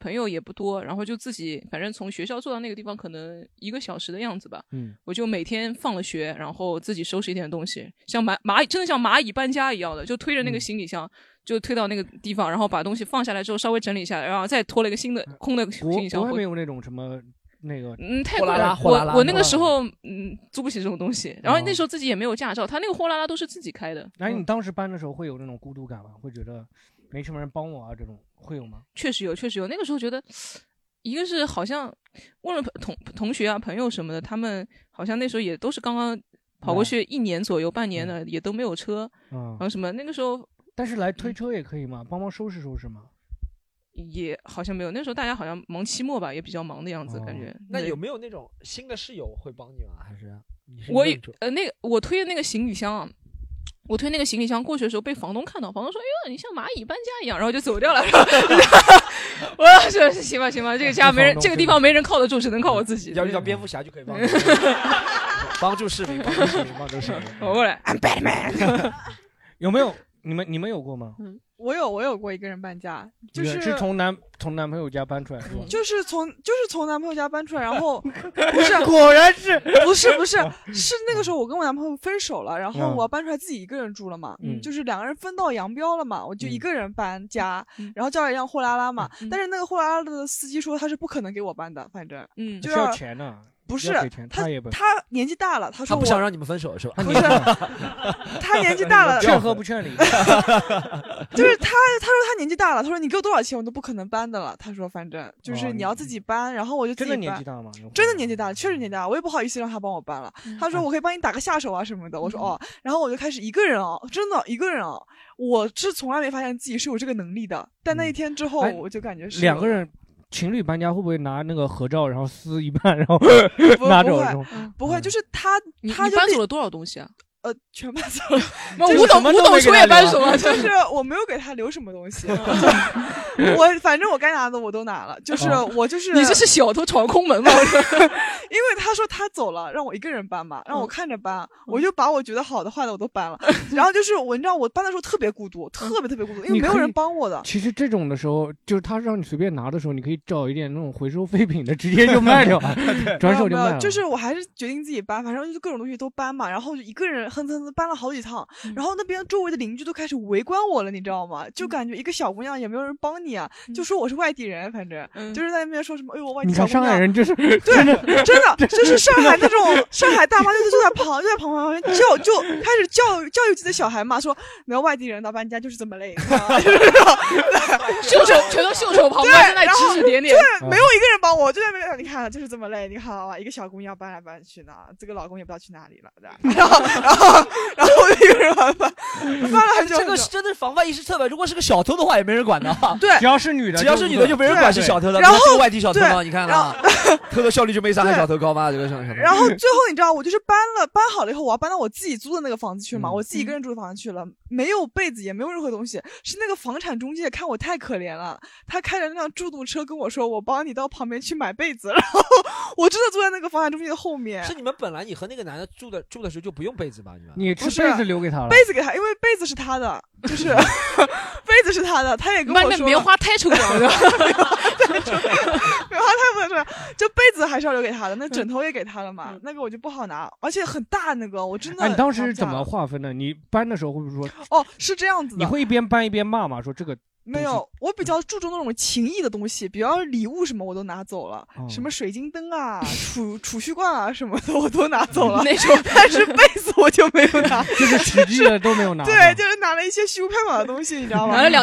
[SPEAKER 4] 朋友也不多，然后就自己反正从学校坐到那个地方可能一个小时的样子吧，
[SPEAKER 3] 嗯，
[SPEAKER 4] 我就每天放了学，然后自己收拾一点东西，像蚂蚂蚁真的像蚂蚁搬家一样的，就推着
[SPEAKER 3] 嗯
[SPEAKER 4] 那个行李箱。就推到那个地方，然后把东西放下来之后，稍微整理一下，然后再拖了一个新的空的行
[SPEAKER 3] 嗯国
[SPEAKER 4] 李箱
[SPEAKER 3] 国外
[SPEAKER 4] 回
[SPEAKER 3] 没有那种什么那个，
[SPEAKER 4] 嗯，太贵了。我我那个时，候嗯租不起这种东西，然后
[SPEAKER 3] 哦
[SPEAKER 4] 那时候自己也没有驾照，他那个货拉拉都是自己开的。
[SPEAKER 3] 哎，
[SPEAKER 4] 嗯
[SPEAKER 3] 你当时搬的时候会有那种孤独感吗？会觉得没什么人帮我啊，这种会有吗？
[SPEAKER 4] 确实有，确实有。那个时候觉得，一个是好像问了同同学啊、朋友什么的，他们好像那时候也都是刚刚跑
[SPEAKER 3] 哎
[SPEAKER 4] 过去一年左右、半年的，也都没有车，
[SPEAKER 3] 嗯
[SPEAKER 4] 然后什么那个时候
[SPEAKER 3] 但是来
[SPEAKER 4] 嗯
[SPEAKER 3] 推车也可以嘛，帮忙收拾收拾嘛。
[SPEAKER 4] 也好像没有。那时候大家好像忙期末吧，也比较忙的样子，感觉。
[SPEAKER 2] 哦那
[SPEAKER 4] 对
[SPEAKER 2] 有没有那种新的室友会帮你吗？还是 你是
[SPEAKER 4] 我
[SPEAKER 2] 那
[SPEAKER 4] 也
[SPEAKER 2] 种
[SPEAKER 4] 呃那个我推的那个行李箱啊，我推那个行李箱过去的时候被房东看到，房东说：“哎呦，你像蚂蚁搬家一样。”然后就走掉了。然后我说：“ 行吧，行吧，这个家没人，这个地方没人靠得住，只能靠我自己。”
[SPEAKER 2] 要遇到蝙蝠侠就可以帮你。帮助市民，帮助 市民，帮助市民。
[SPEAKER 4] 我过来，I'm
[SPEAKER 3] Batman。有没 有你们你们有过吗？
[SPEAKER 5] 嗯我有我有过一个人搬家，就
[SPEAKER 3] 你是从男从男朋友家搬出来是吗？
[SPEAKER 5] 就是从就是从男朋友家搬出来，然后不是
[SPEAKER 3] 果然是
[SPEAKER 5] 不是不是是那个时候我跟我男朋友分手了，然后我要搬出来自己一个人住了嘛，
[SPEAKER 3] 嗯
[SPEAKER 5] 就是两个人分道扬镳了嘛，我就一个人搬家，然后叫了一辆货拉拉嘛，但是那个货拉拉的司机说他是不可能给我搬的，反正
[SPEAKER 4] 嗯
[SPEAKER 5] 就是
[SPEAKER 3] 要钱啊呢？
[SPEAKER 5] 不是
[SPEAKER 3] 要给钱他也不
[SPEAKER 5] 他年纪大了，他
[SPEAKER 2] 他
[SPEAKER 5] 说我
[SPEAKER 2] 不想让你们分手是 吧？
[SPEAKER 5] 不是啊他年纪大了，
[SPEAKER 3] 劝和不劝离。
[SPEAKER 5] 就是他，他说他年纪大了，他说你给我多少钱我都不可能搬的了。他说反正就是你要自己搬，然后我就自己
[SPEAKER 3] 哦真的
[SPEAKER 5] 搬
[SPEAKER 3] 年纪大吗？
[SPEAKER 5] 真的年纪大，确实年纪大，我也不好意思让他帮我搬了。他说我可以帮你打个下手啊什么的，我说哦，然后我就开始一个人哦，真的一个人哦，我是从来没发现自己是有这个能力的，但那一天之后
[SPEAKER 3] 哎
[SPEAKER 5] 我就感觉是
[SPEAKER 3] 两个人情侣搬家会不会拿那个合照，然后撕一半，然后
[SPEAKER 5] 不
[SPEAKER 3] 拿
[SPEAKER 5] 不
[SPEAKER 3] 走？
[SPEAKER 5] 会不会，就是他
[SPEAKER 4] 嗯你
[SPEAKER 5] 他
[SPEAKER 4] 你
[SPEAKER 5] 就
[SPEAKER 4] 搬
[SPEAKER 5] 立
[SPEAKER 4] 走了多少东西啊？
[SPEAKER 5] 呃，全搬走 了。
[SPEAKER 4] 那
[SPEAKER 5] 就是
[SPEAKER 4] 五董五董叔也搬走 了，
[SPEAKER 5] 就
[SPEAKER 4] 真
[SPEAKER 5] 是
[SPEAKER 4] 是。
[SPEAKER 5] 我没有给他留什么东西， 我反正我该拿的我都拿了， 就是
[SPEAKER 4] 啊
[SPEAKER 2] 哦
[SPEAKER 5] 我就是
[SPEAKER 4] 嗯 你这是小偷闯空门吗？
[SPEAKER 5] 因为他说他走了，让我一个人搬嘛，让
[SPEAKER 4] 嗯
[SPEAKER 5] 我看着搬，我就把我觉得好的坏的我都搬了， 然后就是我你知道我搬的时候特别孤独，
[SPEAKER 4] 嗯
[SPEAKER 5] 特别特别孤独，因为没有人帮我的，，
[SPEAKER 3] 其实这种的时候，就是他让你随便拿的时候，你可以找一点那种回收废品的，直接就卖掉转手
[SPEAKER 5] 没
[SPEAKER 3] 就
[SPEAKER 5] 有没
[SPEAKER 3] 卖
[SPEAKER 5] 有，
[SPEAKER 3] 了。哎
[SPEAKER 5] 就是我还是决定自己搬，反正就各种东西都搬嘛，然后就一个人哼哼哼搬了好几趟，
[SPEAKER 3] 嗯
[SPEAKER 5] 然后那边周围的邻居都开始围观我了，你知道吗？就感觉一个小姑娘也没有人帮你啊，就说我是外地人，反正、就是在那边说什么，哎呦，我外
[SPEAKER 3] 嗯
[SPEAKER 5] 地
[SPEAKER 3] 你
[SPEAKER 5] 小
[SPEAKER 3] 看
[SPEAKER 5] 姑
[SPEAKER 3] 上
[SPEAKER 5] 娘
[SPEAKER 3] 海。人就是
[SPEAKER 5] 对，
[SPEAKER 3] 真的
[SPEAKER 5] 真的，就是上海那种上海大妈，就是就在旁就在旁旁边就就开始教育教育自己的小孩嘛，说没有外地人到搬家就是这么累，
[SPEAKER 4] 袖手全都袖手旁观在那里
[SPEAKER 5] 然后
[SPEAKER 4] 指指点点
[SPEAKER 2] 嗯
[SPEAKER 5] 对，没有一个人帮我，就在那边你看就是这么累，你看啊，一个小姑娘搬来搬去呢，这个老公也不知道去哪里了， 然后然后然后我就一个人搬搬搬了很久，
[SPEAKER 2] 这个是真的是防范意识特别。如果是个小偷的话，也没人管的。
[SPEAKER 5] 对
[SPEAKER 3] 只要是女的
[SPEAKER 2] 只要是女的就没人管是小偷的。
[SPEAKER 5] 对然后
[SPEAKER 2] 那是外地小偷吗？
[SPEAKER 5] 对
[SPEAKER 2] 你看
[SPEAKER 5] 然
[SPEAKER 2] 啊
[SPEAKER 5] 后，
[SPEAKER 2] 偷的效率就没上海小偷高吗？这个上海小偷。
[SPEAKER 5] 然后最后你知道，我就是搬了，搬好了以后，我要搬到我自己租的那个房子去了嘛，我自己一个人住的房子去了，没有被子，也没有任何东西，是那个房产中介看我太可怜了，他开着那辆助度车跟我说，我帮你到旁边去买被子，然后我真的坐在那个房产中介的后面
[SPEAKER 2] 是。你们本来你和那个男的住的住的时候就不用啊被子吧？你们
[SPEAKER 3] 你
[SPEAKER 5] 不是
[SPEAKER 3] 是被子留给他了，
[SPEAKER 5] 被子给他，因为被子是他的，就是被子是他的，他也跟我
[SPEAKER 4] 妈
[SPEAKER 5] 说
[SPEAKER 4] 那
[SPEAKER 5] 了。
[SPEAKER 4] 棉花太丑了
[SPEAKER 5] 然后他不是，就被子还是要留给他的，那枕头也给他了
[SPEAKER 4] 嗯
[SPEAKER 5] 嘛，那个我就不好拿，而且很大那个，我真的。
[SPEAKER 3] 哎，你当时是怎么划分的？你搬的时候会不会说
[SPEAKER 5] 哦，是这样子的。
[SPEAKER 3] 你会一边搬一边骂吗？说 这个
[SPEAKER 5] 没
[SPEAKER 3] 东西
[SPEAKER 5] 有，我比较注重那种情谊的东西，比方说礼物什么我都拿走了，
[SPEAKER 3] 哦
[SPEAKER 5] 什么水晶灯啊、储储蓄罐啊什么的我都
[SPEAKER 3] 嗯
[SPEAKER 5] 拿走了。
[SPEAKER 4] 那种
[SPEAKER 5] 但是被子我就没有拿，
[SPEAKER 3] 就是实际的都没 有拿。
[SPEAKER 5] 对，就是拿了一些虚无缥缈的东西，你知道吗？
[SPEAKER 3] 我以为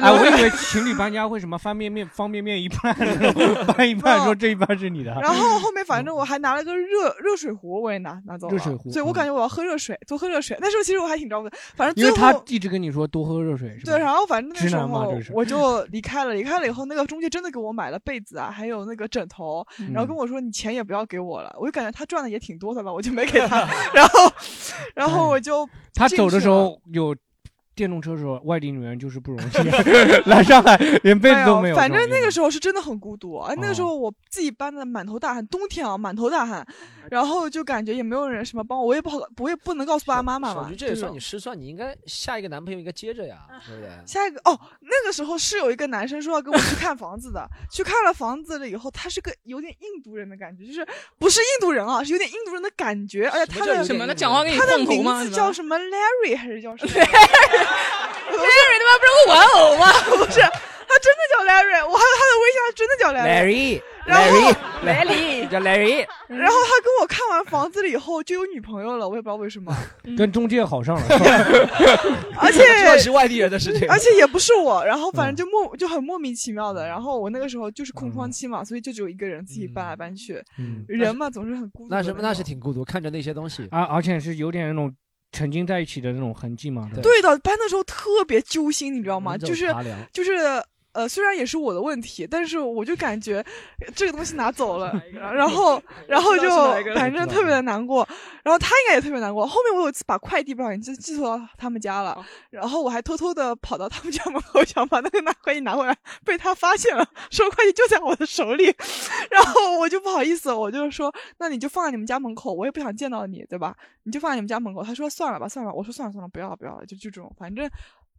[SPEAKER 3] 哎，我以为情侣搬家会什么方便面方便面一半， 搬一半，说这一半是你的。
[SPEAKER 5] 然后后面反正我还拿了个热热水壶，我也拿拿走
[SPEAKER 3] 嗯
[SPEAKER 5] 了。
[SPEAKER 3] 热水壶嗯
[SPEAKER 5] 所以我感觉我要喝热水，多喝热水。那时候其实我还挺着急的，反正
[SPEAKER 3] 因
[SPEAKER 5] 最
[SPEAKER 3] 为他
[SPEAKER 5] 后
[SPEAKER 3] 一直跟你说多喝热水，是吧？
[SPEAKER 5] 对，然后反正那
[SPEAKER 3] 直
[SPEAKER 5] 时
[SPEAKER 3] 男嘛
[SPEAKER 5] 候
[SPEAKER 3] 这是
[SPEAKER 5] 我就离开了，离开了以后，那个中介真的给我买了被子啊，还有那个枕头，
[SPEAKER 3] 嗯
[SPEAKER 5] 然后跟我说你钱也不要给我了，我就感觉他赚的也挺多的吧，我就没给他， 然后然后我就
[SPEAKER 3] 他
[SPEAKER 5] 进
[SPEAKER 3] 走的
[SPEAKER 5] 去
[SPEAKER 3] 时
[SPEAKER 5] 了
[SPEAKER 3] 候有电动车的时候，外地女人就是不容易， 来上海 连被子都没有。
[SPEAKER 5] 哎反正
[SPEAKER 3] 这种
[SPEAKER 5] 那个时候是真的很孤独，哎，那个时
[SPEAKER 2] 哦
[SPEAKER 5] 候我自己搬的满头大汗，冬天啊满头大 汗，然后就感觉也没有人什么帮我，我也不好，我也不能告诉爸爸妈妈
[SPEAKER 2] 小
[SPEAKER 5] 嘛
[SPEAKER 2] 菊，。这也
[SPEAKER 5] 种
[SPEAKER 2] 算你失算，你应该下一个男朋友应该接着呀，对不对？
[SPEAKER 5] 下一个哦，那个时候是有一个男生说要跟我去看房 子的，去看了房子了以后，他是个有点印度人的感觉，就是不是印度人啊，是有点印度人的感觉，而且他
[SPEAKER 4] 叫
[SPEAKER 5] 的
[SPEAKER 4] 有点什么印度人他讲话跟你
[SPEAKER 5] 他的
[SPEAKER 4] 碰头
[SPEAKER 5] 名
[SPEAKER 4] 吗
[SPEAKER 5] 字
[SPEAKER 4] 是吧 哎
[SPEAKER 5] 叫什么 Larry 还是叫什么
[SPEAKER 4] Larry 他妈不是个玩偶吗
[SPEAKER 5] 不是，他真的叫 Larry，我还有他的微信，他真的叫 Larry。然后
[SPEAKER 2] Larry，Larry，叫 Larry，
[SPEAKER 5] 然后他跟我看完房子了以后就有女朋友了，我也不知道为什么，
[SPEAKER 3] 嗯跟中介好上了，
[SPEAKER 5] 而且
[SPEAKER 2] 这 是外地人的事情，
[SPEAKER 5] 而且也不是我，然后反正就莫就很莫名其妙的。然后我那个时候就是空窗期嘛，所以就只有一个人自己搬来搬去，人嘛总是很孤独
[SPEAKER 2] 那
[SPEAKER 5] 的那
[SPEAKER 2] 是
[SPEAKER 5] 种。
[SPEAKER 2] 那是挺孤独，看着那些东西，
[SPEAKER 3] 嗯啊，而且是有点那种曾经在一起的那种痕迹嘛。吧
[SPEAKER 5] 对的，搬的时候特别揪心，你知道吗？
[SPEAKER 3] 人走
[SPEAKER 5] 就是
[SPEAKER 3] 茶凉
[SPEAKER 5] 就是。呃，虽然也是我的问题，但是我就感觉这个东西拿走 了，然后然后就
[SPEAKER 14] 我知道是哪一个了
[SPEAKER 5] 反正特别的难过，然后他应该也特别难过。后面我有一次把快递不小心寄寄错到他们家
[SPEAKER 14] 哦
[SPEAKER 5] 了，然后我还偷偷的跑到他们家门口想把那个拿快递拿回来，被他发现了，说快递就在我的手里，然后我就不好意思，我就说那你就放在你们家门口，我也不想见到你，对吧？你就放在你们家门口。他说算了吧，算了吧，我说算了算了，不要了不要了，就就这种，反正。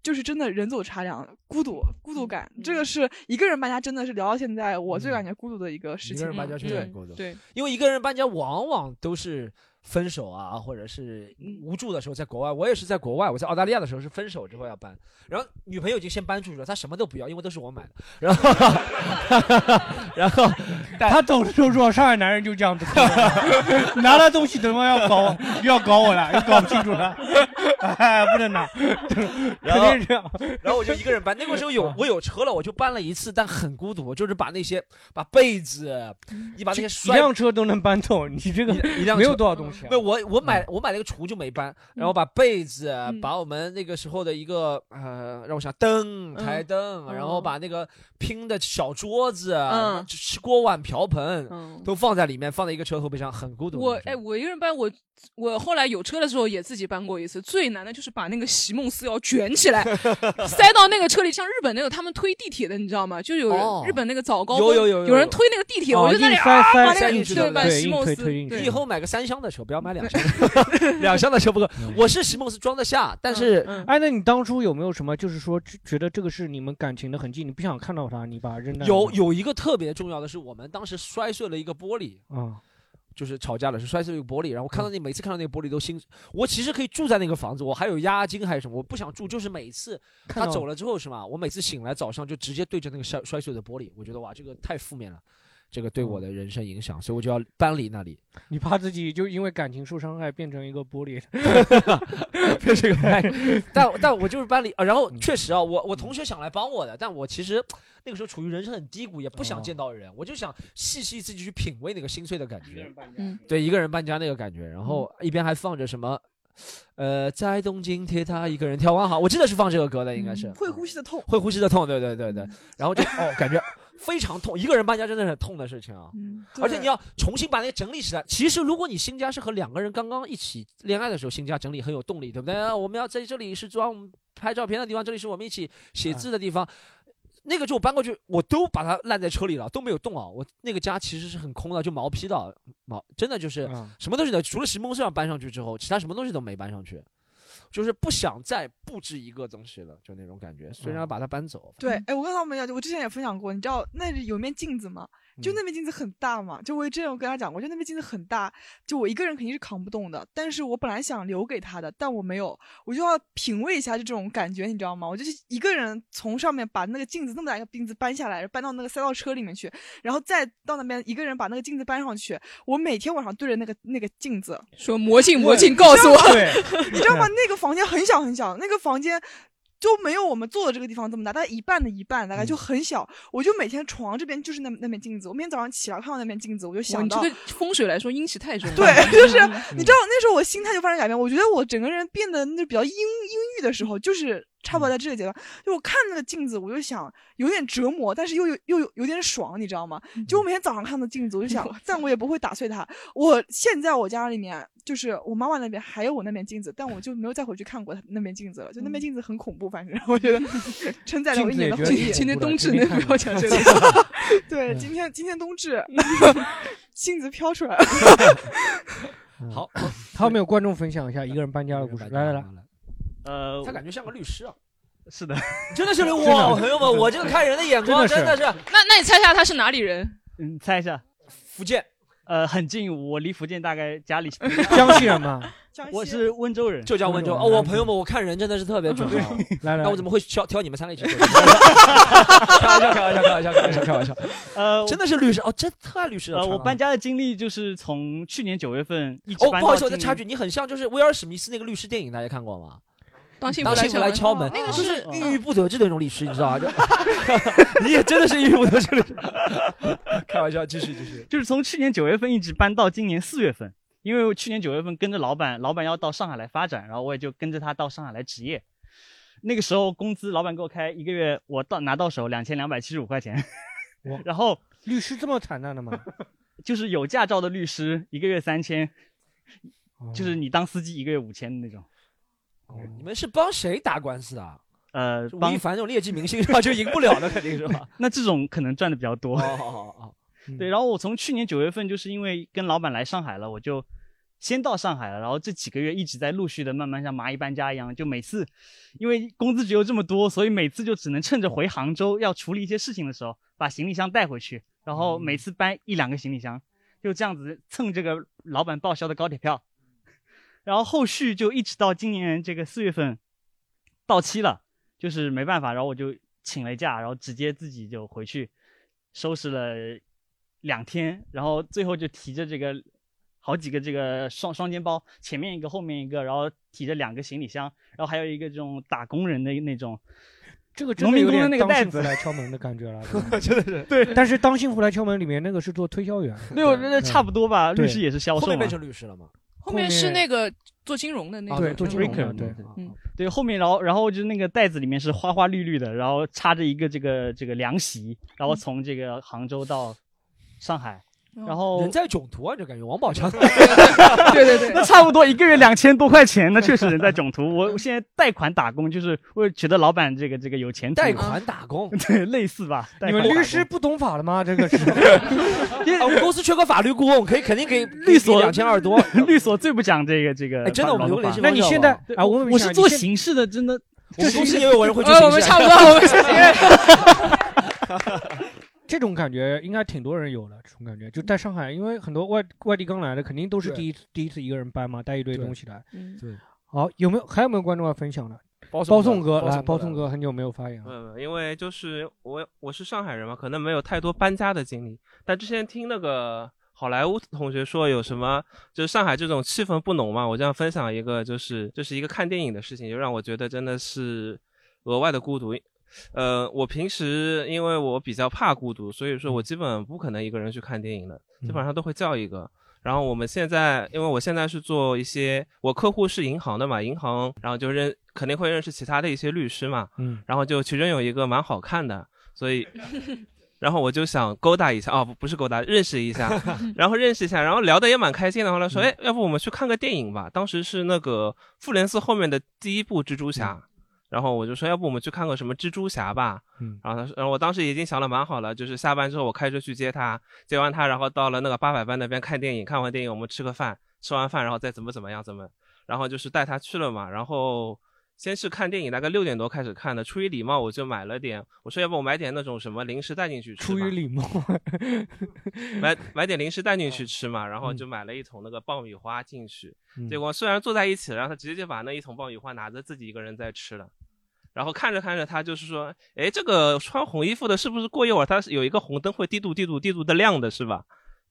[SPEAKER 5] 就是真的人走茶凉，孤独孤独感，这个是一个人搬家真的是聊到现在我最感觉孤独的一个
[SPEAKER 2] 嗯
[SPEAKER 5] 事
[SPEAKER 2] 一
[SPEAKER 5] 情。
[SPEAKER 2] 个人搬家确实很
[SPEAKER 5] 嗯
[SPEAKER 2] 孤独，
[SPEAKER 5] 对，
[SPEAKER 2] 因为一个人搬家往往都是分手啊，或者是无助的时候，在国外，我也是在国外，我在澳大利亚的时候是分手之后要搬，然后女朋友已经先搬出去了，她什么都不要，因为都是我买的，然后然后
[SPEAKER 3] 他总是说说上海男人就这样子，拿了东西他妈要搞我，又要搞我了，又搞不清楚了，哎，不能拿，
[SPEAKER 2] 然
[SPEAKER 3] 肯
[SPEAKER 2] 后
[SPEAKER 3] 定是这样。
[SPEAKER 2] 然后我就一个人搬。那个时候有我有车了，我就搬了一次，但很孤独，就是把那些把被子，你把那些
[SPEAKER 3] 一
[SPEAKER 2] 摔
[SPEAKER 3] 辆车都能搬走，你这个
[SPEAKER 2] 一辆
[SPEAKER 3] 没有
[SPEAKER 2] 车
[SPEAKER 3] 多少东西啊
[SPEAKER 2] 没。有，我我买我买了一个橱就没搬，然后把被子，把我们那个时候的一个呃，让我想灯、台灯，然后把那个拼的小桌子、
[SPEAKER 4] 嗯
[SPEAKER 2] 吃锅碗瓢盆
[SPEAKER 4] 嗯
[SPEAKER 2] 都放在里面，放在一个车后备箱，很孤独。
[SPEAKER 4] 我哎，我一个人搬，我我后来有车的时候也自己搬过一次。最难的就是把那个席梦思要卷起 来，塞到那个车里，像日本那种他们推地铁的，你知道吗？就有人
[SPEAKER 2] 哦
[SPEAKER 4] 日本那个早高
[SPEAKER 2] 有
[SPEAKER 4] 峰
[SPEAKER 2] 有有
[SPEAKER 4] 有人推那个地铁，
[SPEAKER 2] 哦
[SPEAKER 4] 我就在那里
[SPEAKER 2] 硬塞
[SPEAKER 4] 啊，
[SPEAKER 2] 塞
[SPEAKER 4] 把那
[SPEAKER 2] 塞
[SPEAKER 4] 个
[SPEAKER 2] 进去的
[SPEAKER 4] 对，把
[SPEAKER 2] 对
[SPEAKER 4] 席
[SPEAKER 2] 硬
[SPEAKER 4] 梦
[SPEAKER 2] 推
[SPEAKER 4] 思
[SPEAKER 2] 推 进去
[SPEAKER 4] 对
[SPEAKER 2] 你以后买个三厢的车，不要买两厢的，两厢的车不够。我是席梦思装得下，但是
[SPEAKER 3] 嗯哎，那你当初有没有什么，就是说觉觉得这个是你们感情的痕迹，你不想看到它，你把它扔掉？
[SPEAKER 2] 有有一个特别重要的是，我们当时摔碎了一个玻璃，
[SPEAKER 3] 啊，
[SPEAKER 2] 就是吵架了，是摔碎一个玻璃，然后看
[SPEAKER 3] 嗯
[SPEAKER 2] 到那每次看到那个玻璃都心，我其实可以住在那个房子，我还有押金还有什么，我不想住，就是每次
[SPEAKER 3] 看
[SPEAKER 2] 他
[SPEAKER 3] 到
[SPEAKER 2] 走了之后是吗？我每次醒来早上就直接对着那个摔摔碎的玻璃，我觉得哇，这个太负面了，这个对
[SPEAKER 3] 嗯
[SPEAKER 2] 我的人生影响，所以我就要搬离那里。
[SPEAKER 3] 你怕自己就因为感情受伤害变成一个玻 璃？
[SPEAKER 2] 变成一个 玻璃。但但我就是班里，啊然后确实啊，我我同学想来帮我的，但我其实那个时候处于人生很低谷，也不想见到人，我就想细细自己去品味那个心碎的感觉。
[SPEAKER 4] 嗯
[SPEAKER 2] 对，一个人搬家那个感觉，然后一边还放着什么，呃，在东京铁塔一个人眺望好，我记得是放这个歌的，应该是嗯
[SPEAKER 5] 会呼吸的痛，
[SPEAKER 2] 会呼吸的痛，对对对对，然后就哦，感觉非常痛，一个人搬家真的是很痛的事情啊。
[SPEAKER 4] 嗯
[SPEAKER 2] 而且你要重新把那个整理起来。其实，如果你新家是和两个人刚刚一起恋爱的时候，新家整理很有动力，对不对？啊我们要在这里是装我们拍照片的地方，这里是我们一起写字的地方。那个就我搬过去，我都把它烂在车里了，都没有动啊。我那个家其实是很空的，就毛坯的，毛真的就是什么东西的，除了席梦思上搬上去之后，其他什么东西都没搬上去，就是不想再布置一个东西了，就那种感觉。虽然要把它搬走，
[SPEAKER 5] 对，哎，我跟他们讲，我之前也分享过，你知道那里有面镜子吗？
[SPEAKER 4] 嗯
[SPEAKER 5] 就那面镜子很大嘛，就我也之前有跟他讲过，就那面镜子很大，就我一个人肯定是扛不动的。但是我本来想留给他的，但我没有，我就要品味一下这种感觉，你知道吗？我就是一个人从上面把那个镜子那么大一个镜子搬下来，搬到那个塞到车里面去，然后再到那边一个人把那个镜子搬上去。我每天晚上对着那个那个镜子
[SPEAKER 4] 说魔镜魔镜告诉我
[SPEAKER 5] 对
[SPEAKER 4] 对
[SPEAKER 5] 你知道吗？那个房间很小很小，那个房间就没有我们坐的这个地方这么大，大概一半的一半，大概就很小。我就每天床这边就是那那面镜子，我每天早上起来看到那面镜子，我就
[SPEAKER 4] 哇
[SPEAKER 5] 想
[SPEAKER 4] 你这
[SPEAKER 5] 到。
[SPEAKER 4] 个风水来说阴气太重了。
[SPEAKER 5] 对， 就是你知道那时候我心态就发生改变，我觉得我整个人变得那比较阴阴郁的时候，就是差不多在这个阶段。就我看那个镜子，我就想有点折磨，但是又有又有有点爽，你知道吗？就我每天早上看到镜子，我就想，但我也不会打碎它。我现在我家里面就是我妈妈那边还有我那面镜子，但我就没有再回去看过那面镜子了。就那面镜子很恐怖，反正我觉得承载了我一年的回忆。
[SPEAKER 4] 今天冬至，能哎不要 讲这个？
[SPEAKER 5] 对，今天今天冬 至，镜子飘出来了。
[SPEAKER 3] 嗯
[SPEAKER 2] 好，
[SPEAKER 3] 还有没有观众分享一下一个人搬家 的故事？来来来，
[SPEAKER 7] 呃，
[SPEAKER 2] 他感觉像个律师啊。
[SPEAKER 7] 是的，
[SPEAKER 2] 真的是
[SPEAKER 7] 真的
[SPEAKER 2] 哇，朋友们，我这个看人的眼光真
[SPEAKER 7] 真
[SPEAKER 2] 的
[SPEAKER 7] 的
[SPEAKER 2] 是
[SPEAKER 7] 是
[SPEAKER 4] 那那你猜一下他是哪里人？
[SPEAKER 7] 嗯，猜一下，
[SPEAKER 2] 福建。
[SPEAKER 7] 呃，很近，我离福建大概家里
[SPEAKER 3] 江西人吗？
[SPEAKER 7] 我是温州人，
[SPEAKER 2] 浙江温州哦，我 朋友们，我看人真的是特别准啊。
[SPEAKER 3] 来来
[SPEAKER 2] 那我怎么会挑挑你们三个一起 做？
[SPEAKER 7] 开
[SPEAKER 2] 玩笑，开玩笑，开玩笑，开玩笑，开玩笑。
[SPEAKER 7] 呃，
[SPEAKER 2] 真的是律师哦，真太律师了。
[SPEAKER 7] 呃，
[SPEAKER 2] 穿
[SPEAKER 7] 我
[SPEAKER 2] 啊
[SPEAKER 7] 搬家的经历就是从去年九月份一直
[SPEAKER 2] 哦，
[SPEAKER 7] 搬
[SPEAKER 2] 不
[SPEAKER 7] 到
[SPEAKER 2] 好意思，我
[SPEAKER 7] 今
[SPEAKER 2] 再
[SPEAKER 7] 年
[SPEAKER 2] 插句，你很像就是威尔史密斯那个律师电影，大家看过吗？
[SPEAKER 4] 当幸
[SPEAKER 2] 幸
[SPEAKER 4] 福来
[SPEAKER 2] 福来
[SPEAKER 4] 敲
[SPEAKER 2] 敲
[SPEAKER 4] 门
[SPEAKER 2] 门，
[SPEAKER 4] 哦那个嗯
[SPEAKER 2] 就是嗯是郁郁不得志的那种律师，你知道吗？就 你也真的是郁郁不得志的律师。开玩笑，继续继续。
[SPEAKER 7] 就是从去年九月份一直搬到今年四月份，因为我去年九月份跟着老板，老板要到上海来发展，然后我也就跟着他到上海来职业。那个时候工资老板给我开一个月，我到拿到手两千两百七十五块钱， 然后
[SPEAKER 3] 律师这么惨淡的吗？
[SPEAKER 7] 就是有驾照的律师一个月三千，就是你当司机一个月五千的那种。
[SPEAKER 2] 你们是帮谁打官司啊？
[SPEAKER 7] 呃，
[SPEAKER 2] 吴
[SPEAKER 7] 帮
[SPEAKER 2] 亦凡这种劣迹明星的话就赢不了的，肯定是吧？
[SPEAKER 7] 那这种可能赚的比 较多。
[SPEAKER 2] 哦哦嗯
[SPEAKER 7] 对，然后我从去年九月份就是因为跟老板来上海了，我就先到上海了，然后这几个月一直在陆续的慢慢像蚂蚁搬家一样，就每次因为工资只有这么多，所以每次就只能趁着回杭州要处理一些事情的时候，把行李箱带回去，然后
[SPEAKER 2] 嗯
[SPEAKER 7] 每次搬一两个行李箱，就这样子蹭这个老板报销的高铁票。然后后续就一直到今年这个四月份到期了，就是没办法，然后我就请了假，然后直接自己就回去收拾了两天，然后最后就提着这个好几个这个双双肩包，前面一个，后面一个，然后提着两个行李箱，然后还有一个这种打工人的那种，
[SPEAKER 3] 这个真
[SPEAKER 7] 农
[SPEAKER 3] 的
[SPEAKER 7] 民
[SPEAKER 3] 有
[SPEAKER 7] 工的
[SPEAKER 3] 点
[SPEAKER 7] 那个
[SPEAKER 3] 当
[SPEAKER 7] 袋
[SPEAKER 3] 幸福
[SPEAKER 7] 子
[SPEAKER 3] 来敲门的感觉了，
[SPEAKER 2] 真的是
[SPEAKER 7] 对
[SPEAKER 3] 但是当幸福来敲门里面那个是做推销员，
[SPEAKER 7] 六那
[SPEAKER 3] 嗯
[SPEAKER 7] 差不多吧，
[SPEAKER 3] 对
[SPEAKER 7] 律师也是销售嘛。
[SPEAKER 3] 后面变
[SPEAKER 2] 成律师了吗？
[SPEAKER 4] 后面是那个做金融的那个，
[SPEAKER 7] 对，做 r i
[SPEAKER 4] 嗯
[SPEAKER 7] 对，
[SPEAKER 4] 嗯，
[SPEAKER 7] 对，后面然后然后就是那个袋子里面是花花绿绿的，然后插着一个这个这个凉席，然后从这个杭州到上海，
[SPEAKER 2] 哦
[SPEAKER 7] 然后
[SPEAKER 2] 人在囧途啊，就感觉王宝强。
[SPEAKER 7] 对对对，那 差不多一个月两千多块钱，那确实人在囧途。我我现在贷款打工，就是我觉得老板这个这个有钱
[SPEAKER 2] 贷款打工，
[SPEAKER 7] 对，类似吧。贷
[SPEAKER 3] 你
[SPEAKER 7] 款
[SPEAKER 3] 们
[SPEAKER 7] 打工
[SPEAKER 3] 律师不懂法了吗？这个是
[SPEAKER 2] 啊我们公司缺个法律顾问，可以肯 定给律
[SPEAKER 7] 律所
[SPEAKER 2] 两千二多。
[SPEAKER 7] 律所最不讲这个这个。
[SPEAKER 2] 哎真的我们留联系
[SPEAKER 7] 那
[SPEAKER 2] 方
[SPEAKER 7] 你
[SPEAKER 2] 式
[SPEAKER 7] 现
[SPEAKER 2] 好
[SPEAKER 7] 在
[SPEAKER 2] 不好
[SPEAKER 7] 啊，我
[SPEAKER 2] 我
[SPEAKER 7] 我
[SPEAKER 2] 是
[SPEAKER 7] 是
[SPEAKER 2] 做
[SPEAKER 7] 做刑事的，真的。
[SPEAKER 2] 我们公司也有人会
[SPEAKER 7] 呃
[SPEAKER 2] 做
[SPEAKER 4] 我们 差不多，我们是别人。
[SPEAKER 3] 这种感觉应该挺多人有的，这种感觉就在上海，因为很多外外地刚来的，肯定都是
[SPEAKER 2] 对
[SPEAKER 3] 第一次第一次一个人搬嘛，带一堆东西来。
[SPEAKER 4] 嗯
[SPEAKER 2] 对，
[SPEAKER 3] 好，有没有还有没有观众要分享的？
[SPEAKER 2] 包
[SPEAKER 3] 包
[SPEAKER 2] 送
[SPEAKER 3] 送
[SPEAKER 2] 哥
[SPEAKER 3] 哥
[SPEAKER 2] 包送
[SPEAKER 3] 来，
[SPEAKER 2] 哥
[SPEAKER 3] 包
[SPEAKER 2] 来
[SPEAKER 3] 送哥很久没有发言了。
[SPEAKER 15] 没有没有，嗯因为就是我我是上海人嘛，可能没有太多搬家的经历。但之前听那个好莱坞同学说有什么，就是上海这种气氛不浓嘛，我这样分享一个，就是就是一个看电影的事情，就让我觉得真的是额外的孤独。呃，我平时因为我比较怕孤独，所以说我基本不可能一个人去看电影的，基本上都会叫一个。然后我们现在，因为我现在是做一些，我客户是银行的嘛，银行，然后就认肯定会认识其他的一些律师嘛，
[SPEAKER 3] 嗯，
[SPEAKER 15] 然后就其中有一个蛮好看的，所以然后我就想勾搭一下，哦，不不是勾搭，认识一下，然后认识一下，然后聊得也蛮开心的。后来说，哎，要不我们去看个电影吧？当时是那个复联四后面的第一部蜘蛛侠，然后我就说，要不我们去看个什么蜘蛛侠吧？
[SPEAKER 3] 嗯，
[SPEAKER 15] 然后他说，然呃后我当时已经想的蛮好了，就是下班之后我开车去接他，接完他，然后到了那个八佰伴那边看电影，看完电影我们吃个饭，吃完饭然后再怎么怎么样怎么，然后就是带他去了嘛，然后。先是看电影，大概六点多开始看的。出于礼貌，我就买了点，我说要不我买点那种什么零食带进去吃吧。
[SPEAKER 3] 出于礼貌，
[SPEAKER 15] 买买点零食带进去吃嘛，然后
[SPEAKER 2] 嗯
[SPEAKER 15] 就买了一桶那个爆米花进去。
[SPEAKER 3] 嗯
[SPEAKER 15] 结果虽然坐在一起了，然后他直接就把那一桶爆米花拿着自己一个人在吃了。然后看着看着，他就是说，哎，这个穿红衣服的是不是过一会儿他是有一个红灯会滴嘟滴嘟滴嘟的亮的，是吧？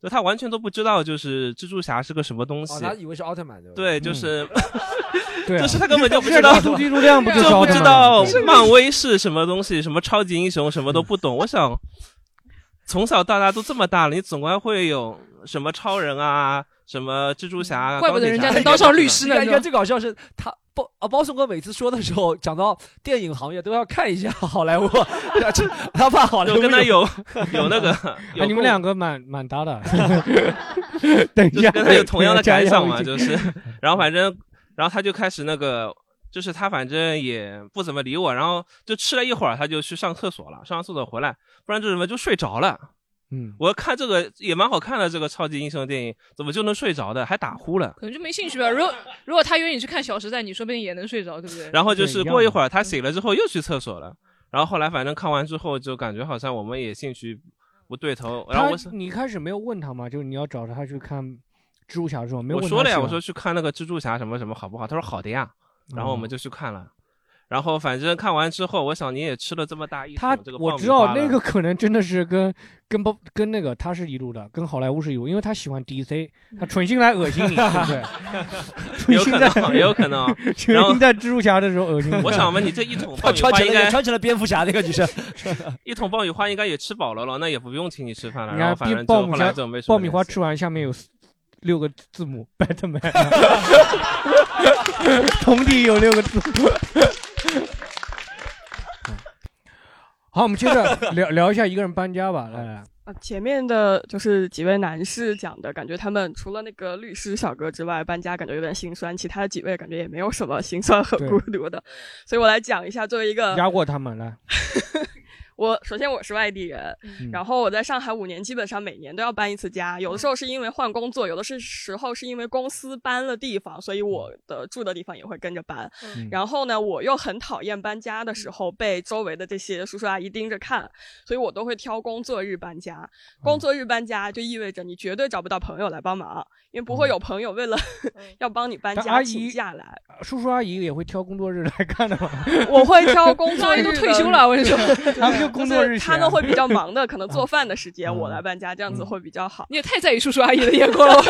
[SPEAKER 15] 就他完全都不知道，就是蜘蛛侠是个什么东西。
[SPEAKER 2] 哦，他以为是奥特曼对吧？
[SPEAKER 15] 对，就是，
[SPEAKER 3] 对啊
[SPEAKER 15] 就是他根本就不知 道，
[SPEAKER 3] 是嘟嘟嘟亮不就是
[SPEAKER 15] 就
[SPEAKER 3] 奥
[SPEAKER 15] 不
[SPEAKER 3] 特
[SPEAKER 15] 知
[SPEAKER 3] 曼
[SPEAKER 15] 道啊
[SPEAKER 3] 吗
[SPEAKER 15] 漫威啊是什么东西，什么超级英雄什么都不懂。我想，从小到大都这么大了，你总该会有什么超人啊，什么蜘蛛侠啊，钢铁 侠
[SPEAKER 2] 你看，你看最搞笑是他包啊包送哥每次说的时候，讲到电影行业都要看一下好莱坞， 这他怕好莱坞
[SPEAKER 15] 就跟他有 有那个有
[SPEAKER 3] 哎你们
[SPEAKER 15] 共
[SPEAKER 3] 两个蛮蛮搭 的。 等一
[SPEAKER 15] 就
[SPEAKER 3] 下，
[SPEAKER 15] 是跟他有同样 的
[SPEAKER 3] 加
[SPEAKER 15] 感
[SPEAKER 3] 一下
[SPEAKER 15] 想
[SPEAKER 3] 微
[SPEAKER 15] 嘛，
[SPEAKER 3] 信
[SPEAKER 15] 就是，然后反正，然后他就开始那个，就是他反正也不怎么理我，然后就吃了一会儿，他就去上厕所了，上完厕所回来，不然就什么就睡着了。
[SPEAKER 3] 嗯，
[SPEAKER 15] 我看这个也蛮好看的，这个超级英雄电影怎么就能睡着的，还打呼了。
[SPEAKER 4] 可能就没兴趣吧。如果如果他约你去看《小时代》，你说不定也能睡着，对不对？
[SPEAKER 15] 然后就是过一会儿他醒了之后又去厕所了，然后后来反正看完之后就感觉好像我们也兴趣不对头，然后 我
[SPEAKER 3] 他你一开始没有问他吗？就是你要找他去看蜘蛛侠的时候，没有
[SPEAKER 15] 我
[SPEAKER 3] 问
[SPEAKER 15] 说
[SPEAKER 3] 他
[SPEAKER 15] 了呀，
[SPEAKER 3] 是吧哦
[SPEAKER 15] 我说去看那个蜘蛛侠什么什么好不好？他说好的呀，然后我们就去看了。然后反正看完之后，我想你也吃了这么大一桶
[SPEAKER 3] 他
[SPEAKER 15] 这个爆米花
[SPEAKER 3] 我知道
[SPEAKER 15] 了
[SPEAKER 3] 那个可能真的是跟跟不跟那个他是一路的，跟好莱坞是一路，因为他喜欢 DC，他存心来恶心你，对 不对？存
[SPEAKER 15] 有
[SPEAKER 3] 心
[SPEAKER 15] 可
[SPEAKER 3] 在。
[SPEAKER 15] 能，也 有可能哦
[SPEAKER 3] 存
[SPEAKER 15] 然后
[SPEAKER 3] 心在蜘蛛侠的时候恶心你。
[SPEAKER 15] 我想问你，这一 桶爆米
[SPEAKER 2] 穿
[SPEAKER 15] 花
[SPEAKER 2] 成
[SPEAKER 15] 应
[SPEAKER 2] 了
[SPEAKER 15] 该
[SPEAKER 2] 穿成了蝙蝠侠那个女 生，
[SPEAKER 15] 一桶爆米花应该也吃饱了了，那也不用请你吃饭了。
[SPEAKER 3] 你
[SPEAKER 15] 啊然后
[SPEAKER 3] 看
[SPEAKER 15] 反正
[SPEAKER 3] 爆
[SPEAKER 15] 就
[SPEAKER 3] 米
[SPEAKER 15] 后
[SPEAKER 3] 花
[SPEAKER 15] 来就没什么
[SPEAKER 3] 爆米花吃完下面有四六个字母 Batman，桶底有六个字母。好，我们接着聊聊一下一个人搬家吧。来来，
[SPEAKER 12] 啊，前面的就是几位男士讲的，感觉他们除了那个律师小哥之外，搬家感觉有点心酸，其他的几位感觉也没有什么心酸和
[SPEAKER 3] 对
[SPEAKER 12] 孤独的，所以我来讲一下，作为一个
[SPEAKER 3] 压过他们来。
[SPEAKER 12] 我首先我是外地人，然
[SPEAKER 3] 嗯
[SPEAKER 12] 后我在上海五年，基本上每年都要搬一次家。有的时候是因为换工作，有的是时候是因为公司搬了地方，所
[SPEAKER 3] 嗯
[SPEAKER 12] 以我的住的地方也会跟着搬。
[SPEAKER 16] 嗯
[SPEAKER 12] 然后呢，我又很讨厌搬家的时候被周围的这些叔叔阿姨盯着看，所以我都会挑工作日搬
[SPEAKER 3] 哦
[SPEAKER 12] 家。工作日搬家就意味着你绝对找不到朋友来帮忙，因为不会有朋友为了 要帮你搬
[SPEAKER 3] 哦但
[SPEAKER 12] 家
[SPEAKER 3] 阿
[SPEAKER 12] 请
[SPEAKER 3] 姨
[SPEAKER 12] 假来。
[SPEAKER 3] 叔叔阿姨也会挑工作日来看的嘛。
[SPEAKER 12] 我会挑工 作日 的
[SPEAKER 3] 他们就工作
[SPEAKER 12] 就
[SPEAKER 3] 日啊
[SPEAKER 12] 是
[SPEAKER 3] 闲
[SPEAKER 12] 他们会比较忙的，可能做饭的时 间
[SPEAKER 3] 嗯
[SPEAKER 12] 我来搬家，这样子会比较好。
[SPEAKER 4] 嗯你也太在意叔叔阿姨的眼光了，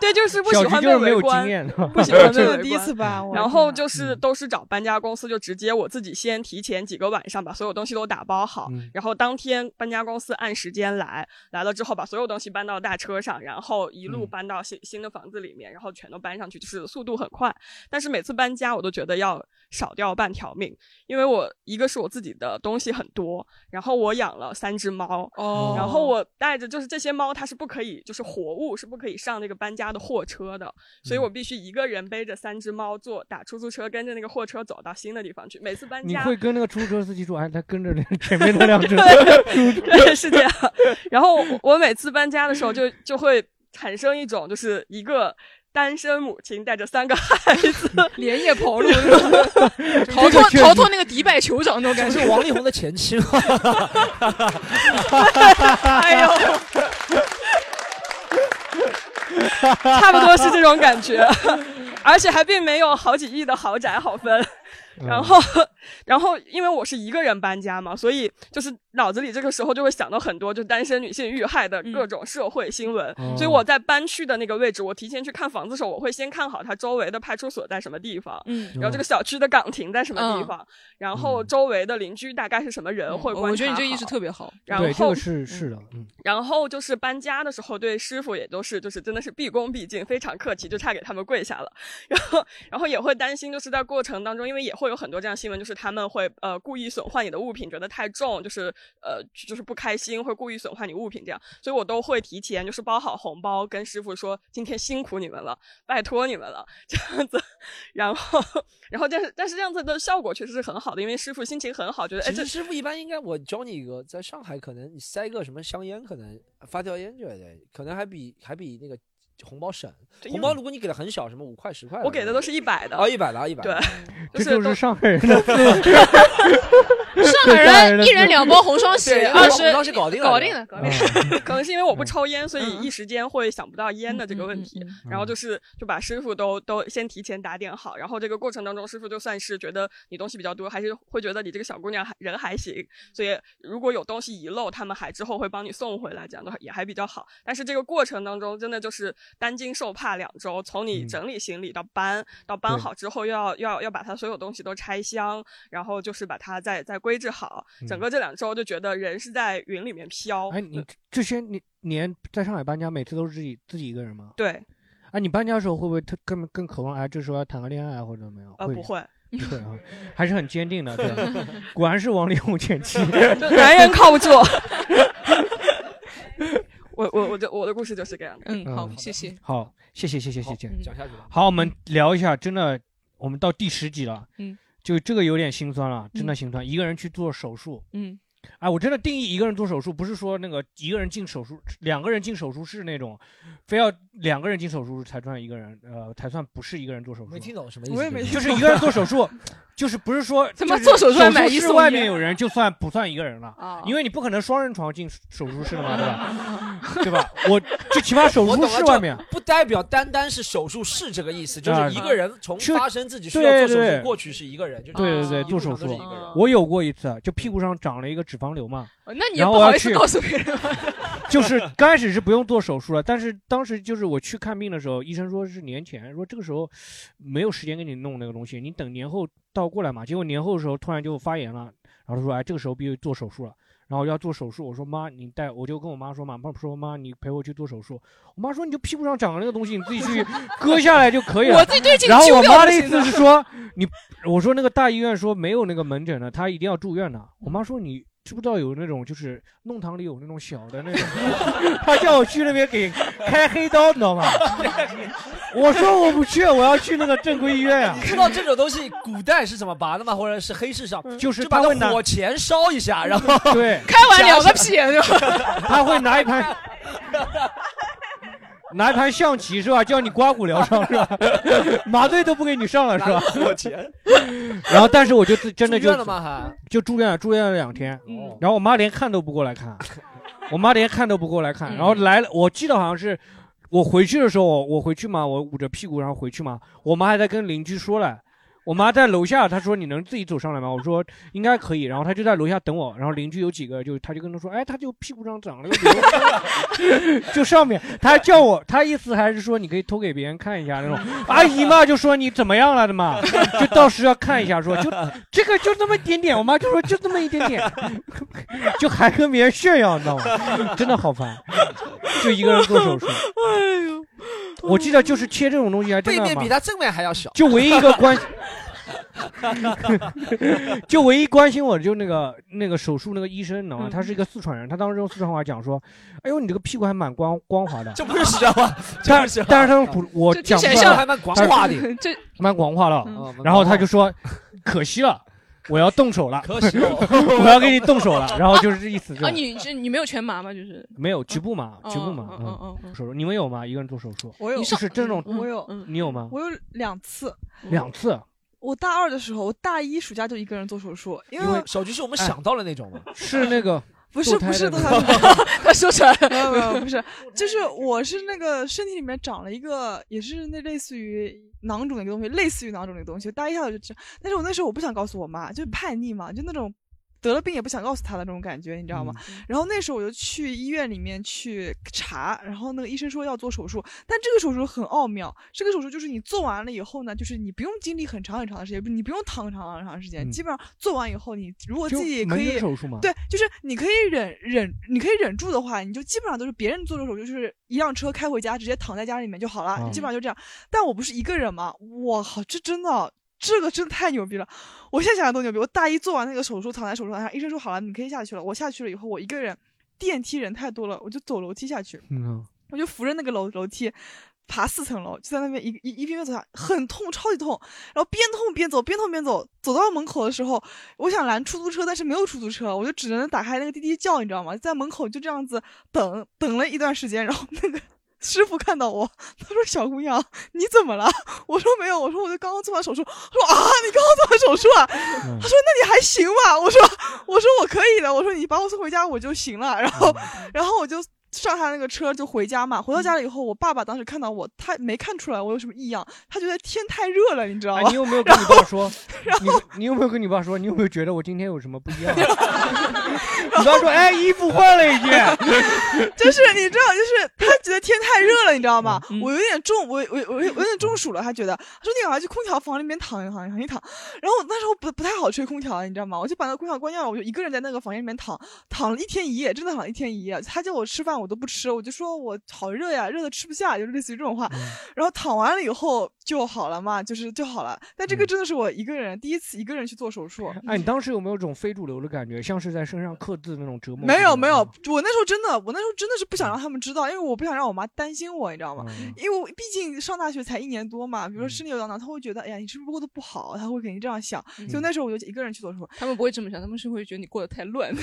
[SPEAKER 12] 对，就是不
[SPEAKER 3] 小
[SPEAKER 12] 喜
[SPEAKER 3] 菊
[SPEAKER 12] 欢
[SPEAKER 3] 就是
[SPEAKER 12] 被
[SPEAKER 3] 没
[SPEAKER 12] 围
[SPEAKER 3] 有
[SPEAKER 12] 观
[SPEAKER 3] 经，验，嗯
[SPEAKER 12] 不喜 欢被
[SPEAKER 3] 这
[SPEAKER 12] 围
[SPEAKER 3] 个
[SPEAKER 12] 观。
[SPEAKER 5] 第一次搬我的
[SPEAKER 12] 然后就是都是找搬家公司，就直接我自己先提前几个晚上把所有东西都打包好，
[SPEAKER 16] 嗯
[SPEAKER 12] 然后当天搬家公司按时间来，来了之后把所有东西搬到大车上，然后一路
[SPEAKER 16] 嗯
[SPEAKER 12] 搬到新新的房子里面，然后全都搬上去，就是速度很快。但是每次搬家我都觉得要少掉半条命，因为我一个是我自己的东西很多，然后我养了三只猫，
[SPEAKER 4] 哦
[SPEAKER 12] 然后我带着就是这些猫它是不可以就是活物是不可以上那个搬家的货车的，所以我必须一个人背着三只猫坐打出租车跟着那个货车走到新的地方去，每次搬
[SPEAKER 3] 你
[SPEAKER 12] 家
[SPEAKER 3] 会跟那个出租车司机说，哎，他跟着那前面那辆车 出租车，
[SPEAKER 12] 对，是这样。然后我我每次搬家的时候就，就会产生一种，就是一个单身母亲带着三个孩子
[SPEAKER 4] 连夜 跑路，
[SPEAKER 12] 逃
[SPEAKER 4] 逃脱逃脱那个迪拜酋长那种感觉。
[SPEAKER 2] 是王力宏的前妻 吗？
[SPEAKER 12] 哎呦， 差不多是这种感觉， 而且还并没有好几亿的豪宅好分。
[SPEAKER 3] 嗯
[SPEAKER 12] 然后， 然后因为我是一个人搬家嘛，所以就是脑子里这个时候就会想到很多就单身女性遇害的各种社会新闻。
[SPEAKER 3] 嗯
[SPEAKER 16] 哦
[SPEAKER 12] 所以我在搬去的那个位置，我提前去看房子的时候，我会先看好它周围的派出所在什么地方，
[SPEAKER 4] 嗯
[SPEAKER 12] 然后这个小区的岗亭在什么地
[SPEAKER 4] 嗯
[SPEAKER 12] 方，然后周围的邻居大概是什么人，会观察
[SPEAKER 4] 我觉得你这意
[SPEAKER 12] 好
[SPEAKER 4] 识特别好。
[SPEAKER 12] 然
[SPEAKER 3] 对，这
[SPEAKER 12] 后
[SPEAKER 3] 个是是的，嗯，
[SPEAKER 12] 然后就是搬家的时候，对师傅也都是就是真的是毕恭毕敬，非常客气，就差给他们跪下了。然后然后也会担心，就是在过程当中，因为也会有很多这样新闻，就是他们会呃故意损坏你的物品，觉得太重，就是呃就是不开心，会故意损坏你物品这样。所以我都会提前就是包好红包，跟师傅说今天辛苦你们了，拜托你们了这样子。 然后然后但是但是这样子的效果确实是很好的，因为师傅心情很好，觉得哎
[SPEAKER 2] 其
[SPEAKER 12] 这
[SPEAKER 2] 实师傅一般应该，我教你一个，在上海可能你塞个什么香烟，可能发条烟之类的，可能还比还比那个红包省。
[SPEAKER 12] 对因
[SPEAKER 2] 红
[SPEAKER 12] 为
[SPEAKER 2] 包如果你给的很小，什么五块十块的，
[SPEAKER 12] 我给的都是一百的
[SPEAKER 2] 哦，一百的，一百的。
[SPEAKER 3] 这就是上海人 的
[SPEAKER 4] 上海人一人两包红双喜，
[SPEAKER 12] 对
[SPEAKER 4] 二十
[SPEAKER 12] 我当时搞定了
[SPEAKER 4] 搞定了，搞定了。
[SPEAKER 12] 可能是因为我
[SPEAKER 4] 嗯
[SPEAKER 12] 不抽烟，所以一时间会想不到烟的这个问题。
[SPEAKER 4] 嗯
[SPEAKER 12] 然后就是就把师傅都都先提前打点好，然后这个过程当中，师傅就算是觉得你东西比较多，还是会觉得你这个小姑娘还人还行，所以如果有东西遗漏，他们还之后会帮你送回来，这样的也还比较好。但是这个过程当中，真的就是担惊受怕两周，从你
[SPEAKER 16] 嗯
[SPEAKER 12] 整理行李到搬，到搬
[SPEAKER 16] 对
[SPEAKER 12] 好之后又要又要要把它所有东西都拆箱，然后就是把它再再归置好。整
[SPEAKER 3] 嗯
[SPEAKER 12] 个这两周就觉得人是在云里面飘。
[SPEAKER 3] 哎，你这些年年在上海搬家，每次都是自己自己一个人吗？
[SPEAKER 12] 对，
[SPEAKER 3] 哎，你搬家的时候会不会特更更渴望哎，这时候要谈个恋爱或者怎么样？
[SPEAKER 12] 呃不 会
[SPEAKER 3] 不会啊，还是很坚定的， 对，果然是王力宏前妻，
[SPEAKER 12] 就男人靠不 住。 我我我的我的故事就是这样的。
[SPEAKER 4] 嗯
[SPEAKER 3] 好嗯
[SPEAKER 4] 谢 谢。
[SPEAKER 3] 好，谢谢谢谢谢谢，
[SPEAKER 12] 嗯
[SPEAKER 2] 讲下去吧
[SPEAKER 3] 好，我们聊一下，真的，我们到第十集了，
[SPEAKER 4] 嗯，
[SPEAKER 3] 就这个有点心酸了，真的
[SPEAKER 4] 嗯
[SPEAKER 3] 心酸，一个人去做手术，
[SPEAKER 4] 嗯，
[SPEAKER 3] 哎，我真的定义一个人做手术，不是说那个一个人进手术，两个人进手术室那种，非要两个人进手术室才算一个人，呃，才算不是一个人做手术。
[SPEAKER 2] 没听懂什么意思？
[SPEAKER 3] 就是一个人做手术， 就是不是说
[SPEAKER 4] 怎么
[SPEAKER 3] 就是
[SPEAKER 4] 做手术还买一
[SPEAKER 3] 室
[SPEAKER 4] 送一
[SPEAKER 3] 外面有人就算不算一个人了
[SPEAKER 4] 啊？
[SPEAKER 3] 因为你不可能双人床进手术室的嘛，对 吧？对吧？我就起码手术室外面，
[SPEAKER 2] 不代表单单是手术室这个意思，就
[SPEAKER 3] 啊
[SPEAKER 2] 是一个人从
[SPEAKER 3] 就
[SPEAKER 2] 发生自己需要做手
[SPEAKER 3] 对
[SPEAKER 2] 术
[SPEAKER 3] 对
[SPEAKER 2] 过去是一个人，就
[SPEAKER 3] 对对对，做手
[SPEAKER 2] 都是
[SPEAKER 3] 术
[SPEAKER 2] 一个人。，
[SPEAKER 3] 我有过一次，就屁股上长了一个脂肪瘤嘛
[SPEAKER 4] 哦那。你也
[SPEAKER 3] 然
[SPEAKER 4] 不
[SPEAKER 3] 后我
[SPEAKER 4] 好
[SPEAKER 3] 要
[SPEAKER 4] 意思
[SPEAKER 3] 去
[SPEAKER 4] 告诉别 人。
[SPEAKER 3] 就是刚开始是不用做手术了，但是当时就是我去看病的时候，医生说是年前，说这个时候没有时间给你弄那个东西，你等年后倒过来嘛。结果年后的时候突然就发炎了，然后他说哎，这个时候必须做手术了。然后要做手术，我说妈，你带我就跟我妈说嘛，妈说妈，你陪我去做手术。我妈说你就屁股上长了那个东西，你自己 去割下来就可以了。
[SPEAKER 4] 我自己对这个
[SPEAKER 3] 然后
[SPEAKER 4] 揪
[SPEAKER 3] 我
[SPEAKER 4] 掉
[SPEAKER 3] 妈
[SPEAKER 4] 就
[SPEAKER 3] 的意
[SPEAKER 4] 行
[SPEAKER 3] 思
[SPEAKER 4] 了
[SPEAKER 3] 是说，你我说那个大医院说没有那个门诊的，他一定要住院的。我妈说你知不知道有那种 就是弄堂里有那种小的那种， 他叫我去那边给开黑刀，你知道吗？我说我不去，我要去那个正规医院啊
[SPEAKER 6] 你。知道这种东西古代是怎么拔的吗？或者是黑市上，
[SPEAKER 3] 就是
[SPEAKER 6] 把
[SPEAKER 3] 嗯他会拿
[SPEAKER 6] 它火钳烧一下，然后
[SPEAKER 3] 对，
[SPEAKER 6] 开完两个
[SPEAKER 4] 屁是吧？
[SPEAKER 3] 他会拿 一盘，拿一盘象棋是吧？叫你刮骨疗伤 是吧？麻醉都不给你上了是吧？
[SPEAKER 6] 火钳，
[SPEAKER 3] 然后，但是我就自真的
[SPEAKER 6] 住
[SPEAKER 3] 就
[SPEAKER 6] 院了吗？ 还
[SPEAKER 3] 就住院了，住院了两天
[SPEAKER 6] 嗯。
[SPEAKER 3] 然后我妈连看都不过来看，我妈连看都不过来看。然后来了，我记得好像是我回去的时候，我我回去嘛，我捂着屁股然后回去嘛，我妈还在跟邻居说了。我妈在楼下，她说你能自己走上来吗？我说应该可以，然后她就在楼下等我。然后邻居有几个就，她就跟她说，哎，她就屁股上长了个瘤， 就上面，他叫我，他意思还是说你可以偷给别人看一下 那种。阿姨嘛就说你怎么样了的嘛，就到时要看一下说， 就这个就那么一点点，我妈就说就那么一点 点，就还跟别人炫耀，你知道吗？真的好烦，就一个人做手 术。
[SPEAKER 4] 哎呦，
[SPEAKER 3] 我记得就是切这种东西还真
[SPEAKER 6] 背
[SPEAKER 3] 的
[SPEAKER 6] 面
[SPEAKER 3] 吗
[SPEAKER 6] 比？它正面还要小，
[SPEAKER 3] 就唯一一个关， 就唯一关心我的就那个那个手术那个医生，你知道吗？
[SPEAKER 6] 嗯
[SPEAKER 3] 他是一个四川人，他当时用四川话讲说：“哎呦，你这个屁股还蛮光 光滑的。”
[SPEAKER 6] 这不是实话 吗？
[SPEAKER 3] 但但是他们不，我
[SPEAKER 6] 这
[SPEAKER 3] 讲
[SPEAKER 6] 听起来
[SPEAKER 3] 出来
[SPEAKER 6] 像
[SPEAKER 3] 了
[SPEAKER 6] 还蛮广
[SPEAKER 3] 但是
[SPEAKER 6] 话的这
[SPEAKER 3] 蛮广话了
[SPEAKER 6] 嗯。
[SPEAKER 3] 然后他就说，可 惜了，我要动手了，
[SPEAKER 6] 可惜了
[SPEAKER 3] 我要给你动 手了。然后就是这意思，就
[SPEAKER 4] 啊，你是你没有全麻吗？ 就是
[SPEAKER 3] 没有局部麻，
[SPEAKER 4] 哦
[SPEAKER 3] 局部麻
[SPEAKER 4] 哦，哦
[SPEAKER 3] 嗯，手术你们有吗？一个人做手术，
[SPEAKER 5] 我有
[SPEAKER 3] 就是这种，嗯
[SPEAKER 5] 我有
[SPEAKER 3] 你有吗？
[SPEAKER 5] 我有两次，
[SPEAKER 3] 两次，
[SPEAKER 5] 我大二的时候，我大一暑假就一个人做手术，因为
[SPEAKER 6] 手机是我们想到了那种吗？
[SPEAKER 3] 哎是那个
[SPEAKER 5] 不是
[SPEAKER 6] 堕胎
[SPEAKER 5] 不是
[SPEAKER 6] 的
[SPEAKER 5] 堕
[SPEAKER 6] 那
[SPEAKER 5] 胎
[SPEAKER 6] 种
[SPEAKER 4] 他说出来了
[SPEAKER 5] 没有没 有不是，就是我是那个身体里面长了一个，也是那类似于囊肿的一个东西，类似于囊肿的一个东西。大一下我就知，但是我那时候我不想告诉我妈，就是叛逆嘛，就那种。得了病也不想告诉她的那种感觉，你知道吗？然后那时候我就去医院里面去查，然后那个医生说要做手术，但这个手术很奥妙，这个手术就是你做完了以后呢，就是你不用经历很长很长的时间，你不用躺很长很长时间，
[SPEAKER 3] 嗯
[SPEAKER 5] 基本上做完以后，你如果
[SPEAKER 3] 就
[SPEAKER 5] 自己
[SPEAKER 3] 门
[SPEAKER 5] 可以
[SPEAKER 3] 诊手术吗
[SPEAKER 5] 对，就是你可以忍忍，你可以忍住的话，你就基本上都是别人做这个手术，就是一辆车开回家，直接躺在家里面就好了，
[SPEAKER 3] 嗯
[SPEAKER 5] 基本上就这样。但我不是一个人嘛，我靠，这真的。这个真的太牛逼了！我现在想想都牛逼。我大一做完那个手术，躺在手术台上，医生说好了，你可以下去了。我下去了以后，我一个人，电梯人太多了，我就走楼梯下去。
[SPEAKER 3] 嗯，
[SPEAKER 5] 我就扶着那个楼楼梯。爬四层楼，就在那边一一一边边走下，很痛，超级痛。然后边痛边走，边痛边走，走到门口的时候，我想拦出租车，但是没有出租车，我就只能打开那个滴滴叫，你知道吗？在门口就这样子等等了一段时间，然后那个 师傅看到我，他说：“小姑娘，你怎么了？”我说：“没有。”我说：“我就刚刚做完手术。”他说：“啊，你刚刚做完手术啊？”他说：“那你还行吧？”我说：“我说我可以的。”我说：“你把我送回家我就行了。”然后，然后我就。上他那个车就回家嘛，回到家了以后，我爸爸当时看到我，他没看出来我有什么异样，他觉得天太热了，你知道
[SPEAKER 3] 哎
[SPEAKER 5] 吗？，
[SPEAKER 3] 你有没有跟你爸说？你你有没有跟你爸说？你有没有觉得我今天有什么不一 样？ 你爸说，哎，衣服换了一件。
[SPEAKER 5] 就是你知道，就是他觉得天太热了，你知道吗？
[SPEAKER 3] 嗯
[SPEAKER 5] 我有点中，我我我我有点中暑了，他觉得，他说你啊赶快去空调房里面躺一躺，躺一躺。然后我那时候不不太好吹空调，你知道吗？我就把那个空调关掉了，我就一个人在那个房间里面躺，躺了一天一夜，真的躺了一天一夜。他叫我吃饭，我都不吃，我就说我好热呀，热的吃不下，就是类似于这种话。
[SPEAKER 3] 嗯
[SPEAKER 5] 然后躺完了以后就好了嘛，就是就好了。但这个真的是我一个人第一次一个人去做手术。
[SPEAKER 3] 嗯哎，你当时有没有种非主流的感觉，像是在身上刻字那种折磨？
[SPEAKER 5] 没有没有，我那时候真的，我那时候真的是不想让他们知道，因为我不想让我妈担心我，你知道吗？
[SPEAKER 3] 嗯
[SPEAKER 5] 因为我毕竟上大学才一年多嘛，比如说身体有痒痒，她会觉得，哎呀，你是不是过得不好？她会肯定这样想。所
[SPEAKER 3] 嗯
[SPEAKER 5] 以那时候我就一个人去做手术，
[SPEAKER 4] 他们不会这么想，他们是会觉得你过得太 乱。
[SPEAKER 5] 不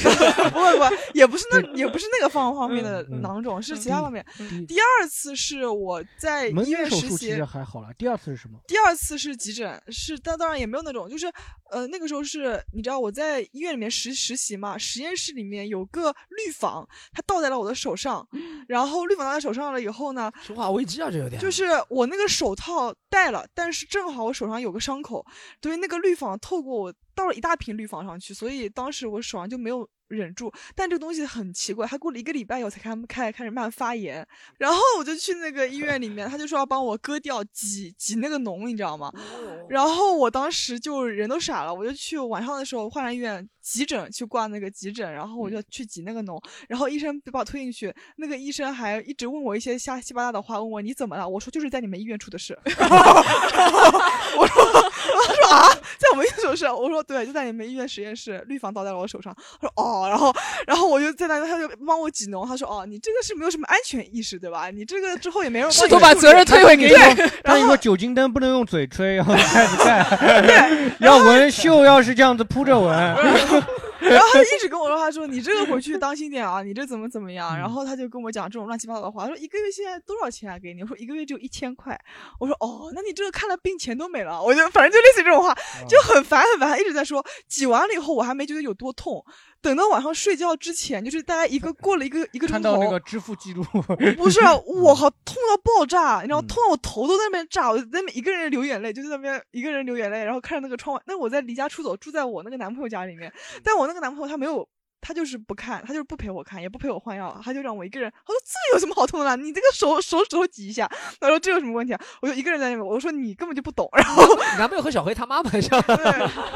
[SPEAKER 5] 会不会，也不是那也不是那个方方面
[SPEAKER 3] 嗯
[SPEAKER 5] 的囊肿，是其他方面。第二次是我在
[SPEAKER 3] 门
[SPEAKER 5] 医
[SPEAKER 3] 诊
[SPEAKER 5] 院
[SPEAKER 3] 手
[SPEAKER 5] 实
[SPEAKER 3] 术其
[SPEAKER 5] 习
[SPEAKER 3] 实，还好了。第二次是什么？
[SPEAKER 5] 第二次是急诊，是但当然也没有那种，就是呃那个时候是你知道我在医院里面实实习嘛，实验室里面有个氯仿，它倒在了我的 手上，然后氯仿倒在手上了以后呢，
[SPEAKER 6] 生化危机啊，这有点。
[SPEAKER 5] 就是我那个手套戴了，但是正好我手上有个伤口，所以那个氯仿透过我倒了一大瓶氯仿上去，所以当时我手上就没有忍住。但这个东西很奇怪，它过了一个礼拜以后才开开开始慢慢发炎，然后我就去那个医院里面，他就说要帮我割掉挤挤那个脓，你知道吗？然后我当时就人都傻了，我就去晚上的时候华南医院急诊去挂那个急诊，然后我就去挤那个脓，然后医生就把我推进去，那个医生还一直问我一些瞎七八糟的话，问我你怎么了？我说就是在你们医院出的事。 然后我说他说啊，在我们医院出的事？我说对，就在你们医院实验室，氯仿倒在了我手上。他说哦，高，然后然后我就在那，他就帮我挤脓，他说哦，你这个是没有什么安全意识对吧？你这个之后也没人帮你处理对，
[SPEAKER 3] 他
[SPEAKER 5] 然
[SPEAKER 3] 跟你
[SPEAKER 5] 后
[SPEAKER 3] 说酒精灯不能用嘴吹，啊然 后盖不盖， 要闻袖要是这样子铺着闻。
[SPEAKER 5] 然后他就一直跟我说，他说你这个回去当心点啊，你这怎么怎么样？
[SPEAKER 3] 嗯
[SPEAKER 5] 然后他就跟我讲这种乱七八糟的话，他说一个月现在多少钱啊给你？我说一个月只有一千块。我说哦，那你这个看了病钱都没了。我就反正就类似于这种话，
[SPEAKER 3] 嗯
[SPEAKER 5] 就很烦很烦，一直在说。挤完了以后我还没觉得有多痛，等到晚上睡觉之前，就是大概 一个过了一个一个
[SPEAKER 3] 看
[SPEAKER 5] 钟头，
[SPEAKER 3] 到那个支付记录，
[SPEAKER 5] 不是，我靠，痛到爆炸，你知道，
[SPEAKER 2] 嗯
[SPEAKER 5] 痛到我头都在那边炸，我在那边一个人流眼泪，就在那边一个人流眼泪，然后看着那个窗外。那我在离家出走，住在我那个男朋友家里面，
[SPEAKER 2] 嗯
[SPEAKER 5] 但我那个男朋友他没有。他就是不看，他就是不陪我看，也不陪我换药，他就让我一个人。他说这有什么好痛的啊？你这个手手指头挤一下。他说这有什么问题啊？我就一个人在那边，我说你根本就不懂。 然后
[SPEAKER 2] 你男朋友和小黑他妈蛮像的，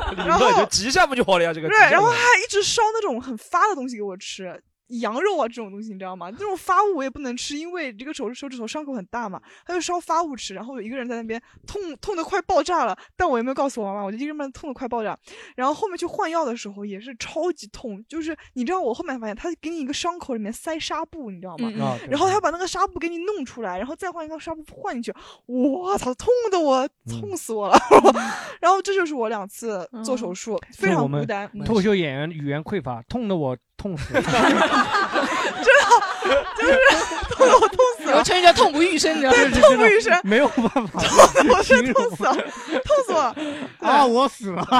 [SPEAKER 2] 理
[SPEAKER 5] 然后
[SPEAKER 2] 论就急一下不就好了 呀？这个
[SPEAKER 5] 对
[SPEAKER 2] 急一，下
[SPEAKER 5] 然后
[SPEAKER 2] 不
[SPEAKER 5] 他还一直烧那种很发的东西给我吃，羊肉啊这种东西你知道吗？这种发物我也不能吃，因为这个手手指头伤口很大嘛，他就烧发物吃，然后我一个人在那边痛痛的快爆炸了，但我也没有告诉我妈妈，我就一个人痛的快爆炸。然后后面去换药的时候也是超级痛，就是你知道我后面发现他给你一个伤口里面塞纱布，你知道吗？
[SPEAKER 3] 嗯嗯啊对
[SPEAKER 5] 然后他把那个纱布给你弄出来，然后再换一个纱布换进去，我操，痛的我
[SPEAKER 3] 嗯
[SPEAKER 5] 痛死我了。 然后这就是我两次做手术， 非
[SPEAKER 3] 那
[SPEAKER 5] 常
[SPEAKER 3] 我们
[SPEAKER 5] 孤单。嗯
[SPEAKER 3] 脱 口秀演员语言匮乏，痛的我痛死了。
[SPEAKER 5] 痛得我痛死了，
[SPEAKER 4] 有成人叫痛不欲生，你 知道吗？
[SPEAKER 5] 对，痛不欲生，
[SPEAKER 3] 没有办法，
[SPEAKER 5] 痛得我真的痛 死了，痛死我了
[SPEAKER 3] 啊，我死了。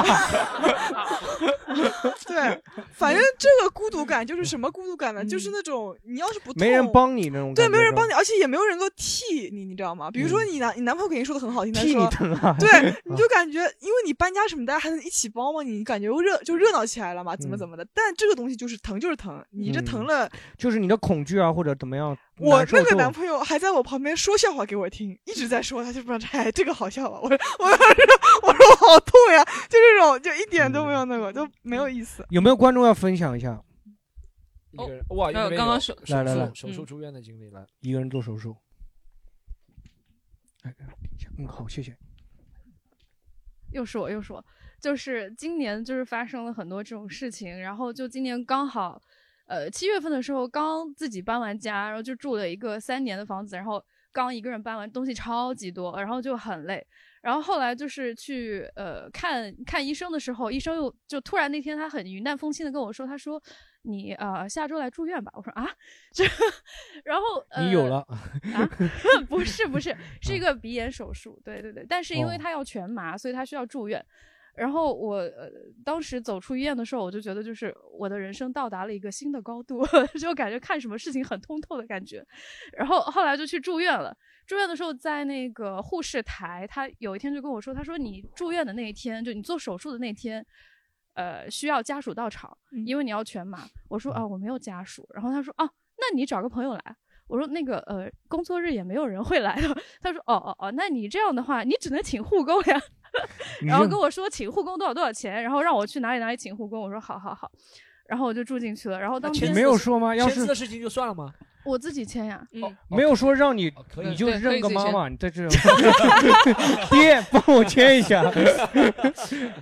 [SPEAKER 5] 对，反正这个孤独感就是什么孤独感呢？就是那种你要是不
[SPEAKER 3] 嗯
[SPEAKER 5] 痛
[SPEAKER 3] 没人帮你那种
[SPEAKER 5] 对，
[SPEAKER 3] 感觉
[SPEAKER 5] 没有人
[SPEAKER 3] 是吧嗯
[SPEAKER 5] 帮你，而且也没有人能够替你，你知道吗？比如说你男你男朋友肯定说的很好听，他
[SPEAKER 3] 替
[SPEAKER 5] 说
[SPEAKER 3] 你疼啊
[SPEAKER 5] 对，你就感觉因为你搬家什么，大家还能一起帮忙，你感觉热就热闹起来了嘛，
[SPEAKER 3] 嗯
[SPEAKER 5] 怎么怎么的。但这个东西就是疼就是疼，你这疼了，
[SPEAKER 3] 就是你的恐惧啊，或者怎么样？
[SPEAKER 5] 我
[SPEAKER 3] 难受
[SPEAKER 5] 那个
[SPEAKER 3] 就
[SPEAKER 5] 男朋友还在我旁边说笑话给我听，一直在说，他就不知道哎这个好笑啊，我说 我说我说我好痛呀，就这种就一点
[SPEAKER 3] 嗯
[SPEAKER 5] 都没有那个，就没有意思。
[SPEAKER 3] 有没有观众要分享一下
[SPEAKER 2] 一个人哇，一
[SPEAKER 4] 呃
[SPEAKER 2] 个人
[SPEAKER 4] 刚
[SPEAKER 2] 有
[SPEAKER 4] 刚
[SPEAKER 2] 手
[SPEAKER 4] 手
[SPEAKER 2] 术
[SPEAKER 3] 来嗯来来
[SPEAKER 2] 手术住院的经历来。
[SPEAKER 3] 一个人做手术？哎，停一下嗯，好，谢谢。
[SPEAKER 16] 又是我，又是我，就是今年就是发生了很多这种事情，然后就今年刚好，呃，七月份的时候刚自己搬完家，然后就住了一个三年的房子，然后刚一个人搬完，东西超级多，然后就很累。然后后来就是去呃看看医生的时候，医生又就突然那天他很云淡风轻的跟我说，他说你呃下周来住院吧。我说啊， 这然后、呃、
[SPEAKER 3] 你有 了，
[SPEAKER 16] 不是不是，是一个鼻炎手术，对对对，但是因为
[SPEAKER 3] 哦
[SPEAKER 16] 他要全麻，所以他需要住院。然后我呃，当时走出医院的时候，我就觉得就是我的人生到达了一个新的高度， 就感觉看什么事情很通透的感觉。然后后来就去住院了。住院的时候，在那个护士台，他有一天就跟我说，他说你住院的那一天，就你做手术的那天，呃，需要家属到场，因为你要全麻。我说
[SPEAKER 3] 嗯
[SPEAKER 16] 啊，我没有家属。然后他说啊，那你找个朋友来。我说那个呃，工作日也没有人会来的。 他说哦哦哦，那你这样的话，你只能请护工呀。 然后跟我说请护工多少多少钱，然后让我去哪里哪里请护工。我说好好好，然后我就住进去了。然后当天
[SPEAKER 3] 没有说吗？要
[SPEAKER 2] 签字的
[SPEAKER 3] 是
[SPEAKER 2] 事情就算了吗？
[SPEAKER 16] 我自己签呀，嗯，
[SPEAKER 3] 没有说让你，
[SPEAKER 2] 以
[SPEAKER 3] 你就
[SPEAKER 16] 对哦可
[SPEAKER 3] 认
[SPEAKER 16] 以
[SPEAKER 3] 个
[SPEAKER 16] 自己
[SPEAKER 3] 妈
[SPEAKER 16] 签
[SPEAKER 3] 妈，你在这 种， 爹帮我签一下。
[SPEAKER 16] 就是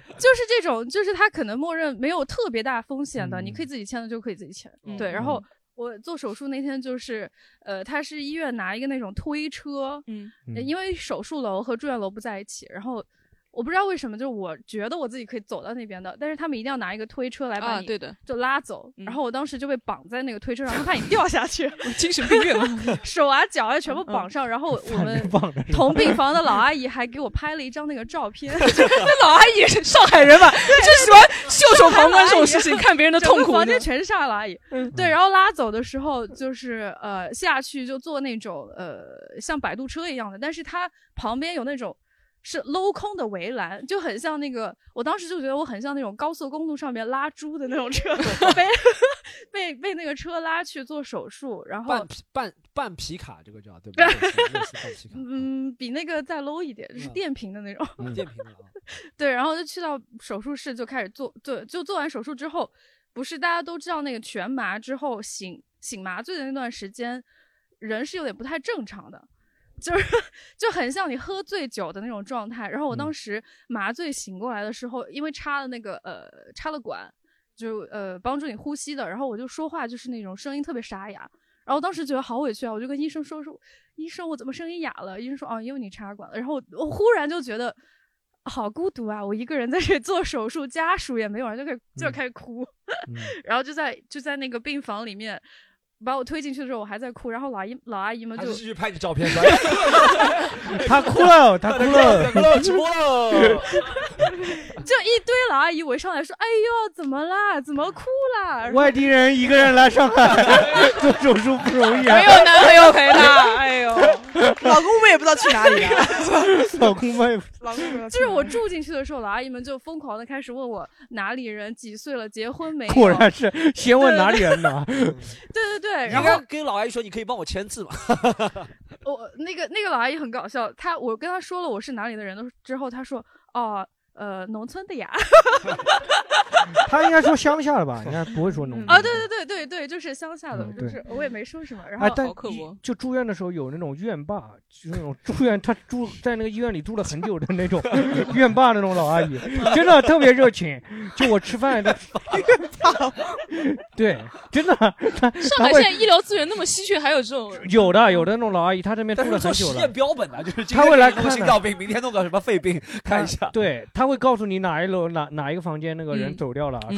[SPEAKER 16] 这种，就是他可能默认没有特别大风险的，你可以自己签的就可以自己签。
[SPEAKER 4] 哦
[SPEAKER 16] 对，然后我做手术那天就是，呃，他是医院拿一个那种推车，
[SPEAKER 4] 嗯
[SPEAKER 16] 呃因为手术楼和住院楼不在一起，然后。我不知道为什么，就是我觉得我自己可以走到那边的，但是他们一定要拿一个推车来把
[SPEAKER 4] 啊
[SPEAKER 16] 你
[SPEAKER 4] 对的嗯
[SPEAKER 16] 就拉走。然后我当时就被绑在那个推车 上，他怕你掉下去，
[SPEAKER 4] 精神 病院了。
[SPEAKER 16] 手啊脚啊全部绑上，然 后我们同病房的老阿姨还给我拍了一张那个照 片，
[SPEAKER 4] 那老阿姨是上海 人嘛，就喜欢袖手旁观这种事情，看别人的痛
[SPEAKER 16] 整个
[SPEAKER 4] 苦。
[SPEAKER 16] 房间全是上海老阿姨。嗯对，然后拉走的时候就是呃下去就坐那种呃像摆渡车一样的，但是它旁边有那种。是镂空的围栏，就很像那个，我当时就觉得我很像那种高速公路上面拉猪的那种车， 被被被那个车拉去做手术，然后
[SPEAKER 2] 半皮半半皮卡这个叫 对吧？类似类似半皮卡。
[SPEAKER 16] 嗯，比那个再 low 一点，就是电瓶的那种。
[SPEAKER 3] 嗯
[SPEAKER 2] 电瓶的啊，
[SPEAKER 16] 对，然后就去到手术室就开始做，对，就做完手术之后，不是大家都知道那个全麻之后醒醒麻醉的那段时间，人是有点不太正常的，就是就很像你喝醉酒的那种
[SPEAKER 6] 嗯
[SPEAKER 16] 状态。然后我当时麻醉醒过来的时候，因为插了那个呃插了管，就呃帮助你呼吸的，然后我就说话就是那种声音特别沙哑，然后当时觉得好委屈啊，我就跟医生说说，医生我怎么声音哑了？医生说哦，因为你插管了。然后我我忽然就觉得好孤独啊，我一个人在这里做手术，家属也没有，然后就开始
[SPEAKER 6] 嗯
[SPEAKER 16] 就开始哭， 然后就在就在那个病房里面。把我推进去的时候，我还在哭，然后老姨老阿姨们
[SPEAKER 6] 还
[SPEAKER 16] 就是
[SPEAKER 6] 继续拍你照片吧。
[SPEAKER 3] 他哭了，他哭了，
[SPEAKER 6] 哭了，直播了。
[SPEAKER 16] 就一堆老阿姨围上来说：“哎呦，怎么啦？怎么哭啦？”然后
[SPEAKER 3] 外地人一个人来上海 做手术不容易 啊，
[SPEAKER 16] 没有男朋友陪她哎呦
[SPEAKER 5] 老公们也不知道去哪里啊，
[SPEAKER 3] 老公们也不
[SPEAKER 5] 老公们
[SPEAKER 16] 就是我住进去的时候，老阿姨们就疯狂的开始问我哪里人、几岁了、结婚没有。
[SPEAKER 3] 果然是 先问哪里人呢？
[SPEAKER 16] 对对对，
[SPEAKER 6] 你
[SPEAKER 16] 然
[SPEAKER 6] 应
[SPEAKER 16] 后
[SPEAKER 6] 该跟老阿姨说，你可以帮我签字吗？
[SPEAKER 16] 我那个那个老阿姨很搞笑，她我跟她说了我是哪里的人的之后，她说：“哦，呃，农村的呀。”
[SPEAKER 3] 他应该说乡下了吧？应该不会说农村
[SPEAKER 16] 啊，对对对对对，就是乡下的，
[SPEAKER 3] 嗯
[SPEAKER 16] 就
[SPEAKER 3] 对
[SPEAKER 16] 是我也没说什么，然后
[SPEAKER 3] 哎，但一就住院的时候有那种院霸，就是那种住院他住在那个医院里住了很久的那种 院霸那种老阿姨，真的特别热情。就我吃饭，他
[SPEAKER 4] 啊
[SPEAKER 3] 对，真的，他
[SPEAKER 4] 上
[SPEAKER 3] 他
[SPEAKER 4] 海
[SPEAKER 3] 会
[SPEAKER 4] 现在医疗资源那么稀缺，还有这种
[SPEAKER 3] 有的有的那种老阿姨，她这边
[SPEAKER 6] 但
[SPEAKER 3] 住
[SPEAKER 6] 是
[SPEAKER 3] 了很
[SPEAKER 6] 做实
[SPEAKER 3] 久了
[SPEAKER 6] 验。 标本啊，就是今
[SPEAKER 3] 他
[SPEAKER 6] 天
[SPEAKER 3] 会来
[SPEAKER 6] 给你弄个
[SPEAKER 3] 看
[SPEAKER 6] 心
[SPEAKER 3] 的
[SPEAKER 6] 脏病，明天弄个什么肺病，看一下。
[SPEAKER 3] 对，他会告诉你哪一楼哪哪一个房间那个人
[SPEAKER 6] 嗯
[SPEAKER 3] 走掉了，啊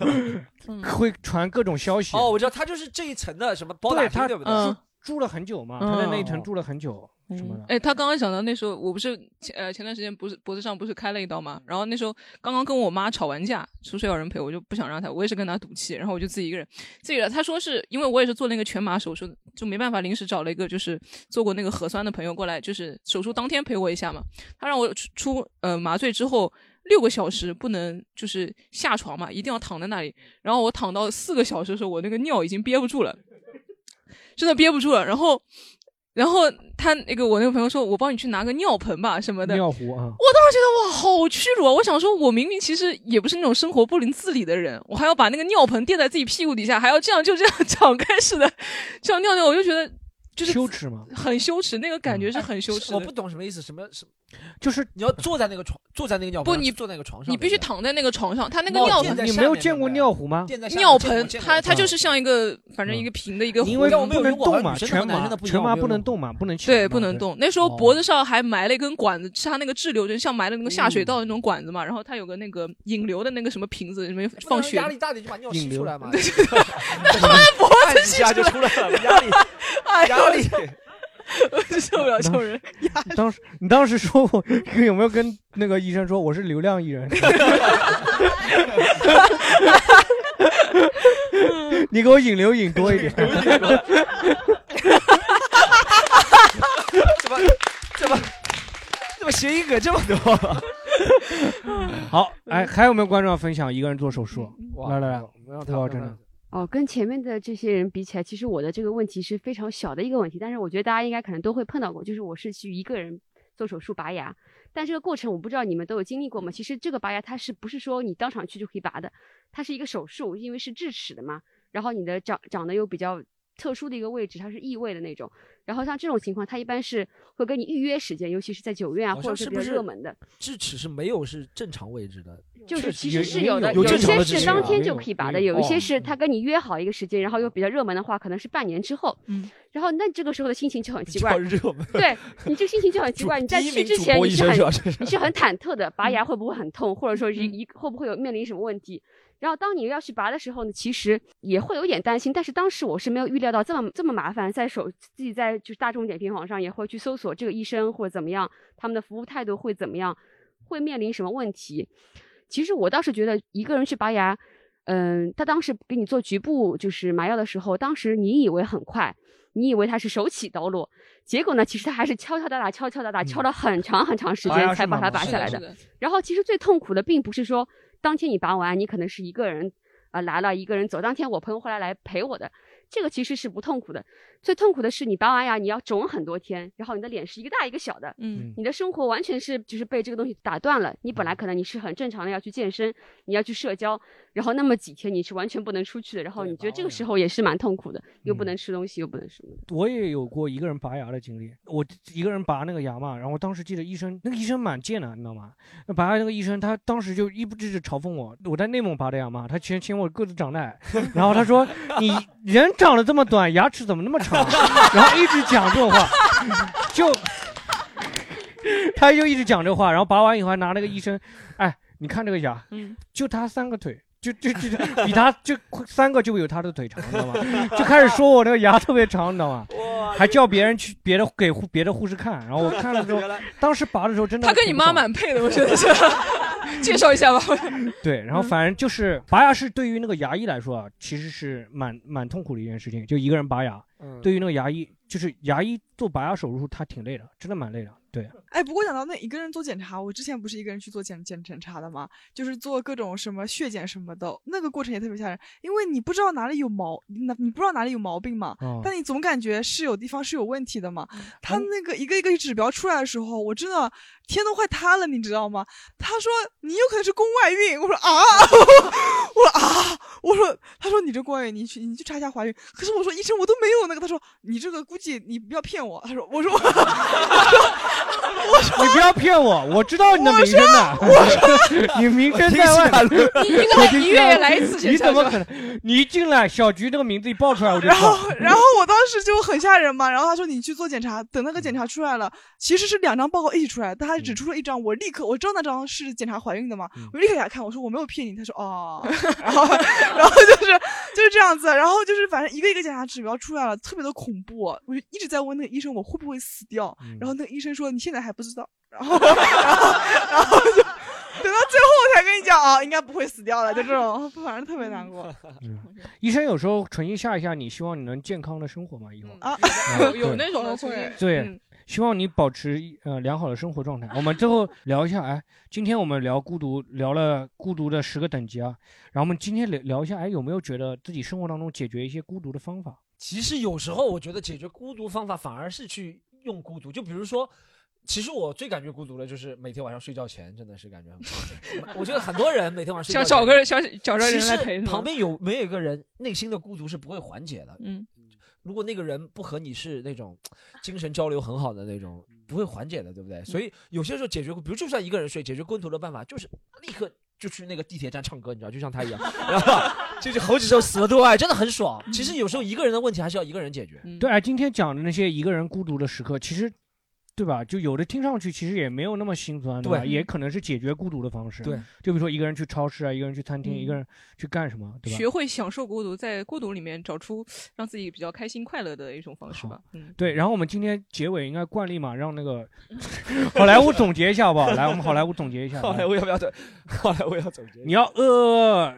[SPEAKER 4] 嗯
[SPEAKER 3] 会传各种消息。
[SPEAKER 6] 哦，我知道，他就是这一层的什么包打
[SPEAKER 3] 对
[SPEAKER 6] 听，
[SPEAKER 3] 他嗯
[SPEAKER 6] 对不
[SPEAKER 3] 住
[SPEAKER 6] 对？
[SPEAKER 3] 住了很久嘛，
[SPEAKER 4] 嗯
[SPEAKER 3] 他在那一层住了很久，什么的。
[SPEAKER 4] 哎，他刚刚想到那时候，我不是前呃前段时间不是脖子上不是开了一刀嘛，然后那时候刚刚跟我妈吵完架，说是要人陪，我就不想让她，我也是跟她赌气，然后我就自己一个人，自己了。她说是因为我也是做那个全麻手术，就没办法临时找了一个就是做过那个核酸的朋友过来，就是手术当天陪我一下嘛。她让我出出呃麻醉之后。六个小时不能就是下床嘛，一定要躺在那里。然后我躺到四个小时的时候，我那个尿已经憋不住了，真的憋不住了。然后，然后他那个我那个朋友说，我帮你去拿个尿盆吧什么的。
[SPEAKER 3] 尿壶啊，
[SPEAKER 4] 我当时觉得哇，好屈辱啊！我想说，我明明其实也不是那种生活不能自理的人，我还要把那个尿盆垫在自己屁股底下，还要这样就这样 敞开似的这样尿尿，我就觉得就是
[SPEAKER 3] 羞耻吗？嗯
[SPEAKER 4] 很羞耻，那个感觉是很羞耻的。
[SPEAKER 6] 哎我不懂什么意思，什么什么，
[SPEAKER 3] 就是
[SPEAKER 6] 你要坐在那个床，坐在那个尿
[SPEAKER 4] 不
[SPEAKER 6] 盆上
[SPEAKER 4] 你
[SPEAKER 6] 坐在那个床上，
[SPEAKER 4] 你必须躺在那个床上，他那个
[SPEAKER 6] 哦
[SPEAKER 4] 尿
[SPEAKER 6] 垫
[SPEAKER 4] 盆
[SPEAKER 6] 在
[SPEAKER 3] 你没有见过尿壶吗？
[SPEAKER 6] 垫在下面
[SPEAKER 4] 尿
[SPEAKER 6] 见过
[SPEAKER 4] 盆，
[SPEAKER 6] 见过
[SPEAKER 4] 它它
[SPEAKER 6] 嗯
[SPEAKER 4] 就是像一个反正一个平的一个
[SPEAKER 3] 因
[SPEAKER 4] 壶
[SPEAKER 3] 为
[SPEAKER 4] 状
[SPEAKER 3] 不能动嘛，全麻全麻不能动嘛，不能起来
[SPEAKER 4] 对，
[SPEAKER 3] 嘛
[SPEAKER 4] 不能动。那时
[SPEAKER 6] 哦
[SPEAKER 4] 候脖子上还埋了一根管子，是他那个滞留针，像埋了那个
[SPEAKER 6] 嗯
[SPEAKER 4] 下水道的那种管子嘛。然后他有个那个引流的那个什么瓶子，里面放血。
[SPEAKER 6] 压力大点就把尿吸出来嘛，
[SPEAKER 4] 脖
[SPEAKER 6] 按一下就出来了， 压力 压力，
[SPEAKER 4] 我就受不了这种人。
[SPEAKER 3] 你当时你当时说我 有没有跟那个医生说我是流量艺人？你给我引流引多一 点。
[SPEAKER 6] 怎么怎么怎么谐音梗这么多？
[SPEAKER 3] 好，哎，
[SPEAKER 17] 嗯
[SPEAKER 3] 还有没有观众要分享一个人做手术？
[SPEAKER 6] 嗯
[SPEAKER 3] 来来来，我真的
[SPEAKER 17] 哦，跟前面的这些人比起来，其实我的这个问题是非常小的一个问题，但是我觉得大家应该可能都会碰到过，就是我是去一个人做手术拔牙，但这个过程我不知道你们都有经历过吗？其实这个拔牙它是不是说你当场去就可以拔的？它是一个手术，因为是智齿的嘛，然后你的长长得又比较特殊的一个位置，它是异位的那种，然后像这种情况，它一般是会跟你预约时间，尤其是在九月啊，
[SPEAKER 6] 好
[SPEAKER 17] 或
[SPEAKER 6] 像
[SPEAKER 17] 者
[SPEAKER 6] 是
[SPEAKER 17] 比
[SPEAKER 6] 不
[SPEAKER 17] 较
[SPEAKER 6] 是
[SPEAKER 17] 热门的。
[SPEAKER 6] 智齿是没有是正常位置的，
[SPEAKER 17] 就是
[SPEAKER 6] 确
[SPEAKER 17] 其
[SPEAKER 6] 实
[SPEAKER 17] 实是有的，
[SPEAKER 6] 有
[SPEAKER 17] 一
[SPEAKER 6] 正常
[SPEAKER 17] 些
[SPEAKER 6] 的智齿
[SPEAKER 17] 是当
[SPEAKER 6] 啊
[SPEAKER 17] 天就可以拔
[SPEAKER 3] 嗯
[SPEAKER 17] 的，
[SPEAKER 6] 也有
[SPEAKER 17] 有一些
[SPEAKER 6] 哦
[SPEAKER 17] 是他跟你约好一个时间，然后又比较热门的话，可能是半年之后。
[SPEAKER 4] 嗯，
[SPEAKER 17] 然后那这个时候的心情就很奇怪
[SPEAKER 6] 叫，热门。
[SPEAKER 17] 对你这心情就很奇怪。你在
[SPEAKER 6] 第一
[SPEAKER 17] 去
[SPEAKER 6] 名
[SPEAKER 17] 之
[SPEAKER 6] 主
[SPEAKER 17] 前
[SPEAKER 6] 播
[SPEAKER 17] 你
[SPEAKER 6] 医
[SPEAKER 17] 是
[SPEAKER 6] 生
[SPEAKER 17] 很
[SPEAKER 6] 是吧嗯这是
[SPEAKER 17] 你是很忐忑的，拔牙会不会很痛，或者说是一会不会有面临什么问题？然后当你要去拔的时候呢，其实也会有点担心，但是当时我是没有预料到这么这么麻烦，在手自己在就是大众点评网上也会去搜索这个医生或者怎么样，他们的服务态度会怎么样，会面临什么问题。其实我倒是觉得一个人去拔牙，嗯，他当时给你做局部就是麻药的时候，当时你以为很快，你以为他是手起刀落，结果呢，其实他还是敲敲打打、敲敲打打，
[SPEAKER 6] 嗯
[SPEAKER 17] 敲了很长很长时
[SPEAKER 18] 拔牙
[SPEAKER 17] 间
[SPEAKER 18] 是
[SPEAKER 17] 才把
[SPEAKER 18] 慢
[SPEAKER 17] 它
[SPEAKER 18] 慢
[SPEAKER 17] 拔
[SPEAKER 18] 来
[SPEAKER 17] 下
[SPEAKER 18] 的
[SPEAKER 17] 来
[SPEAKER 18] 是
[SPEAKER 17] 的
[SPEAKER 18] 的。
[SPEAKER 17] 然后其实最痛苦的并不是说呃当天你拔完，你可能是一个人啊、来了一个人走，当天我朋友后来来陪我的，这个其实是不痛苦的。最痛苦的是你拔完牙，你要肿很多天，然后你的脸是一个大一个小的，
[SPEAKER 4] 嗯
[SPEAKER 17] 你的生活完全是就是被这个东西打断了。你
[SPEAKER 18] 嗯
[SPEAKER 17] 本来可能你是很正常的要去健身，你要去社交，然后那么几天你是完全不能出去的，然后你觉得这个时候也是蛮痛苦的，又
[SPEAKER 18] 嗯
[SPEAKER 17] 不能吃东西，又不能什么的。
[SPEAKER 3] 我也有过一个人拔牙的经历，我一个人拔那个牙嘛，然后当时记得医生，那个医生蛮贱的，你知道吗？那拔牙那个医生，他当时就一不就是嘲讽我，我在内蒙拔的牙嘛，他嫌嫌我个子长得矮，然后他说你人长得这么短，牙齿怎么那么 长？然后一直讲这种话， 就他就一直讲这话，然后拔完以后还拿那个医生，哎，你看这个牙，
[SPEAKER 4] 嗯，
[SPEAKER 3] 就他三个腿。就就就 就比他就三个就有他的腿长，你知道吗？就开始说我那个牙特别长，你知道吗？还叫别人去别的给护别的护士看，然后 我看了之后
[SPEAKER 4] 原来，
[SPEAKER 3] 当时拔的时候真的
[SPEAKER 4] 他跟你妈蛮配的，我觉得是。 介绍一下吧。
[SPEAKER 3] 对，然后
[SPEAKER 4] 嗯
[SPEAKER 3] 反正就是拔牙是对于那个牙医来说啊，其实是蛮蛮痛苦的一件事情，就一个人拔牙，
[SPEAKER 5] 嗯
[SPEAKER 3] 对于那个牙医就是牙医做拔牙手术，他挺累的，真的蛮累的，对。
[SPEAKER 5] 哎，不过讲到那一个人做检查，我之前不是一个人去做检检检查的嘛，就是做各种什么血检什么的，那个过程也特别吓人，因为你不知道哪里有毛，你哪你不知道哪里有毛病嘛，
[SPEAKER 3] 哦
[SPEAKER 5] 但你总感觉是有地方是有问题的嘛。他那个一个一个指标出来的时候，我真的天都快塌了，你知道吗？他说你有可能是宫外孕，我说啊， 我说啊，我说，他说你这官员，你去你去查一下怀孕。可是我说医生，我都没有那个。他说你这个估计你不要骗我。他说我说我说
[SPEAKER 3] 你不要骗我，我知道你的名声的，你名声在外
[SPEAKER 5] 我听起来了你你
[SPEAKER 3] 我听
[SPEAKER 5] 你
[SPEAKER 3] 起来
[SPEAKER 5] 越
[SPEAKER 3] 了
[SPEAKER 5] 来一次
[SPEAKER 3] 你
[SPEAKER 5] 学校
[SPEAKER 3] 怎么
[SPEAKER 5] 是吧
[SPEAKER 3] 可能？你一进来，小菊这个名字一报出来，我就知
[SPEAKER 5] 然
[SPEAKER 3] 道
[SPEAKER 5] 后， 然后我当时就很吓人嘛。然后他说你去做检查，等那个检查出来了，其实是两张报告一起出来，但他只出了一张，我立刻我知道那张是检查怀孕的嘛，我立刻给他看，我说我没有骗你。他说哦，然后， 然后就是就是这样子，啊然后就是反正一个一个检查指标出来了，特别的恐怖。啊我就一直在问那个医生我会不会死掉，然后那个医生说你现在还不知道，然后， 然后，然后就等到最后我才跟你讲啊，应该不会死掉了，就这种，反正特别难过。
[SPEAKER 3] 医生有时候纯心吓一吓你，希望你能健康的生活嘛，以后
[SPEAKER 5] 啊
[SPEAKER 3] 嗯
[SPEAKER 4] 有有那种
[SPEAKER 5] 会
[SPEAKER 4] 的促进
[SPEAKER 3] 对，希望你保持呃良好的生活状态。我们最后聊一下，哎，今天我们聊孤独，聊了孤独的十个等级啊，然后我们今天聊聊一下，哎，有没有觉得自己生活当中解决一些孤独的方法？
[SPEAKER 6] 其实有时候我觉得解决孤独方法反而是去用孤独，就比如说。其实我最感觉孤独的就是每天晚上睡觉前，真的是感觉很孤独。我觉得很多人每天晚上睡觉前
[SPEAKER 4] 想找个人想找个人来
[SPEAKER 6] 其实
[SPEAKER 4] 陪是吗
[SPEAKER 6] 旁边有没有一个人，内心的孤独是不会缓解的。
[SPEAKER 4] 嗯，
[SPEAKER 6] 如果那个人不和你是那 种精神交流很好的那种，不会缓解的，对不对？所以有些时候解决，比如就算一个人睡，解决孤独的办法就是立刻就去那个地铁站唱歌，你知道，就像他一 样，然后就就猴子手死了对外，真的很爽。其实有时候一个人的问题还是要一个人解决。
[SPEAKER 3] 对，哎，今天讲的那些一个人孤独的时刻，其实。对吧？就有的听上去其实也没有那么心酸，吧？
[SPEAKER 6] 对嗯
[SPEAKER 3] 也可能是解决孤独的方式。
[SPEAKER 6] 对，
[SPEAKER 3] 就比如说一个人去超市啊，一个人去餐厅，
[SPEAKER 4] 嗯
[SPEAKER 3] 一个人去干什么，对吧？
[SPEAKER 4] 学会享受孤独，在孤独里面找出让自己比较开心快乐的一种方式吧。嗯，
[SPEAKER 3] 对，然后我们今天结尾应该惯例嘛，让 那个好莱坞总结一下好不好？来，我们好莱坞总结一 下。
[SPEAKER 6] 好莱坞要不要总？好莱坞要总结？
[SPEAKER 3] 你要呃，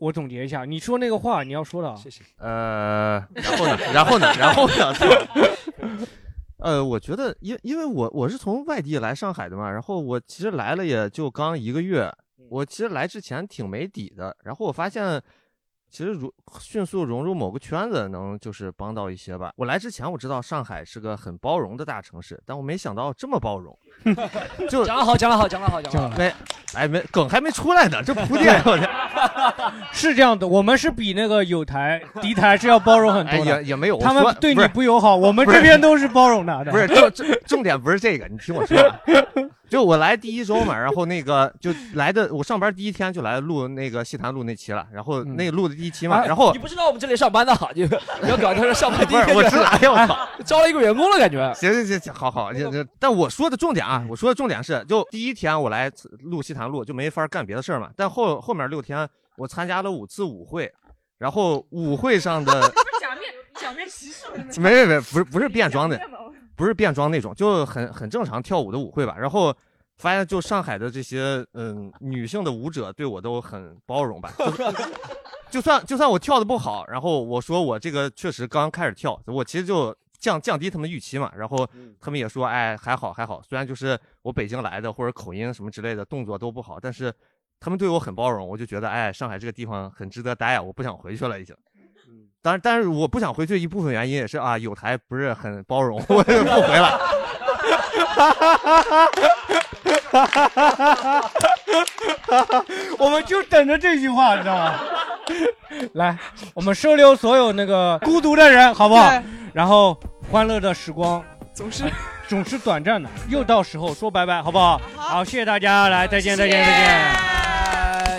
[SPEAKER 3] 我总结一下，你说那个话你要说的啊。
[SPEAKER 6] 谢谢。
[SPEAKER 9] 呃， 然后呢？然后呢？然后呢？呃，我觉得因因为我我是从外地来上海的嘛，然后我其实来了也就刚一个月，我其实来之前挺没底的，然后我发现其实如迅速融入某个圈子能就是帮到一些吧。我来之前我知道上海是个很包容的大城市，但我没想到这么包容，就
[SPEAKER 6] 讲得好，讲得好，讲得好，讲得
[SPEAKER 2] 啊
[SPEAKER 6] 好。
[SPEAKER 9] 没哎没梗还没出来呢，这铺垫我的。
[SPEAKER 3] 是这样的，我们是比那个友台、敌台是要包容很
[SPEAKER 9] 哎
[SPEAKER 3] 多的，
[SPEAKER 9] 也也没有我
[SPEAKER 3] 他
[SPEAKER 9] 说
[SPEAKER 3] 们对
[SPEAKER 9] 不
[SPEAKER 3] 你
[SPEAKER 9] 是
[SPEAKER 3] 不友好，我们
[SPEAKER 9] 不是
[SPEAKER 3] 这边都是包容的。
[SPEAKER 9] 不是重重重点不是这个，你听我说 啊，就我来第一周嘛，然后那个就来的，我上班第一天就来录那个戏谈录那期了，然后那录的第一期嘛，
[SPEAKER 6] 哎
[SPEAKER 9] 然后
[SPEAKER 6] 你不知道我们这 里上班的好，你你要搞他说上 班第一天
[SPEAKER 9] 不是我
[SPEAKER 6] 就
[SPEAKER 9] 知道，哎呦我操，
[SPEAKER 6] 招了一个员工了感觉。
[SPEAKER 9] 行行行行，好好，这这，但我说的重点啊，我说的重点是，就第一天我来录戏谈录就没法干别的事儿嘛，但后后面六天我参加了五次舞会，然后舞会上的。
[SPEAKER 4] 是假面假面骑士
[SPEAKER 9] 没 没没，不是不是变装的，不是变装那种，就很很正常跳舞的舞会吧。然后发现就上海的这些嗯、女性的舞者对我都很包容吧，就 就算就算我跳的不好，然后我说我这个确实刚开始跳，我其实就降降低他们预期嘛，然后他们也说哎还好还好，虽然就是我北京来的或者口音什么之类的动作都不好，但是他们对我很包容，我就觉得哎上海这个地方很值得待啊，我不想回去了已经。当然，但是我不想回去，一部分原因也是啊，有台不是很包容，我就不回了。
[SPEAKER 3] 我们就等着这句话，你知道吗？ 来，我们收留所有那个孤独的人，好不好
[SPEAKER 5] 对？
[SPEAKER 3] 然后欢乐的时光总是总是短暂的，又到时候说拜拜，好不好？好，谢谢大家，来，再见，再见，再见。
[SPEAKER 6] 哎，